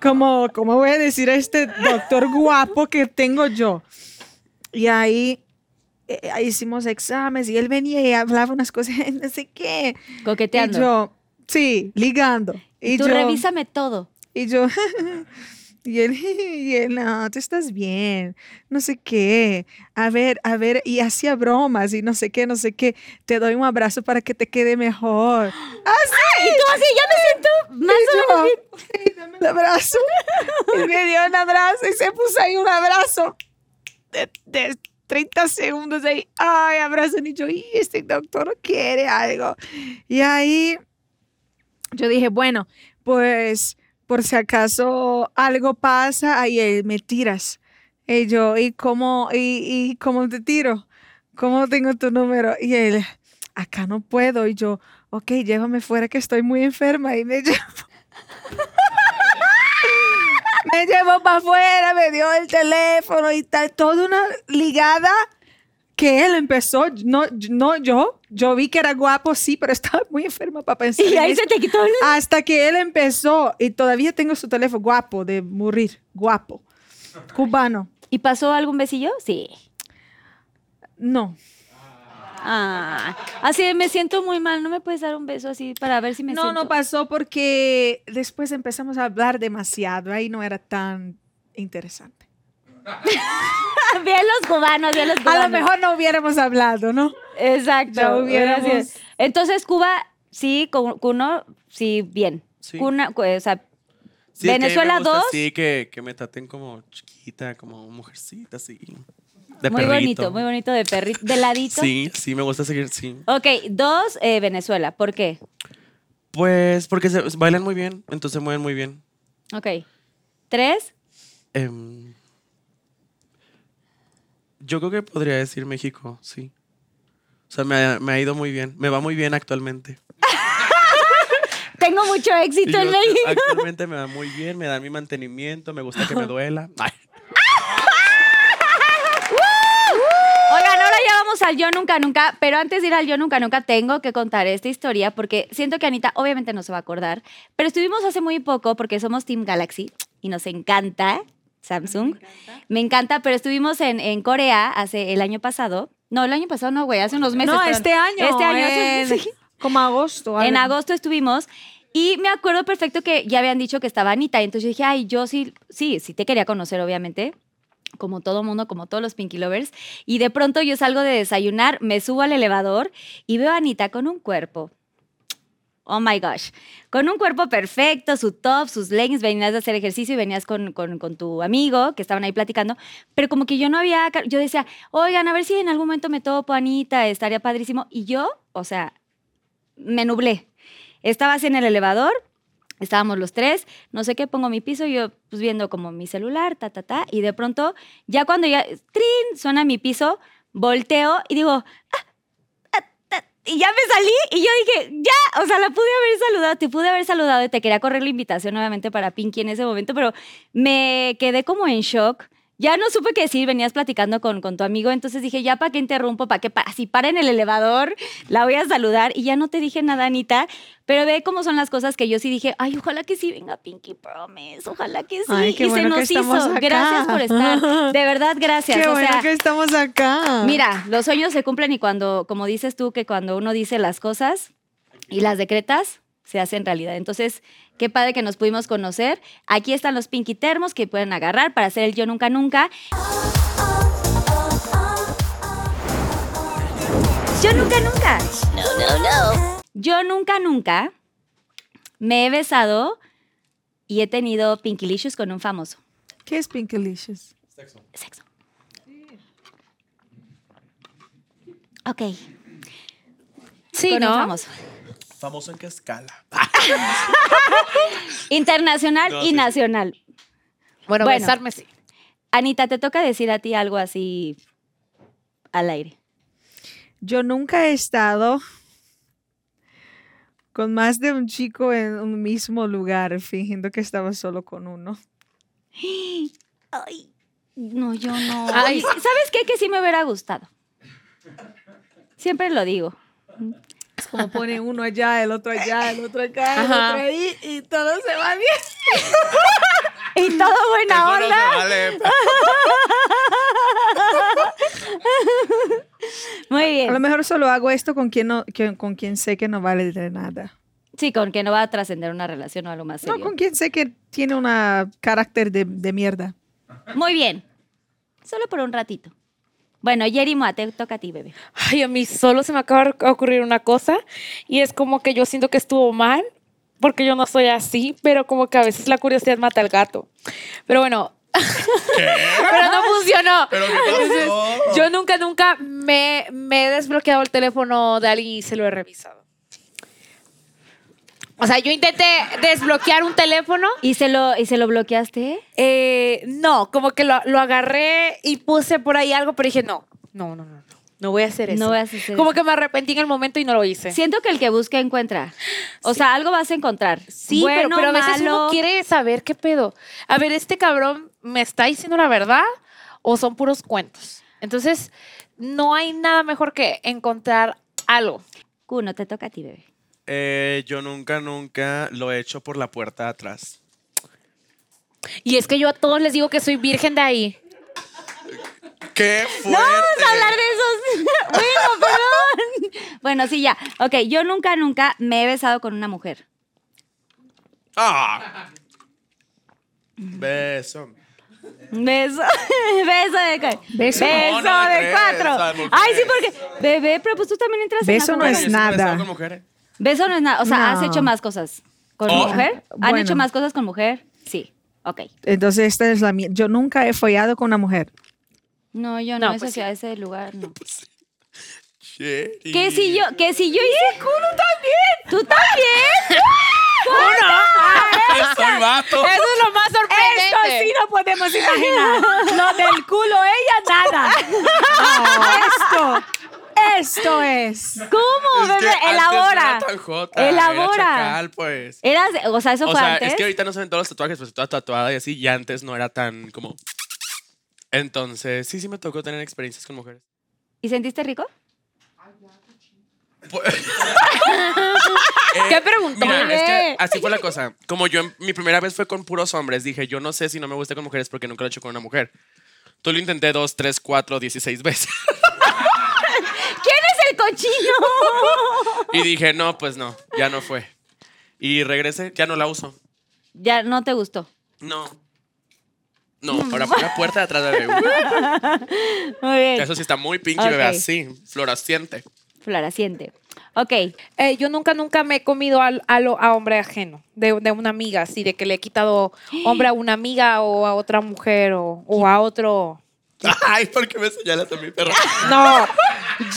H: como, ¿cómo voy a decir a este doctor guapo que tengo yo? Y ahí eh, ahí hicimos exámenes y él venía y hablaba unas cosas, (laughs) no sé qué.
A: Coqueteando.
H: Y yo, sí, ligando. Y
A: Tú
H: yo,
A: revísame todo.
H: y yo, (laughs) y él, (laughs) y él, no, tú estás bien, no sé qué. A ver, a ver, y hacía bromas y no sé qué, no sé qué. Te doy un abrazo para que te
A: (gasps)
H: quede mejor.
A: Ah, Y tú así, ya me siento más
H: Y
A: o menos bien.
H: yo, "Ok, dame el abrazo. (laughs) Y me dio un abrazo y se puso ahí un abrazo de, de 30 segundos ahí. Ay, abrazo. Y yo, y este doctor quiere algo. Y ahí yo dije, bueno, pues por si acaso algo pasa, ahí él, me tiras. Y yo, ¿y cómo, y, y cómo te tiro? ¿Cómo tengo tu número? Y él, acá no puedo. Y yo, ok, llévame fuera que estoy muy enferma. Y me (laughs) llevó. me llevó para afuera, me dio el teléfono y tal. Toda una ligada que él empezó, no, no yo. Yo vi que era guapo, sí, pero estaba muy enferma para pensar.
A: Y
H: en
A: ahí
H: eso.
A: se te quitó el.
H: Hasta que él empezó, y todavía tengo su teléfono, guapo, de morir, guapo. Cubano.
A: ¿Y pasó algún besillo? Sí.
H: No.
A: Ah, así de, me siento muy mal. ¿No me puedes dar un beso así para ver si me
H: no,
A: siento?
H: no pasó porque después empezamos a hablar demasiado. Ahí no era tan interesante.
A: (laughs) Bien los cubanos, bien los cubanos.
H: A lo mejor no hubiéramos hablado, ¿no?
A: Exacto.
H: No hubiéramos-
A: Gracias. Entonces, Cuba, sí, cu- Cuno, sí, bien.
D: Sí.
A: Cuna, cu- o sea,
D: Sí, es que a mí me
A: Venezuela
D: gusta
A: dos.
D: Sí, que, que me traten como chiquita, como mujercita, así. De
A: muy
D: perrito.
A: bonito, muy bonito de perrito, de ladito.
D: Sí, sí, me gusta seguir, sí.
A: Ok, dos, eh, Venezuela. ¿Por qué?
D: Pues porque se, bailan muy bien, entonces se mueven muy bien.
A: Ok. Tres,
D: Em, yo creo que podría decir México, sí. O sea, me ha, me ha ido muy bien. Me va muy bien actualmente.
A: tengo mucho éxito en
D: Yo
A: México.
D: Actualmente me va muy bien, me dan mi mantenimiento, me gusta que me duela. Ay,
A: Oigan, ahora ya vamos al Yo Nunca Nunca, pero antes de ir al Yo Nunca Nunca tengo que contar esta historia porque siento que Anita obviamente no se va a acordar, pero estuvimos hace muy poco porque somos Team Galaxy y nos encanta Samsung. Me encanta, pero estuvimos en, en Corea hace el año pasado. No, el año pasado no, güey, hace unos meses.
H: no,
A: perdón.
H: este año.
A: Este año. sí, (laughs)
H: en-
A: sí.
H: Como agosto.
A: En
H: algo.
A: agosto estuvimos y me acuerdo perfecto que ya habían dicho que estaba Anita. Y entonces yo dije, ay, yo sí, sí, sí te quería conocer, obviamente. Como todo mundo, como todos los Pinky Lovers. Y de pronto yo salgo de desayunar, me subo al elevador y veo a Anita con un cuerpo. Oh my gosh. Con un cuerpo perfecto, su top, sus leggings, venías a hacer ejercicio y venías con, con- con tu amigo que estaban ahí platicando. Pero como que yo no había. ca- Yo decía, oigan, a ver si en algún momento me topo a Anita, estaría padrísimo. Y yo, o sea, me nublé. Estaba así en el elevador, estábamos los tres, no sé qué, pongo mi piso, yo pues viendo como mi celular, ta, ta, ta, y de pronto, ya cuando ya, trin, suena mi piso, volteo y digo, "Ah, ah, ah", y ya me salí y yo dije, ya, o sea, la pude haber saludado, te pude haber saludado y te quería correr la invitación nuevamente para Pinky en ese momento, pero me quedé como en shock. Ya no supe qué decir, venías platicando con, con tu amigo, entonces dije, ya, ¿para qué interrumpo? ¿Para qué? Pa- si para en el elevador, la voy a saludar y ya no te dije nada, Anita, pero ve cómo son las cosas que yo sí dije, ay, ojalá que sí venga Pinky Promise, ojalá que sí.
H: Ay, qué
A: y
H: bueno que
A: se nos hizo.
H: estamos acá.
A: Gracias por
H: (laughs)
A: estar. De verdad, gracias.
H: Qué
A: o
H: bueno
A: sea,
H: que estamos acá.
A: Mira, los sueños se cumplen y cuando, como dices tú, que cuando uno dice las cosas y las decretas, se hacen realidad. Entonces, qué padre que nos pudimos conocer. Aquí están los Pinky Termos que pueden agarrar para hacer el Yo Nunca Nunca. Yo nunca nunca. Yo nunca nunca me he besado y he tenido pinkilicious con un famoso.
C: ¿Qué es Pinkalicious?
A: Sexo. Ok.
E: Sí,
A: con un
E: ¿no?
A: famoso.
D: Famoso en qué escala.
A: Internacional
D: No,
A: y
D: sí.
A: nacional.
E: Bueno,
A: Bueno.
E: besarme sí.
A: Anita, te toca decir a ti algo así al aire.
C: Yo nunca he estado con más de un chico en un mismo lugar, fingiendo que estaba solo con uno.
A: Ay, no, yo no.
E: Ay.
A: ¿Sabes qué? Que sí me hubiera gustado. Siempre lo digo.
C: Es como pone uno allá, el otro allá, el otro acá, el
E: Ajá.
C: otro ahí, y todo se va bien.
A: Y todo buena
D: Eso no se
A: onda.
D: vale.
A: Muy
C: A lo
A: bien.
C: mejor solo hago esto con quien, no, que- con quien sé que no vale de nada.
A: Sí, con que no va a trascender una relación o algo más
C: No,
A: serio.
C: con quien sé que tiene una carácter de, de mierda.
A: Muy bien. Solo por un ratito. Bueno, Jerry Moa, te toca a ti, bebé.
E: Ay, a mí solo se me acaba de ocurrir una cosa y es como que yo siento que estuvo mal porque yo no soy así, pero como que a veces la curiosidad mata al gato. Pero bueno, (laughs) pero no funcionó.
D: Pero qué pasó.
E: yo nunca, nunca me, me he desbloqueado el teléfono de alguien y se lo he revisado. O sea, yo intenté desbloquear un teléfono
A: ¿Y se lo, y se lo bloqueaste?
E: eh, no, como que lo, lo agarré y puse por ahí algo, pero dije, no, no, no, no, no, no voy a hacer eso.
A: No voy a hacer
E: Como
A: eso.
E: que me arrepentí en el momento y no lo hice. Sí,
A: Siento que el que busca encuentra. O sea, algo vas a encontrar.
E: pero-
A: Bueno,
E: pero, a veces
A: malo.
E: uno quiere saber qué pedo. A ver, este cabrón me está diciendo la verdad o son puros cuentos. Entonces, no hay nada mejor que encontrar algo.
A: Cuno, te toca a ti, (laughs) bebé.
D: Eh, yo nunca, nunca lo he hecho por la puerta de atrás.
E: Y es que yo a todos les digo que soy virgen de ahí.
D: ¿Qué fue?
A: Vamos a hablar de esos. (laughs) bueno, perdón. (laughs) Bueno, sí, ya. Ok, yo nunca, nunca me he besado con una mujer.
D: Ah. Beso.
A: Beso. (laughs) Beso de cuatro. Beso,
D: No, no,
A: de
D: tres,
A: cuatro.
D: o sea, mujeres.
A: Ay, sí, porque. Bebé, pero pues tú también entras
C: Beso
A: en
C: no
A: la
C: es
D: Yo
A: jugada.
D: siempre he estado
C: nada.
D: con mujeres.
A: Beso no es nada. O sea, has
C: No.
A: hecho más cosas con
D: Oh.
A: mujer. ¿Han
C: Bueno.
A: hecho más cosas con mujer? Sí. Ok.
C: Entonces, esta es la mía. Yo nunca he follado con una mujer.
A: No, yo no,
E: No,
A: esa
E: pues sí.
A: ciudad, ese lugar, no.
D: Shitty.
A: ¿Qué si yo, qué si yo hice? ¡Cuno también! ¡Tú también! ¡Cuno!
D: Soy vato.
E: Eso es lo más
I: Esto
E: sorprendente.
I: sí no podemos imaginar. Lo del culo, ella nada.
E: Ah.
C: Esto es.
A: ¿Cómo,
D: Es que
A: bebé?
D: antes no
A: Elabora.
D: era tan jota, era
A: Elabora.
D: chacal, pues.
A: Eras, o sea, eso
D: O
A: fue
D: sea,
A: antes.
D: es que ahorita no se ven todos los tatuajes, pues toda tatuada y así, y antes no era tan como. Entonces, sí, sí me tocó tener experiencias con mujeres.
A: ¿Y sentiste rico? (laughs)
E: ¿Qué preguntó?
D: Pues Eh, Mira, es que así fue la cosa. Como yo, en- mi primera vez fue con puros hombres, dije, yo no sé si no me gusta con mujeres porque nunca lo he hecho con una mujer. Tú lo intenté dos, tres, cuatro, dieciséis veces. (laughs)
A: ¿Quién es el cochino?
D: Y dije, no, pues no, ya no fue. Y regresé, ya no la uso.
A: ya no te gustó.
D: No.
A: (laughs)
D: No, ahora fue la puerta de atrás de bebé.
A: Muy bien.
D: Eso sí está muy pinky, bebé,
A: Ok.
D: así,
A: (laughs)
D: floreciente.
A: Floreciente. Ok.
E: Eh, yo nunca, nunca me he comido al- a, lo- a hombre ajeno, de, de una amiga, así, de que le he quitado hombre a una amiga o a otra mujer o, o a otro.
D: Ay, ¿por qué me señalas a mi perro?
E: No,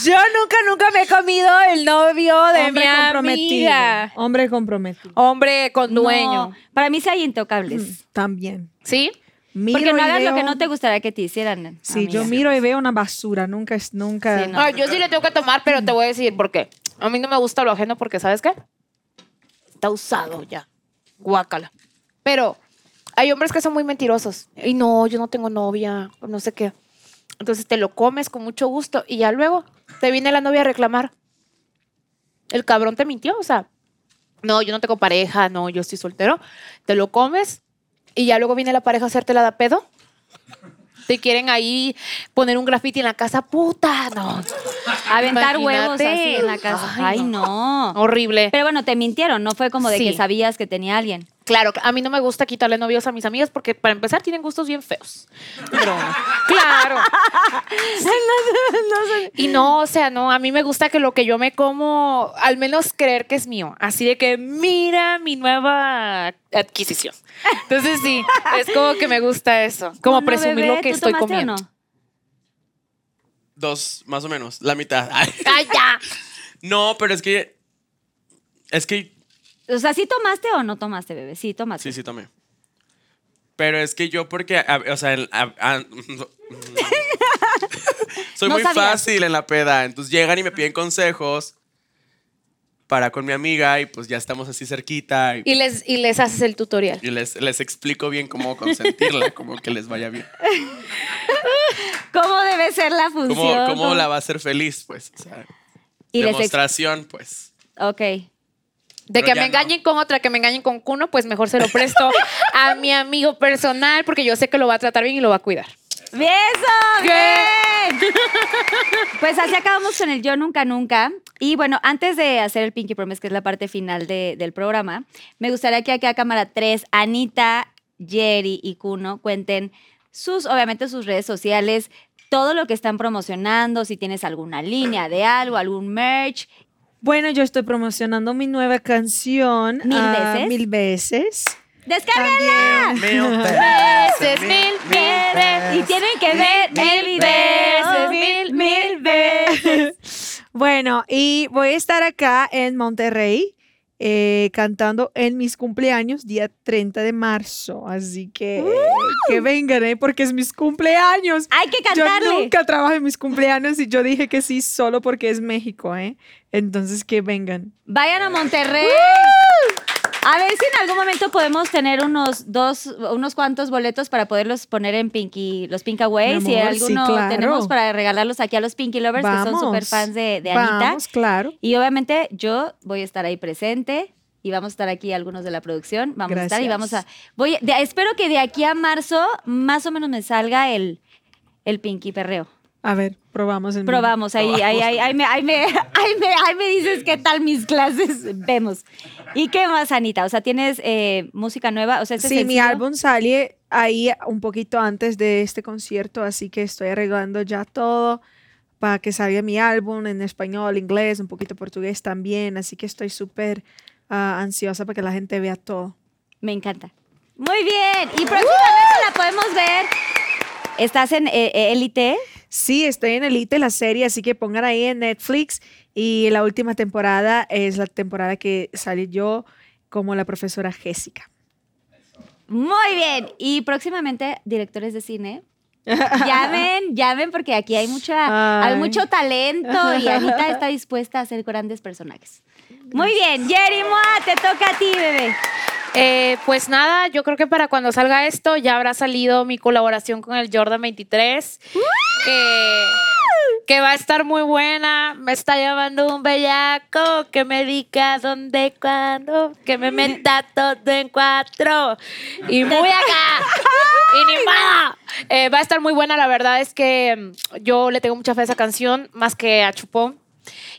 E: yo nunca, nunca me he comido el novio de
C: Hombre
E: mi
C: comprometido.
E: amiga.
C: Hombre comprometido.
E: Hombre con dueño.
A: No, para mí sí hay intocables.
E: Mm.
H: Mm.
C: También.
E: ¿Sí?
C: Miro
A: Porque
C: y
A: no hagas lo que
C: veo-
A: no te gustaría que te hicieran.
C: Sí,
A: amiga.
C: yo miro y veo una basura. Nunca es nunca.
A: Sí, no.
E: Ah, yo sí le tengo que tomar, pero te voy a decir por qué. A mí no me gusta lo ajeno porque, ¿sabes qué? Está usado ya. Guácala. Pero hay hombres que son muy mentirosos. Y no, yo no tengo novia, o no sé qué. Entonces te lo comes con mucho gusto y ya luego te viene la novia a reclamar. El cabrón te mintió, o sea, no, yo no tengo pareja, no, yo estoy soltero. Te lo comes y ya luego viene la pareja a hacerte la da pedo. Te quieren ahí poner un graffiti en la casa, puta, no.
A: Aventar
E: Imagínate.
A: huevos así en la casa. Ay,
E: Ay,
A: no.
E: Horrible.
A: Pero bueno, te mintieron, no fue como de que
E: Sí.
A: sabías que tenía alguien.
E: Claro, a mí no me gusta quitarle novios a mis amigas porque para empezar tienen gustos bien feos. Pero, (laughs) claro. Y no, o sea, no, a mí me gusta que lo que yo me como, al menos creer que es mío. Así de que mira mi nueva adquisición. Entonces sí, es como que me gusta eso. Como
A: Uno,
E: presumir
A: bebé,
E: lo que
A: ¿tú
E: estoy
A: tomaste o
E: comiendo.
A: no?
D: Dos, más o menos, la mitad. Ay,
E: ¡Ay, ya!
D: no, pero es que. Es que.
A: O sea, ¿sí tomaste o no tomaste, bebé? Sí, tomaste.
D: Sí, sí, tomé. Pero es que yo, porque. a- o sea, el- a- a- (laughs) soy
A: No
D: muy
A: sabías.
D: fácil en la peda. Entonces llegan y me piden consejos para con mi amiga y pues ya estamos así cerquita. Y,
E: Y les, y les haces el tutorial.
D: y les, les explico bien cómo
A: (laughs)
D: consentirla, cómo que les vaya bien.
A: ¿Cómo debe ser la función?
D: Cómo, cómo la va a hacer feliz, pues. O sea,
A: Y les ex-
D: demostración, pues.
A: Ok.
E: De
D: Pero
E: que
D: ya
E: me
D: no.
E: engañen con otra, que me engañen con Cuno, pues mejor se lo presto a mi amigo personal porque yo sé que lo va a tratar bien y lo va a cuidar.
A: ¡Bien, ¡Eso! ¡Bien! Pues así acabamos con el Yo Nunca Nunca. Y bueno, antes de hacer el Pinky Promise, que es la parte final de- del programa, me gustaría que aquí a cámara 3, Anita, Jerry y Kuno cuenten sus, obviamente, sus redes sociales, todo lo que están promocionando, si tienes alguna línea de algo, algún merch.
H: Bueno, yo estoy promocionando mi nueva canción.
A: ¿Mil
H: ah,
A: veces?
H: Mil veces.
A: ¡Descárgala!
E: Veces, mil, veces.
A: Y tienen que ver el
E: Mil
A: video.
E: veces, mil, mil.
H: Bueno, y voy a estar acá en Monterrey eh, cantando en mis cumpleaños, día 30 de marzo. Así que que vengan, ¿eh? porque es mis cumpleaños.
A: Hay que cantarle.
H: Yo nunca trabajo en mis cumpleaños y yo dije que sí solo porque es México, ¿eh? Entonces que vengan.
A: Vayan a Monterrey. A ver si en algún momento podemos tener unos dos, unos cuantos boletos para poderlos poner en Pinky, los Pink Away.
H: Mi
A: Si
H: amor,
A: alguno
H: sí, claro.
A: tenemos para regalarlos aquí a los Pinky Lovers, que son
H: Vamos.
A: super fans de, de Anita.
H: Vamos, claro.
A: Y obviamente yo voy a estar ahí presente y vamos a estar aquí algunos de la producción. Vamos a estar y vamos a.
H: Gracias.
A: Voy, de- espero que de aquí a marzo más o menos me salga el, el Pinky Perreo.
H: A ver, Mm, probamos en
A: Probamos, ahí, ahí, ahí, ahí me, ahí, me, (laughs) ahí, me, ahí me dices qué tal mis clases, vemos. ¿Y qué más, Anita? O sea, ¿tienes eh, música nueva? O sea, este
H: Sí, mi
A: sencillo-
H: álbum sale ahí un poquito antes de este concierto, así que estoy arreglando ya todo para que salga mi álbum en español, inglés, un poquito portugués también, así que estoy súper ah, ansiosa para que la gente vea todo.
A: Me encanta. Muy bien, y próximamente la podemos ver. Estás en eh, Elite.
H: Sí, estoy en Elite, la serie, así que pongan ahí en Netflix y la última temporada es la temporada que salí yo como la profesora Jessica.
A: Muy bien, y próximamente directores de
H: (laughs)
A: cine. Llamen, llamen porque aquí hay mucha, hay
H: Ay.
A: mucho talento y Anita está dispuesta a hacer grandes personajes. Muy bien, Jerry Moa, te toca a ti,
H: (laughs)
A: bebé.
E: Eh, pues nada, yo creo que para cuando salga esto ya habrá salido mi colaboración con el Jordan 23. Que, que va a estar muy buena. Me está llamando un bellaco que me diga dónde, cuándo, que me meta todo en cuatro. Y muy acá. Y ni modo. Eh, va a estar muy buena, la verdad es que mm, yo le tengo mucha fe a esa canción, más que a Chupón.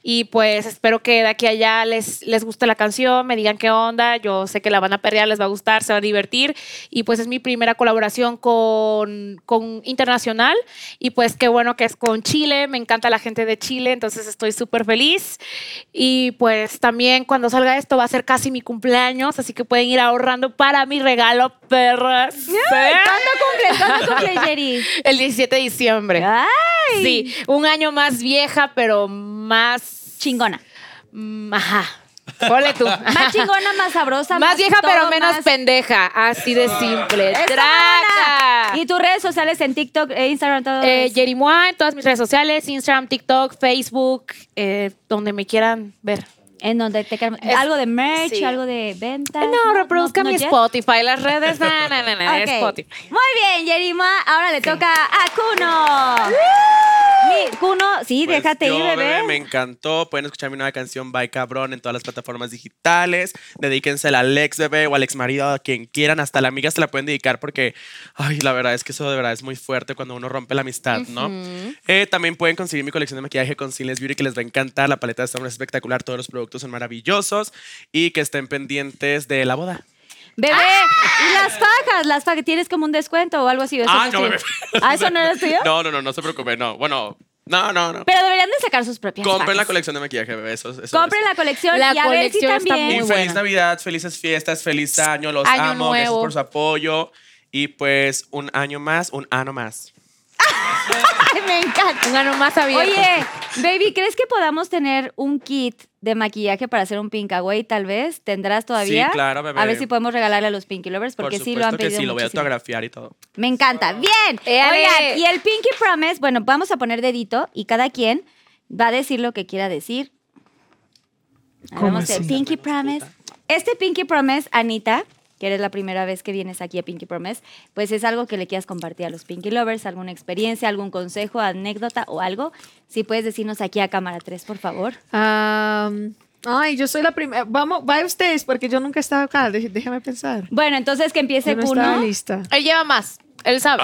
E: Y pues espero que de aquí a allá les, les guste la canción, me digan qué onda. Yo sé que la van a perder, les va a gustar, se van a divertir. Y pues es mi primera colaboración con, con Internacional. Y pues qué bueno que es con Chile, me encanta la gente de Chile, entonces estoy súper feliz. Y pues también cuando salga esto va a ser casi mi cumpleaños, así que pueden ir ahorrando para mi regalo, perras. ¿Eh?
A: ¿Cuándo cumple? ¿Cuándo cumple, Jerry?
E: El 17 de diciembre.
A: ¡Ay!
E: Sí, un año más vieja, pero más.
A: Chingona.
E: Mm, Ajá. Ponle
A: (laughs)
E: tú.
A: Más chingona, más sabrosa.
E: (laughs) Más, vieja,
A: todo,
E: pero menos
A: más-
E: pendeja. Así de simple.
A: ¡Eso,
E: ¡Traca!
A: mana! Y tus redes sociales en TikTok e Instagram, todo.
E: Eh,
A: eso.
E: Yeri Mua en todas mis redes sociales: Instagram, TikTok, Facebook, eh, donde me quieran ver.
A: en donde te calma-
E: es-
A: Algo de merch,
E: sí.
A: algo de venta.
E: No, reproduzca mi
A: yet?
E: Spotify, las redes. No, no, no, no,
A: Ok.
E: Spotify.
A: Muy bien, Yerima. Ahora le toca a Kuno. Mi Cuno, sí,
D: Pues
A: déjate
D: yo,
A: ir, bebé.
D: Me encantó. Pueden escuchar mi nueva canción Bye Cabrón en todas las plataformas digitales. Dedíquensela al ex bebé o al ex marido, a quien quieran. Hasta la amiga se la pueden dedicar porque, ay, la verdad es que eso de verdad es muy fuerte cuando uno rompe la amistad, ¿no? Eh, también pueden conseguir mi colección de maquillaje con Seamless Beauty que les va a encantar. La paleta de sombras es espectacular. Todos los productos son maravillosos y que estén pendientes de la boda.
A: Bebé,
E: ¡Ah!
A: y las fajas, las fajas, ¿tienes como un descuento o algo así? ¿Eso
D: Ah,
A: es tuyo?
D: no, bebé.
A: ¿Ah, eso no
D: (laughs)
A: era tuyo?
D: No, no, no, no se preocupe. No, bueno, no, no, no.
A: Pero deberían de sacar sus propias
D: Compren la
A: fajas.
D: colección de maquillaje, bebé. Eso, eso-
A: Compren la colección
E: La
A: y a ver si
E: colección está
A: también.
D: Y
E: muy
D: feliz
E: buena.
D: Navidad, felices fiestas, feliz año, los
E: Año
D: amo, gracias
E: nuevo.
D: por su apoyo. Y pues un año más, un ano más.
A: Ay, me encanta.
E: Un ano más abierto.
A: Oye, baby, ¿crees que podamos tener un kit de maquillaje para hacer un Pinkaway tal vez? ¿Tendrás todavía?
D: Sí, claro, bebé.
A: A ver si podemos regalarle a los Pinky Lovers porque
D: por
A: sí
D: supuesto
A: lo han
D: que
A: pedido
D: sí, lo voy a
A: muchísimo.
D: autografiar y todo.
A: Me encanta. Bien.
E: Éale.
A: Oigan, y el Pinky Promise, bueno, vamos a poner dedito y cada quien va a decir lo que quiera decir. Ahí
J: ¿Cómo
A: Vamos el
J: así?
A: Pinky Promise. Este Pinky Promise, Anita, que eres la primera vez que vienes aquí a Pinky Promise, pues es algo que le quieras compartir a los Pinky Lovers, alguna experiencia, algún consejo, anécdota o algo. Si puedes decirnos aquí a cámara 3, por favor.
H: Am, ay, yo soy la primera. Vamos, vaya ustedes, porque yo nunca he estado acá. Dej- déjame pensar.
A: Bueno, entonces que empiece
H: Yo no estaba
A: Kuno. (laughs)
H: lista.
E: Él lleva más. Él sabe.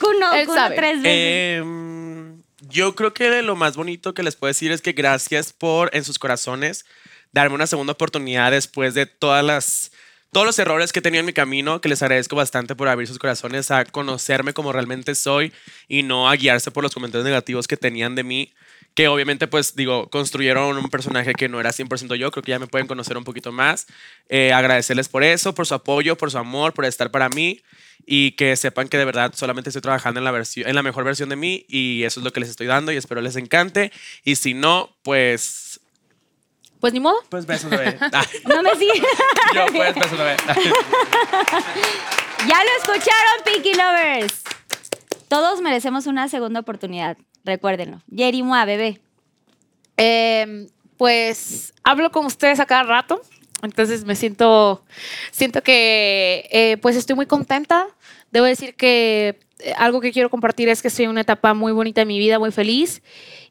A: Kuno,
E: Él
A: Kuno
E: sabe.
A: tres veces.
E: Eh,
D: Em, yo creo que lo más bonito que les puedo decir es que gracias por en sus corazones darme una segunda oportunidad después de todas las todos los errores que he tenido en mi camino, que les agradezco bastante por abrir sus corazones a conocerme como realmente soy y no a guiarse por los comentarios negativos que tenían de mí, que obviamente pues digo, construyeron un personaje que no era 100% yo, creo que ya me pueden conocer un poquito más, Eh, agradecerles por eso, por su apoyo, por su amor, por estar para mí y que sepan que de verdad solamente estoy trabajando en la, versión, en la mejor versión de mí y eso es lo que les estoy dando y espero les encante y si no, pues...
E: Pues ni modo.
D: Pues besos, bebé. Ah,
A: No me sigas.
D: (laughs) yo pues besos, bebé.
A: Ya lo escucharon, Pinky Lovers. Todos merecemos una segunda oportunidad. Recuérdenlo. Jerry Mua, bebé.
E: Eh, pues hablo con ustedes a cada rato, entonces me siento, siento que eh, pues estoy muy contenta. Debo decir que eh, algo que quiero compartir es que estoy en una etapa muy bonita de mi vida, muy feliz.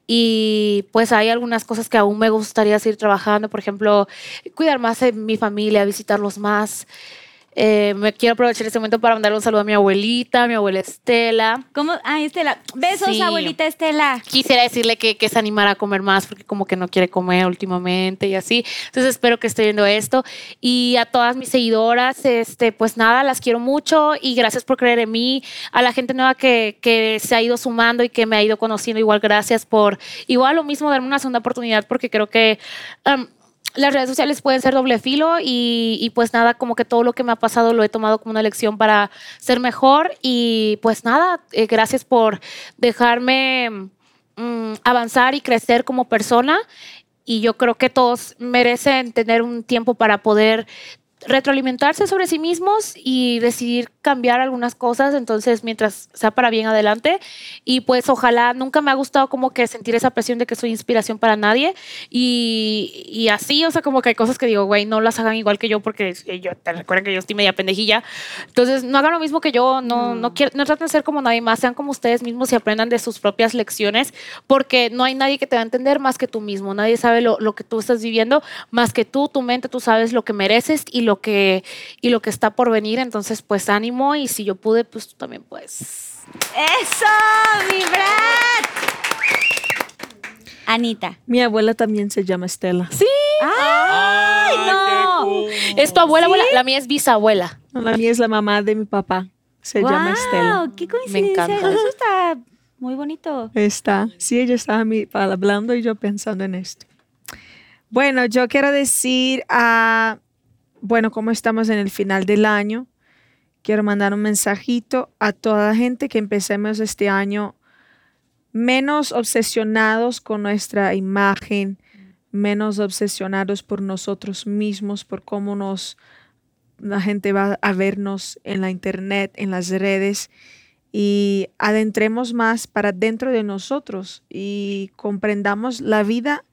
E: Y pues hay algunas cosas que aún me gustaría seguir trabajando, por ejemplo, cuidar más de mi familia, visitarlos más. Eh, me quiero aprovechar este momento para mandarle un saludo a mi abuelita, a mi abuela Estela.
A: ¿Cómo? Ah, Estela. Besos,
E: Sí.
A: abuelita Estela.
E: quisiera decirle que, que se animara a comer más porque como que no quiere comer últimamente y así. Entonces espero que esté viendo esto. Y a todas mis seguidoras, este, pues nada, las quiero mucho y gracias por creer en mí. A la gente nueva que, que se ha ido sumando y que me ha ido conociendo, igual gracias por, igual lo mismo, darme una segunda oportunidad porque creo que... em, las redes sociales pueden ser doble filo y, y pues nada, como que todo lo que me ha pasado lo he tomado como una lección para ser mejor y pues nada, eh, gracias por dejarme mm, avanzar y crecer como persona y yo creo que todos merecen tener un tiempo para poder retroalimentarse sobre sí mismos y decidir cambiar algunas cosas, entonces mientras sea para bien adelante y pues ojalá nunca me ha gustado como que sentir esa presión de que soy inspiración para nadie y, y así, o sea, como que hay cosas que digo, güey, no las hagan igual que yo porque eh, yo te recuerden que yo estoy media pendejilla, entonces no hagan lo mismo que yo, no no quier- no traten de ser como nadie más, sean como ustedes mismos y aprendan de sus propias lecciones porque no hay nadie que te va a entender más que tú mismo, nadie sabe lo, lo que tú estás viviendo más que tú, tu mente, tú sabes lo que mereces y lo que, y lo que está por venir, entonces pues ánimo y si yo pude, pues tú también puedes.
A: ¡Eso! ¡Vibrat! Anita.
H: Mi abuela también se llama Estela.
E: Sí.
A: Ah, ¡Ay, no!
E: Es tu abuela, abuela, la mía es bisabuela.
H: La mía es la mamá de mi papá. Se llama Estela.
A: ¡Wow! ¡Qué coincidencia!
E: encanta.
A: Eso está muy bonito.
H: Está. Sí, ella estaba mi- hablando y yo pensando en esto. Bueno, yo quiero decir, ah, bueno, como estamos en el final del año, quiero mandar un mensajito a toda la gente que empecemos este año menos obsesionados con nuestra imagen, menos obsesionados por nosotros mismos, por cómo nos la gente va a vernos en la internet, en las redes y adentremos más para dentro de nosotros y comprendamos la vida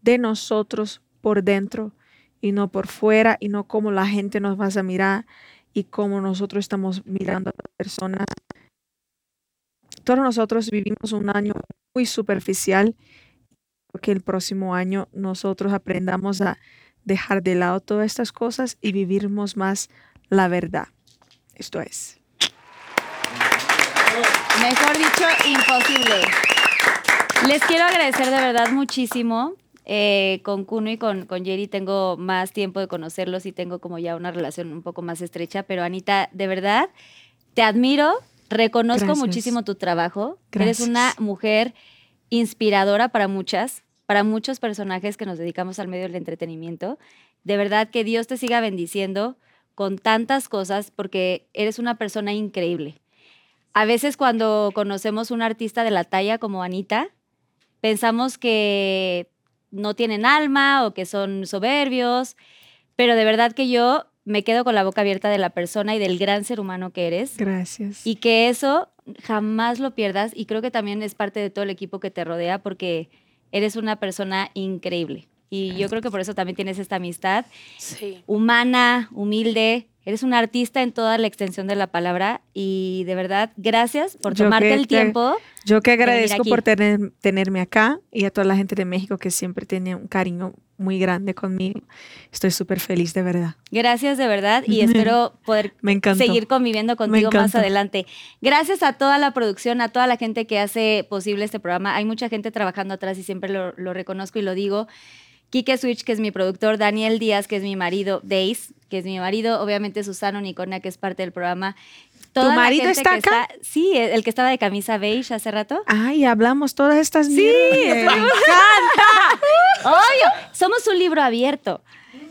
H: de nosotros por dentro y no por fuera y no cómo la gente nos va a mirar y cómo nosotros estamos mirando a las personas. Todos nosotros vivimos un año
K: muy superficial. Que el próximo año nosotros aprendamos a dejar de lado todas estas cosas y vivimos más la verdad. Esto es.
A: Mejor dicho, imposible. Les quiero agradecer de verdad muchísimo. Eh, con Kuno y con, con Jerry tengo más tiempo de conocerlos y tengo como ya una relación un poco más estrecha, pero Anita, de verdad, te admiro, reconozco
K: Gracias.
A: muchísimo tu trabajo. Eres
K: Gracias.
A: una mujer inspiradora para muchas, para muchos personajes que nos dedicamos al medio del entretenimiento. De verdad que Dios te siga bendiciendo con tantas cosas porque eres una persona increíble. A veces cuando conocemos un artista de la talla como Anita, pensamos que no tienen alma o que son soberbios, pero de verdad que yo me quedo con la boca abierta de la persona y del gran ser humano que eres
K: Gracias.
A: y que eso jamás lo pierdas y creo que también es parte de todo el equipo que te rodea porque eres una persona increíble y yo creo que por eso también tienes esta amistad
E: Sí.
A: humana, humilde. Eres un artista en toda la extensión de la palabra y de verdad, gracias por
K: Yo
A: tomarte
K: que
A: el
K: te-
A: tiempo.
K: Yo que
A: venir
K: agradezco por
A: aquí.
K: tener, tenerme acá y a toda la gente de México que siempre tiene un cariño muy grande conmigo. Estoy súper feliz, de verdad.
A: Gracias de verdad
K: (laughs)
A: y espero poder
K: Me encantó.
A: seguir conviviendo contigo más
K: encanta.
A: adelante. Gracias a toda la producción, a toda la gente que hace posible este programa. Hay mucha gente trabajando atrás y siempre lo, lo reconozco y lo digo. Quique Switch, que es mi productor, Daniel Díaz, que es mi marido, Days, que es mi marido, obviamente Susana Unicornia, que es parte del programa. Toda la
K: marido
A: gente
K: está
A: que
K: acá?
A: sí, el el que estaba de camisa beige hace rato.
K: Ay, hablamos todas estas
A: (laughs)
K: mierdas.
A: ¡Obvio! Somos un libro abierto.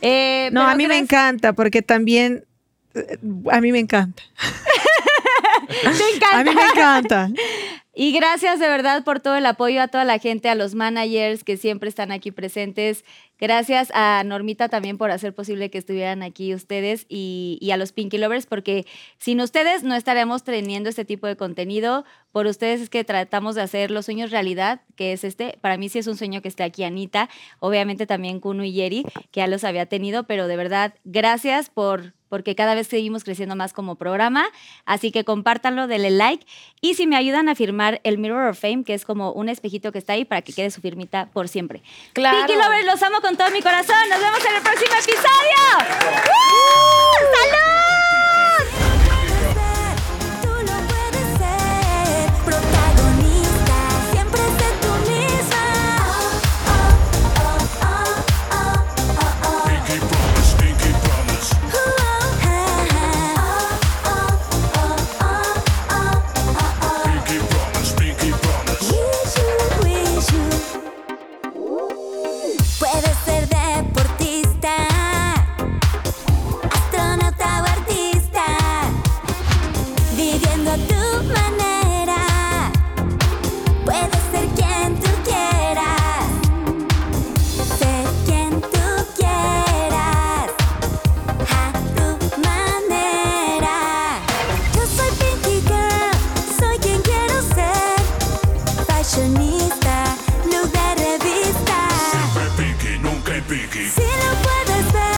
A: Eh,
K: No,
A: pero
K: a mí me
A: gracias-
K: encanta porque también eh, a mí me encanta.
A: (laughs) Te encanta.
K: A mí me encanta.
A: Y gracias de verdad por todo el apoyo a toda la gente, a los managers que siempre están aquí presentes. Gracias a Normita también por hacer posible que estuvieran aquí ustedes y, y a los Pinky Lovers, porque sin ustedes no estaremos teniendo este tipo de contenido. Por ustedes es que tratamos de hacer los sueños realidad, que es este. Para mí sí es un sueño que esté aquí Anita, obviamente también Kuno y Yeri, que ya los había tenido, pero de verdad, gracias por porque cada vez seguimos creciendo más como programa. Así que compártanlo, denle like y si me ayudan a firmar el Mirror of Fame, que es como un espejito que está ahí para que quede su firmita por siempre.
E: Claro.
A: Pinky Lovers, los amo con todo mi corazón. Nos vemos en el próximo episodio. ¡Uh! ¡Salud!
L: Tú no puedes ser protagonista, siempre sé tú misma.
B: Pinky promise, pinky promise. Pinky promise, pinky promise.
L: Puedes ser deportista, astronauta o artista, viviendo a tu manera. Puedes ser quien tú quieras, ser quien tú quieras a tu manera. Yo soy Pinky Girl, soy quien quiero ser. Fashionista, look de revista.
B: Sempre pique, nunca em pique.
L: Siempre